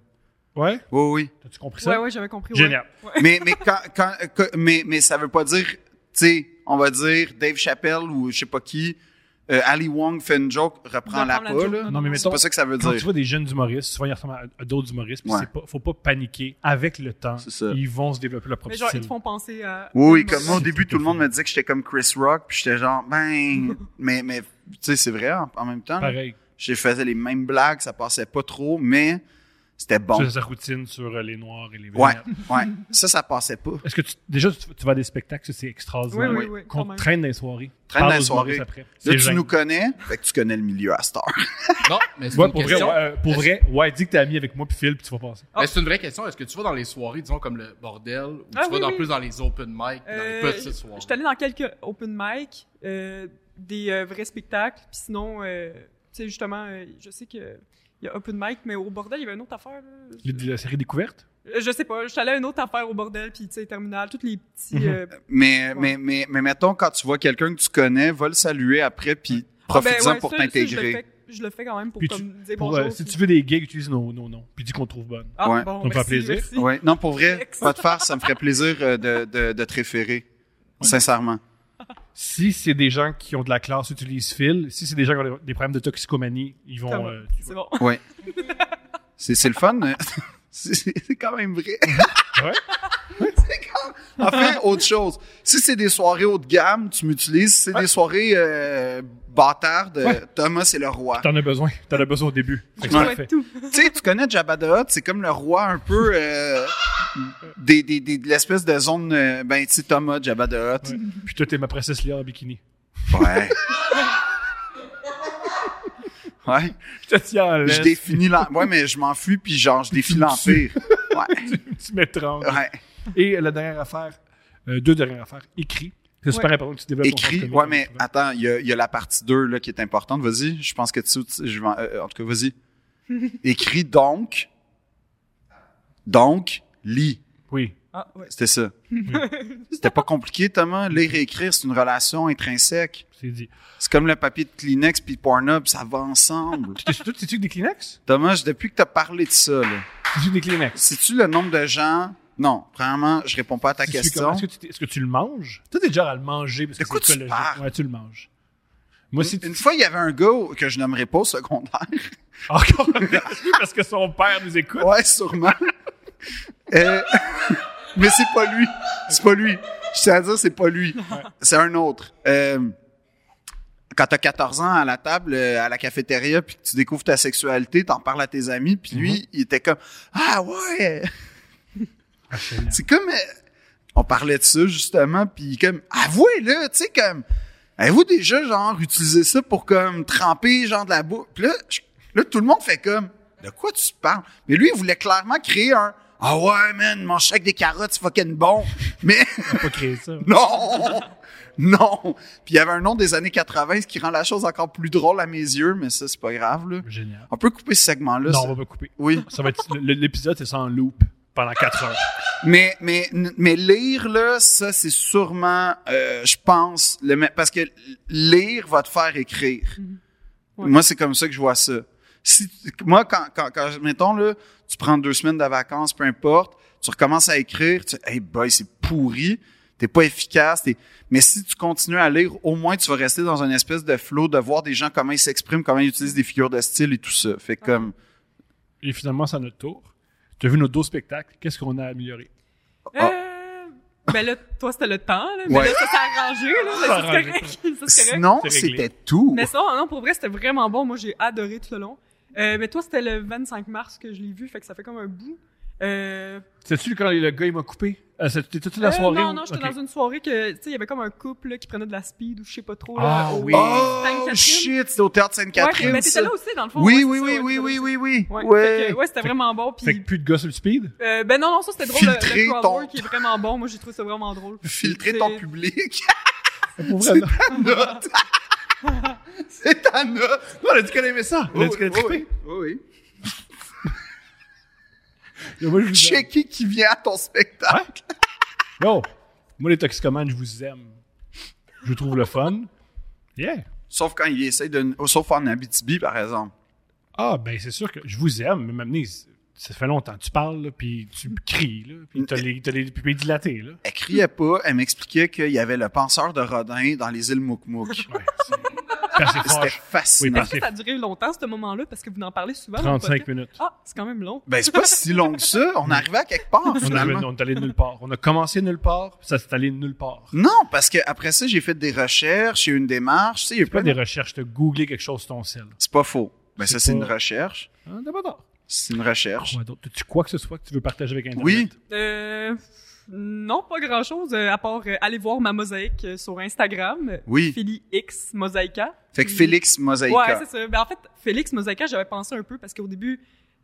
[SPEAKER 1] Ouais?
[SPEAKER 2] Oui, oui.
[SPEAKER 1] T'as-tu compris ça?
[SPEAKER 3] Ouais, ouais, j'avais compris. ouais.
[SPEAKER 1] Génial.
[SPEAKER 2] mais, mais, quand, quand, quand- mais, mais ça veut pas dire, tu sais, on va dire Dave Chappelle ou je sais pas qui, euh, Ali Wong fait une joke, reprend la
[SPEAKER 3] Reprends la
[SPEAKER 2] pas,
[SPEAKER 3] joke.
[SPEAKER 2] là.
[SPEAKER 1] Non, mais
[SPEAKER 2] C'est
[SPEAKER 1] mettons,
[SPEAKER 2] pas ça que ça veut
[SPEAKER 1] quand tu
[SPEAKER 2] dire.
[SPEAKER 1] vois des jeunes humoristes, souvent ils ressemblent à- à d'autres humoristes, puis
[SPEAKER 2] Ouais.
[SPEAKER 1] c'est pas, faut pas paniquer. Avec le temps,
[SPEAKER 2] C'est ça.
[SPEAKER 1] ils vont se développer leur propre
[SPEAKER 3] Mais genre,
[SPEAKER 1] style.
[SPEAKER 3] ils te font penser à...
[SPEAKER 2] Oui, oui,
[SPEAKER 3] Elon
[SPEAKER 2] comme
[SPEAKER 3] Musk.
[SPEAKER 2] moi, au début, tout le monde me disait que j'étais comme Chris Rock, puis j'étais genre, ben, mais, mais, tu sais, c'est vrai, en, en même temps, là.
[SPEAKER 1] Pareil,
[SPEAKER 2] je faisais les mêmes blagues, ça passait pas trop, mais c'était bon.
[SPEAKER 1] tu fais sa routine sur euh, les noirs et les
[SPEAKER 2] Ouais,
[SPEAKER 1] vénères.
[SPEAKER 2] ouais. Ça, ça passait pas.
[SPEAKER 1] Est-ce que tu, déjà tu, tu vas à des spectacles, ça, c'est extraordinaire.
[SPEAKER 3] Oui, oui, oui, quand
[SPEAKER 1] Qu'on
[SPEAKER 3] même.
[SPEAKER 1] traîne dans les soirées.
[SPEAKER 2] Traîne dans
[SPEAKER 1] Parle
[SPEAKER 2] les
[SPEAKER 1] aux humoristes
[SPEAKER 2] soirées.
[SPEAKER 1] après.
[SPEAKER 2] Là,
[SPEAKER 1] C'est
[SPEAKER 2] tu
[SPEAKER 1] gênant.
[SPEAKER 2] nous connais, fait que tu connais le milieu à Star.
[SPEAKER 4] Non, mais c'est
[SPEAKER 1] Ouais,
[SPEAKER 4] une
[SPEAKER 1] pour vrai,
[SPEAKER 4] question.
[SPEAKER 1] ouais, euh, pour vrai, ouais, dis que t'es ami avec moi puis Phil puis tu vas passer.
[SPEAKER 4] Mais c'est une vraie question. Est-ce que tu vas dans les soirées, disons, comme le bordel, ou
[SPEAKER 3] Ah
[SPEAKER 4] tu vas
[SPEAKER 3] oui,
[SPEAKER 4] dans
[SPEAKER 3] oui.
[SPEAKER 4] plus dans les open mic, dans
[SPEAKER 3] Euh,
[SPEAKER 4] les petites soirées?
[SPEAKER 3] J'étais allée dans quelques open mic, euh, des euh, vrais spectacles, puis sinon, euh, tu sais, justement, euh, je sais que... Il y a open mic, mais au bordel, il y avait une autre affaire. là.
[SPEAKER 1] Les- La série découverte?
[SPEAKER 3] Euh, Je sais pas, je suis allée à une autre affaire au bordel, puis tu sais, terminal, toutes les petits.
[SPEAKER 1] Mhm.
[SPEAKER 3] euh,
[SPEAKER 2] Mais,
[SPEAKER 3] Ouais.
[SPEAKER 2] mais, mais, mais mettons, quand tu vois quelqu'un que tu connais, va le saluer après, puis profite-en
[SPEAKER 3] ben ouais,
[SPEAKER 2] pour
[SPEAKER 3] ça, ça, je le
[SPEAKER 2] t'intégrer.
[SPEAKER 3] fais- Je le fais quand même pour
[SPEAKER 1] Puis tu-
[SPEAKER 3] comme, dire
[SPEAKER 1] Pour,
[SPEAKER 3] bonjour.
[SPEAKER 1] euh, si
[SPEAKER 3] puis-
[SPEAKER 1] tu veux des gays, utilise nos, nos noms. Puis dis qu'on te trouve bonne.
[SPEAKER 3] Ah,
[SPEAKER 2] Ouais.
[SPEAKER 3] bon,
[SPEAKER 1] Ça me fait
[SPEAKER 3] merci,
[SPEAKER 1] plaisir.
[SPEAKER 3] merci.
[SPEAKER 2] Ouais. Non, pour vrai,
[SPEAKER 3] Excellent.
[SPEAKER 2] pas te faire, ça me ferait plaisir euh, de, de, de te référer. Sincèrement.
[SPEAKER 1] Si c'est des gens qui ont de la classe, utilisent Phil. Si c'est des gens qui ont des- des problèmes de toxicomanie, ils
[SPEAKER 3] Ça
[SPEAKER 1] vont.
[SPEAKER 3] va,
[SPEAKER 1] euh,
[SPEAKER 3] C'est bon.
[SPEAKER 2] Ouais. C'est c'est le fun. hein. C'est c'est quand même vrai.
[SPEAKER 1] Ouais.
[SPEAKER 2] C'est quand- Enfin, autre chose. Si c'est des soirées haut de gamme, tu m'utilises. Si c'est des soirées euh, bâtardes, euh, Thomas, c'est le roi.
[SPEAKER 1] T'en as besoin. T'en as besoin au début. Fait que c'est
[SPEAKER 2] Ouais.
[SPEAKER 3] Ouais,
[SPEAKER 1] parfait.
[SPEAKER 3] tout.
[SPEAKER 2] tu sais, tu connais Jabba the Hutt, c'est comme le roi un peu euh, des, des, des- de l'espèce de zone, euh, ben, tu sais, Thomas, Jabba the Hutt.
[SPEAKER 1] Ouais. Puis toi, t'es ma princesse Léa en bikini.
[SPEAKER 2] Ouais. ouais.
[SPEAKER 1] Je te tiens à
[SPEAKER 2] Je
[SPEAKER 1] l'aise.
[SPEAKER 2] définis l'en... Ouais, mais je m'enfuis, puis genre, je définis l'Empire. Ouais.
[SPEAKER 1] Tu m'étranges.
[SPEAKER 2] Ouais.
[SPEAKER 1] Et la dernière affaire, euh, deux dernières affaires, écrit. C'est super important que tu développes ton sens
[SPEAKER 2] Écrit.
[SPEAKER 1] comique.
[SPEAKER 2] Ouais, mais attends, il y a, il y a la partie 2 là, qui est importante. Vas-y, je pense que tu. tu- je vais en euh, en tout cas, vas-y. Écris donc. Donc, lis.
[SPEAKER 1] Oui.
[SPEAKER 3] Ah, ouais.
[SPEAKER 2] C'était ça. C'était pas compliqué, Thomas. Lire et écrire, c'est une relation intrinsèque.
[SPEAKER 1] C'est dit.
[SPEAKER 2] C'est comme le papier de Kleenex puis Pornhub, ça va ensemble.
[SPEAKER 1] T'es- Toi, t'es-tu des Kleenex?
[SPEAKER 2] Thomas, je- depuis que t'as parlé de ça, là,
[SPEAKER 1] T'es-tu des Kleenex?
[SPEAKER 2] sais-tu le nombre de gens... Non, premièrement, je réponds pas à ta
[SPEAKER 1] T'es-tu
[SPEAKER 2] question.
[SPEAKER 1] comme- Est-ce que, tu t'es- est-ce que tu le manges? Toi, t'es déjà à le manger parce
[SPEAKER 2] De
[SPEAKER 1] que
[SPEAKER 2] quoi tu
[SPEAKER 1] c'est écologique.
[SPEAKER 2] parles?
[SPEAKER 1] Ouais, tu le manges. Moi, si
[SPEAKER 2] Une,
[SPEAKER 1] tu...
[SPEAKER 2] une fois, il y avait un gars que je nommerai pas au secondaire.
[SPEAKER 1] Encore un exclu parce que son père nous écoute.
[SPEAKER 2] Ouais, sûrement. Euh, mais c'est pas lui. C'est pas lui. Je tiens à dire, c'est pas lui. C'est un autre. Euh, quand t'as 14 ans à la table, euh, à la cafétéria, puis que tu découvres ta sexualité, t'en parles à tes amis, puis lui, il était comme Ah ouais! c'est comme. euh, on parlait de ça, justement, puis comme Avouez-le, tu sais, comme. Avez-vous déjà, genre, utilisé ça pour, comme, tremper, genre, de la boue? Puis là, je- là, tout le monde fait comme, de quoi tu parles? Mais lui, il voulait clairement créer un, ah ouais, man, mon chèque des carottes, c'est fucking bon. Mais
[SPEAKER 1] T'as pas créé ça.
[SPEAKER 2] non! Non! Puis il y avait un nom des années 80 ce qui rend la chose encore plus drôle à mes yeux, mais ça, c'est pas grave, là.
[SPEAKER 1] Génial.
[SPEAKER 2] On peut couper ce segment-là.
[SPEAKER 1] non,
[SPEAKER 2] ça-
[SPEAKER 1] on va pas couper.
[SPEAKER 2] Oui.
[SPEAKER 1] Ça va être... le- le- L'épisode, c'est sans loop pendant 4 heures.
[SPEAKER 2] Mais, mais, mais lire, là, ça, c'est sûrement, euh, je pense, le, me- parce que lire va te faire écrire.
[SPEAKER 3] Mm-hmm. Ouais.
[SPEAKER 2] Moi, c'est comme ça que je vois ça. Si, moi, quand, quand, quand, mettons, là, tu prends deux semaines de vacances, peu importe, tu recommences à écrire, tu hey boy, c'est pourri, t'es pas efficace, t'es- mais si tu continues à lire, au moins, tu vas rester dans une espèce de flow de voir des gens, comment ils s'expriment, comment ils utilisent des figures de style et tout ça. Fait
[SPEAKER 3] Ah.
[SPEAKER 2] que, comme,
[SPEAKER 1] Et finalement, c'est à notre tour. Tu as vu nos deux spectacles. Qu'est-ce qu'on a amélioré?
[SPEAKER 3] Euh, ben là, toi, c'était le temps, là. Mais
[SPEAKER 2] Ah. Ouais.
[SPEAKER 3] là, ça s'est arrangé, là.
[SPEAKER 1] Ça
[SPEAKER 3] mais
[SPEAKER 1] s'arrange.
[SPEAKER 3] C'est correct. Ça, c'est correct.
[SPEAKER 2] sinon,
[SPEAKER 1] c'est réglé.
[SPEAKER 2] c'était tout.
[SPEAKER 3] Mais ça, non, pour vrai, c'était vraiment bon. Moi, j'ai adoré tout le long. Euh, mais toi, c'était le 25 mars que je l'ai vu, fait que ça fait comme un bout. Euh,
[SPEAKER 1] C'est-tu quand le gars, il m'a coupé? Euh, C'était toute la
[SPEAKER 3] euh,
[SPEAKER 1] soirée?
[SPEAKER 3] non,
[SPEAKER 1] ou-
[SPEAKER 3] non, j'étais
[SPEAKER 1] Ok.
[SPEAKER 3] dans une soirée que, tu sais, il y avait comme un couple là, qui prenait de la speed ou je sais pas trop. Là,
[SPEAKER 1] Ah
[SPEAKER 3] au-
[SPEAKER 1] oui.
[SPEAKER 2] Oh
[SPEAKER 3] Sainte-Catherine.
[SPEAKER 2] shit, c'était au théâtre Sainte-Catherine.
[SPEAKER 3] Ouais, mais ben, t'étais
[SPEAKER 2] ça.
[SPEAKER 3] là aussi, dans le fond.
[SPEAKER 2] oui, oui,
[SPEAKER 3] Ouais, c'est
[SPEAKER 2] oui,
[SPEAKER 3] ça,
[SPEAKER 2] oui,
[SPEAKER 3] ouais,
[SPEAKER 2] oui,
[SPEAKER 3] t'étais
[SPEAKER 2] oui,
[SPEAKER 3] là
[SPEAKER 2] oui,
[SPEAKER 3] aussi. Ouais,
[SPEAKER 2] Ouais.
[SPEAKER 3] fait que, ouais, c'était vraiment bon.
[SPEAKER 1] Fait que
[SPEAKER 3] Puis,
[SPEAKER 1] plus de gars sur le speed?
[SPEAKER 3] euh, ben non, non, ça c'était drôle. le-
[SPEAKER 2] Filtrer
[SPEAKER 3] le crowd
[SPEAKER 2] ton-
[SPEAKER 3] work qui est vraiment bon. Moi, j'ai trouvé ça vraiment drôle.
[SPEAKER 2] Filtrer
[SPEAKER 3] C'est-
[SPEAKER 2] ton public.
[SPEAKER 1] Euh, Pour vrai,
[SPEAKER 2] C'est
[SPEAKER 1] non.
[SPEAKER 2] ta note. C'est ta note.
[SPEAKER 1] Non, elle a dit qu'elle aimait ça. Elle a dit qu'elle a trippé.
[SPEAKER 2] oui, oui, oui.
[SPEAKER 1] Et moi, je vous aime. Hein?
[SPEAKER 2] Checker qui vient à ton spectacle.
[SPEAKER 1] Yo, moi, les toxicomanes, je vous aime. Je vous trouve le fun. Yeah.
[SPEAKER 2] Sauf quand il essaie de... oh, Sauf en Abitibi, par exemple.
[SPEAKER 1] Ah, ben, c'est sûr que je vous aime, mais m'amener, ça fait longtemps. Tu parles, là, puis tu cries, là, puis t'as les, t'as les pupilles dilatées, là.
[SPEAKER 2] Elle criait pas, elle m'expliquait qu'il y avait le penseur de Rodin dans les îles Moukmouk.
[SPEAKER 1] Ouais, c'est- Quand c'est
[SPEAKER 2] C'était
[SPEAKER 1] fâche. Oui,
[SPEAKER 2] fascinant.
[SPEAKER 1] parce-
[SPEAKER 3] Est-ce Ah, que ça a duré longtemps, ce moment-là, parce que vous n'en parlez souvent. dans le
[SPEAKER 1] 35
[SPEAKER 3] podcast?
[SPEAKER 1] minutes.
[SPEAKER 3] Ah, c'est quand même long.
[SPEAKER 2] Ben, c'est pas si long que ça. On arrivait à quelque part,
[SPEAKER 1] On,
[SPEAKER 2] finalement.
[SPEAKER 1] arrivait- on est allé de nulle part. On a commencé nulle part, puis ça s'est allé de nulle part.
[SPEAKER 2] Non, parce que après ça, j'ai fait des recherches, j'ai eu une démarche, tu sais, il y a
[SPEAKER 1] C'est pas
[SPEAKER 2] plein
[SPEAKER 1] des
[SPEAKER 2] de-
[SPEAKER 1] recherches, t'as googlé quelque chose sur ton sel.
[SPEAKER 2] C'est pas faux. Ben ça,
[SPEAKER 1] C'est
[SPEAKER 2] c'est
[SPEAKER 1] pas-
[SPEAKER 2] une recherche.
[SPEAKER 1] Hein, t'as pas tort.
[SPEAKER 2] C'est une recherche.
[SPEAKER 1] Quoi d'autre? T'as-tu quoi que ce soit que tu veux partager avec Internet?
[SPEAKER 2] Oui.
[SPEAKER 3] Euh, non, pas grand-chose, euh, à part euh, aller voir ma mosaïque euh, sur Instagram.
[SPEAKER 2] Oui.
[SPEAKER 3] Philly X Mosaïca.
[SPEAKER 2] Fait que Félix Mosaïca.
[SPEAKER 3] Ouais, c'est ça. Ben, en fait, Félix Mosaïca, j'avais pensé un peu parce qu'au début,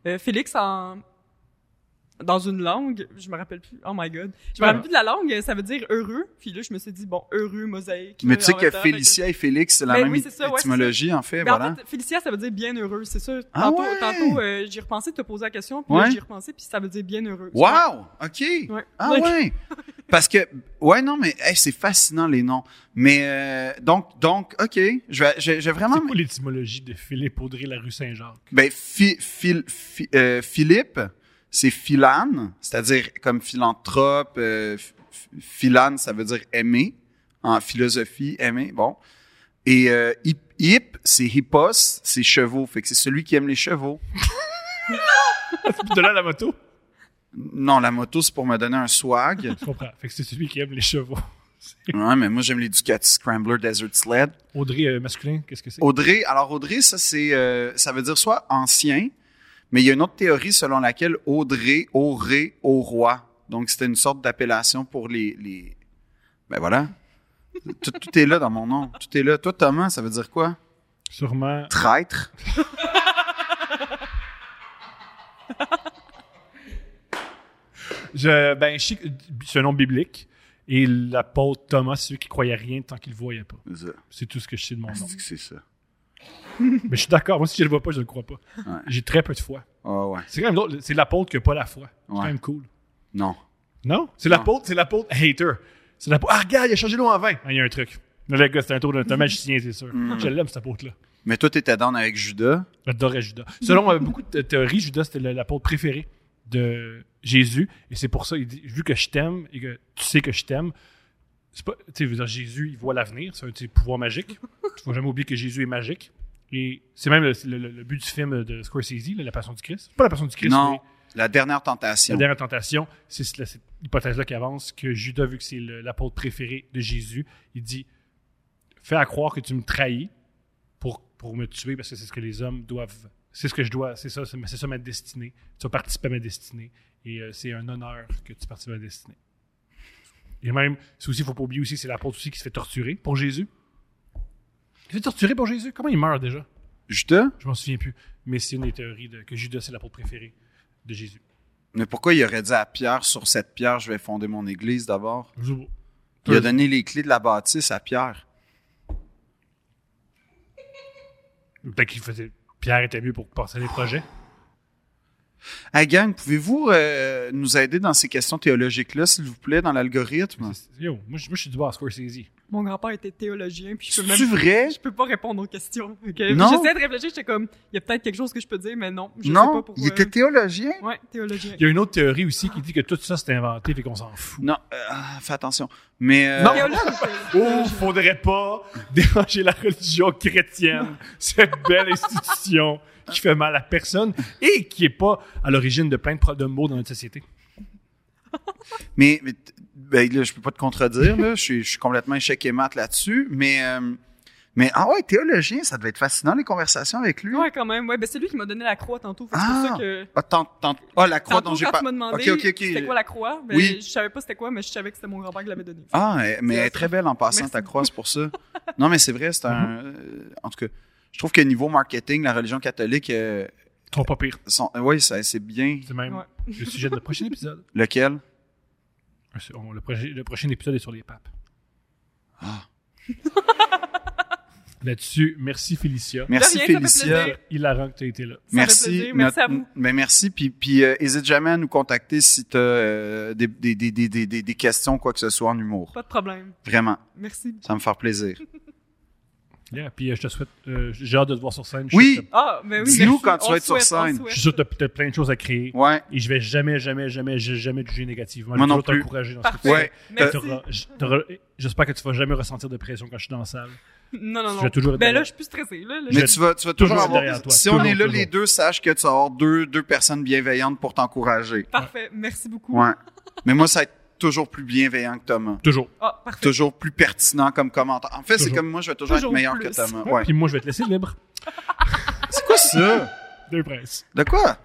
[SPEAKER 3] euh, Félix en dans une langue, je me rappelle plus. Oh my god. Je
[SPEAKER 1] Ah.
[SPEAKER 3] me rappelle plus de la langue, euh, ça veut dire heureux. Puis là, je me suis dit bon, heureux mosaïque.
[SPEAKER 2] Mais
[SPEAKER 3] euh,
[SPEAKER 2] tu sais
[SPEAKER 3] en
[SPEAKER 2] que
[SPEAKER 3] même temps, fait
[SPEAKER 2] Félicia et Félix, c'est la
[SPEAKER 3] Ben
[SPEAKER 2] même
[SPEAKER 3] oui, c'est ça, ouais, c'est
[SPEAKER 2] étymologie, en fait.
[SPEAKER 3] Mais
[SPEAKER 2] Ben, voilà.
[SPEAKER 3] en fait, Félicia, ça veut dire bien heureux, c'est sûr.
[SPEAKER 2] Ah
[SPEAKER 3] tantôt,
[SPEAKER 2] ouais?
[SPEAKER 3] tantôt euh, j'y repensais, t'as posé la question, puis
[SPEAKER 2] Ouais.
[SPEAKER 3] là, j'y repensais, puis ça veut dire bien heureux.
[SPEAKER 2] Wow! OK!
[SPEAKER 3] Ouais.
[SPEAKER 2] Ah
[SPEAKER 3] Donc-
[SPEAKER 2] ouais! Parce que, ouais, non, mais hey, c'est fascinant, les noms. Mais euh, donc, donc, OK, je vais, je, je vais vraiment...
[SPEAKER 1] C'est quoi l'étymologie de Philippe Audrey, la rue Saint-Jacques?
[SPEAKER 2] Ben, Phi- Phil- Phi- euh, Philippe, c'est philane, c'est-à-dire comme philanthrope. euh, ph- ph- philane, ça veut dire aimer, en philosophie, aimer, bon. Et euh, hip, hip, c'est hippos, c'est chevaux, fait que c'est celui qui aime les chevaux.
[SPEAKER 1] De là, la moto?
[SPEAKER 2] Non, la moto, c'est pour me donner un swag.
[SPEAKER 1] Je comprends. Fait que c'est celui qui aime les chevaux.
[SPEAKER 2] ouais, mais moi, j'aime les Ducati Scrambler Desert Sled.
[SPEAKER 1] Audrey euh, masculin, qu'est-ce que c'est?
[SPEAKER 2] Audrey, alors Audrey, ça c'est, euh, ça veut dire soit ancien, mais il y a une autre théorie selon laquelle Audrey aurait au roi. Donc c'était une sorte d'appellation pour les, les... Ben voilà. Tout, tout est là dans mon nom. Tout est là. Toi, Thomas, ça veut dire quoi?
[SPEAKER 1] Sûrement.
[SPEAKER 2] Traître.
[SPEAKER 1] Je, ben, je sais que c'est un nom biblique. Et l'apôtre Thomas, c'est celui qui croyait rien tant qu'il le voyait pas.
[SPEAKER 2] C'est ça.
[SPEAKER 1] C'est tout ce que je sais de mon nom.
[SPEAKER 2] C'est que c'est ça.
[SPEAKER 1] Mais je suis d'accord. Moi, si je le vois pas, je le crois pas.
[SPEAKER 2] Ouais.
[SPEAKER 1] J'ai très peu de foi.
[SPEAKER 2] Ah ouais.
[SPEAKER 1] C'est quand même drôle. C'est l'apôtre qui a pas la foi. C'est quand
[SPEAKER 2] Ouais.
[SPEAKER 1] même cool.
[SPEAKER 2] Non.
[SPEAKER 1] Non? C'est
[SPEAKER 2] Non.
[SPEAKER 1] l'apôtre, c'est l'apôtre hater. C'est l'apôtre. Ah, regarde, il a changé l'eau en vin. Ah, il y a un truc. Là, le gars, c'est un tour d'un un magicien, c'est sûr.
[SPEAKER 2] Mm.
[SPEAKER 1] Je l'aime, cet apôtre-là.
[SPEAKER 2] Mais toi, t'étais down avec Judas.
[SPEAKER 1] J'adorais Judas. Selon euh, beaucoup de théories, Judas, c'était le- l'apôtre préféré de Jésus. Et c'est pour ça, il dit Vu que je t'aime et que tu sais que je t'aime, c'est pas. Tu sais, je veux dire, Jésus, il voit l'avenir. C'est un petit pouvoir magique. Il faut jamais oublier que Jésus est magique. Et c'est même le, le- le- le but du film de Scorsese, là, La Passion du Christ. Pas La Passion du Christ, mais
[SPEAKER 2] non. La dernière
[SPEAKER 1] la
[SPEAKER 2] tentation.
[SPEAKER 1] dernière tentation, c'est ce- cette hypothèse-là qui avance, que Judas, vu que c'est le- l'apôtre préféré de Jésus, il dit Fais à croire que tu me trahis pour, pour me tuer, parce que c'est ce que les hommes doivent. C'est ce que je dois, c'est ça, c'est c'est ça ma destinée. Tu vas participer à ma destinée. Et euh, c'est un honneur que tu participes à ma destinée. Et même, c'est aussi, il faut pas oublier aussi, c'est l'apôtre aussi qui se fait torturer pour Jésus. Il se fait torturer pour Jésus Comment il meurt déjà
[SPEAKER 2] Judas?
[SPEAKER 1] Je m'en souviens plus. Mais c'est une des théories de, que Judas, c'est l'apôtre préféré de Jésus.
[SPEAKER 2] Mais pourquoi il aurait dit à Pierre, sur cette pierre, je vais fonder mon église d'abord?
[SPEAKER 1] Je-
[SPEAKER 2] Il a donné les clés de la bâtisse à Pierre.
[SPEAKER 1] Ben, Peut-être qu'il faisait. Pierre était mieux pour passer les projets.
[SPEAKER 2] Hey, gang, pouvez-vous euh, nous aider dans ces questions théologiques-là, s'il vous plaît, dans l'algorithme?
[SPEAKER 1] Yo, moi, je moi, je suis du bas à Scorsese.
[SPEAKER 3] Mon grand-père était théologien, puis je peux
[SPEAKER 2] C'est
[SPEAKER 3] même
[SPEAKER 2] vrai?
[SPEAKER 3] je peux pas répondre aux questions. ok?
[SPEAKER 2] Non.
[SPEAKER 3] J'essaie de réfléchir, j'étais comme, il y a peut-être quelque chose que je peux dire, mais non, je sais pas
[SPEAKER 2] non,
[SPEAKER 3] pourquoi.
[SPEAKER 2] il était théologien?
[SPEAKER 3] Ouais, théologien.
[SPEAKER 1] Il y a une autre théorie aussi qui dit que tout ça, c'est inventé, fait qu'on s'en fout.
[SPEAKER 2] Non, euh, ah, fais attention. Mais euh,
[SPEAKER 1] Non.
[SPEAKER 3] Théologue ou théologien?
[SPEAKER 1] Oh, faudrait pas déranger la religion chrétienne, cette belle institution qui fait mal à personne et qui est pas à l'origine de plein de problèmes mots dans notre société.
[SPEAKER 2] Mais, mais t- ben, là, je peux pas te contredire, là. je, suis, je suis complètement échec et mat là-dessus. Mais, euh, mais ah ouais, théologien, ça devait être fascinant les conversations avec lui.
[SPEAKER 3] Ouais, quand même. Ouais, ben c'est lui qui m'a donné la croix tantôt. fait que
[SPEAKER 2] Ah.
[SPEAKER 3] C'est pour ça que.
[SPEAKER 2] Ah, tant- tant- ah, la croix
[SPEAKER 3] Tantôt,
[SPEAKER 2] dont j'ai
[SPEAKER 3] quand
[SPEAKER 2] pas.
[SPEAKER 3] tu m'as demandé
[SPEAKER 2] Ok, ok, ok.
[SPEAKER 3] c'était quoi la croix, ben,
[SPEAKER 2] Oui.
[SPEAKER 3] je savais pas c'était quoi, mais je savais que c'était mon grand-père qui l'avait donné.
[SPEAKER 2] Ah, elle- mais elle est très belle en passant
[SPEAKER 3] Merci Mm-hmm.
[SPEAKER 2] ta croix, c'est pour ça. Non, mais c'est vrai, c'est un. euh, en tout cas, je trouve que niveau marketing, la religion catholique, euh,
[SPEAKER 1] Trop pas pire.
[SPEAKER 2] sont- euh, oui, ça- c'est bien.
[SPEAKER 1] C'est même
[SPEAKER 3] Ouais.
[SPEAKER 1] le sujet de notre prochain épisode.
[SPEAKER 2] Lequel
[SPEAKER 1] On- Le, projet- le prochain épisode est sur les papes.
[SPEAKER 2] Ah.
[SPEAKER 1] Là-dessus, merci Félicia.
[SPEAKER 2] Merci
[SPEAKER 3] rien, ça fait
[SPEAKER 2] Félicia.
[SPEAKER 3] plaisir.
[SPEAKER 1] Hilarant que tu as été là.
[SPEAKER 3] Ça fait
[SPEAKER 2] Merci.
[SPEAKER 3] plaisir. Merci à
[SPEAKER 2] Notre-
[SPEAKER 3] vous.
[SPEAKER 2] Ben merci. Puis, puis euh, hésite jamais à nous contacter si tu as des, des, des, des, des- des- des questions, quoi que ce soit en humour.
[SPEAKER 3] Pas de problème.
[SPEAKER 2] Vraiment,
[SPEAKER 3] Merci.
[SPEAKER 2] ça va me faire plaisir.
[SPEAKER 1] Yeah, puis euh, je te souhaite, euh, j'ai hâte de te voir sur scène. Je
[SPEAKER 2] Oui.
[SPEAKER 1] suis sûr que
[SPEAKER 3] Ah, ben oui.
[SPEAKER 2] Dis-nous
[SPEAKER 3] merci.
[SPEAKER 2] quand tu
[SPEAKER 3] On
[SPEAKER 2] vas être sur
[SPEAKER 3] souhaite, on
[SPEAKER 2] scène.
[SPEAKER 1] t'as-
[SPEAKER 3] souhaite.
[SPEAKER 1] Je suis sûr que tu as, plein de choses à créer.
[SPEAKER 2] Ouais.
[SPEAKER 1] Et je vais jamais, jamais, jamais, jamais, jamais te juger négativement.
[SPEAKER 2] Moi
[SPEAKER 1] Je vais
[SPEAKER 2] non
[SPEAKER 1] toujours
[SPEAKER 2] plus.
[SPEAKER 1] t'encourager dans ce que tu
[SPEAKER 3] Parfait.
[SPEAKER 2] Ouais.
[SPEAKER 1] fais.
[SPEAKER 3] Merci.
[SPEAKER 1] T'auras- j- t'auras- J'espère que tu vas jamais ressentir de pression quand je suis dans la salle.
[SPEAKER 3] Non, non,
[SPEAKER 1] Je
[SPEAKER 3] non.
[SPEAKER 1] vais toujours être
[SPEAKER 3] ben
[SPEAKER 1] derrière.
[SPEAKER 3] là, je suis plus stressée. Là, là,
[SPEAKER 2] Mais
[SPEAKER 1] Je-
[SPEAKER 2] tu vas, tu vas toujours
[SPEAKER 1] toujours
[SPEAKER 2] avoir.
[SPEAKER 1] derrière toi.
[SPEAKER 2] Si on
[SPEAKER 1] Toujours,
[SPEAKER 2] est là,
[SPEAKER 1] toujours.
[SPEAKER 2] les deux, sache que tu vas avoir deux, deux personnes bienveillantes pour t'encourager.
[SPEAKER 3] Parfait. Merci beaucoup.
[SPEAKER 2] Ouais. Mais moi, ça va être toujours plus bienveillant que Thomas.
[SPEAKER 1] Toujours.
[SPEAKER 3] Ah, parfait.
[SPEAKER 2] Toujours plus pertinent comme commentaire. En fait, c'est
[SPEAKER 1] Toujours.
[SPEAKER 2] comme moi, je vais toujours,
[SPEAKER 3] Toujours
[SPEAKER 2] être meilleur
[SPEAKER 3] plus.
[SPEAKER 2] que Thomas. Ouais.
[SPEAKER 1] Puis moi, je vais te laisser libre.
[SPEAKER 2] C'est quoi ça?
[SPEAKER 1] Deux princes.
[SPEAKER 2] De quoi?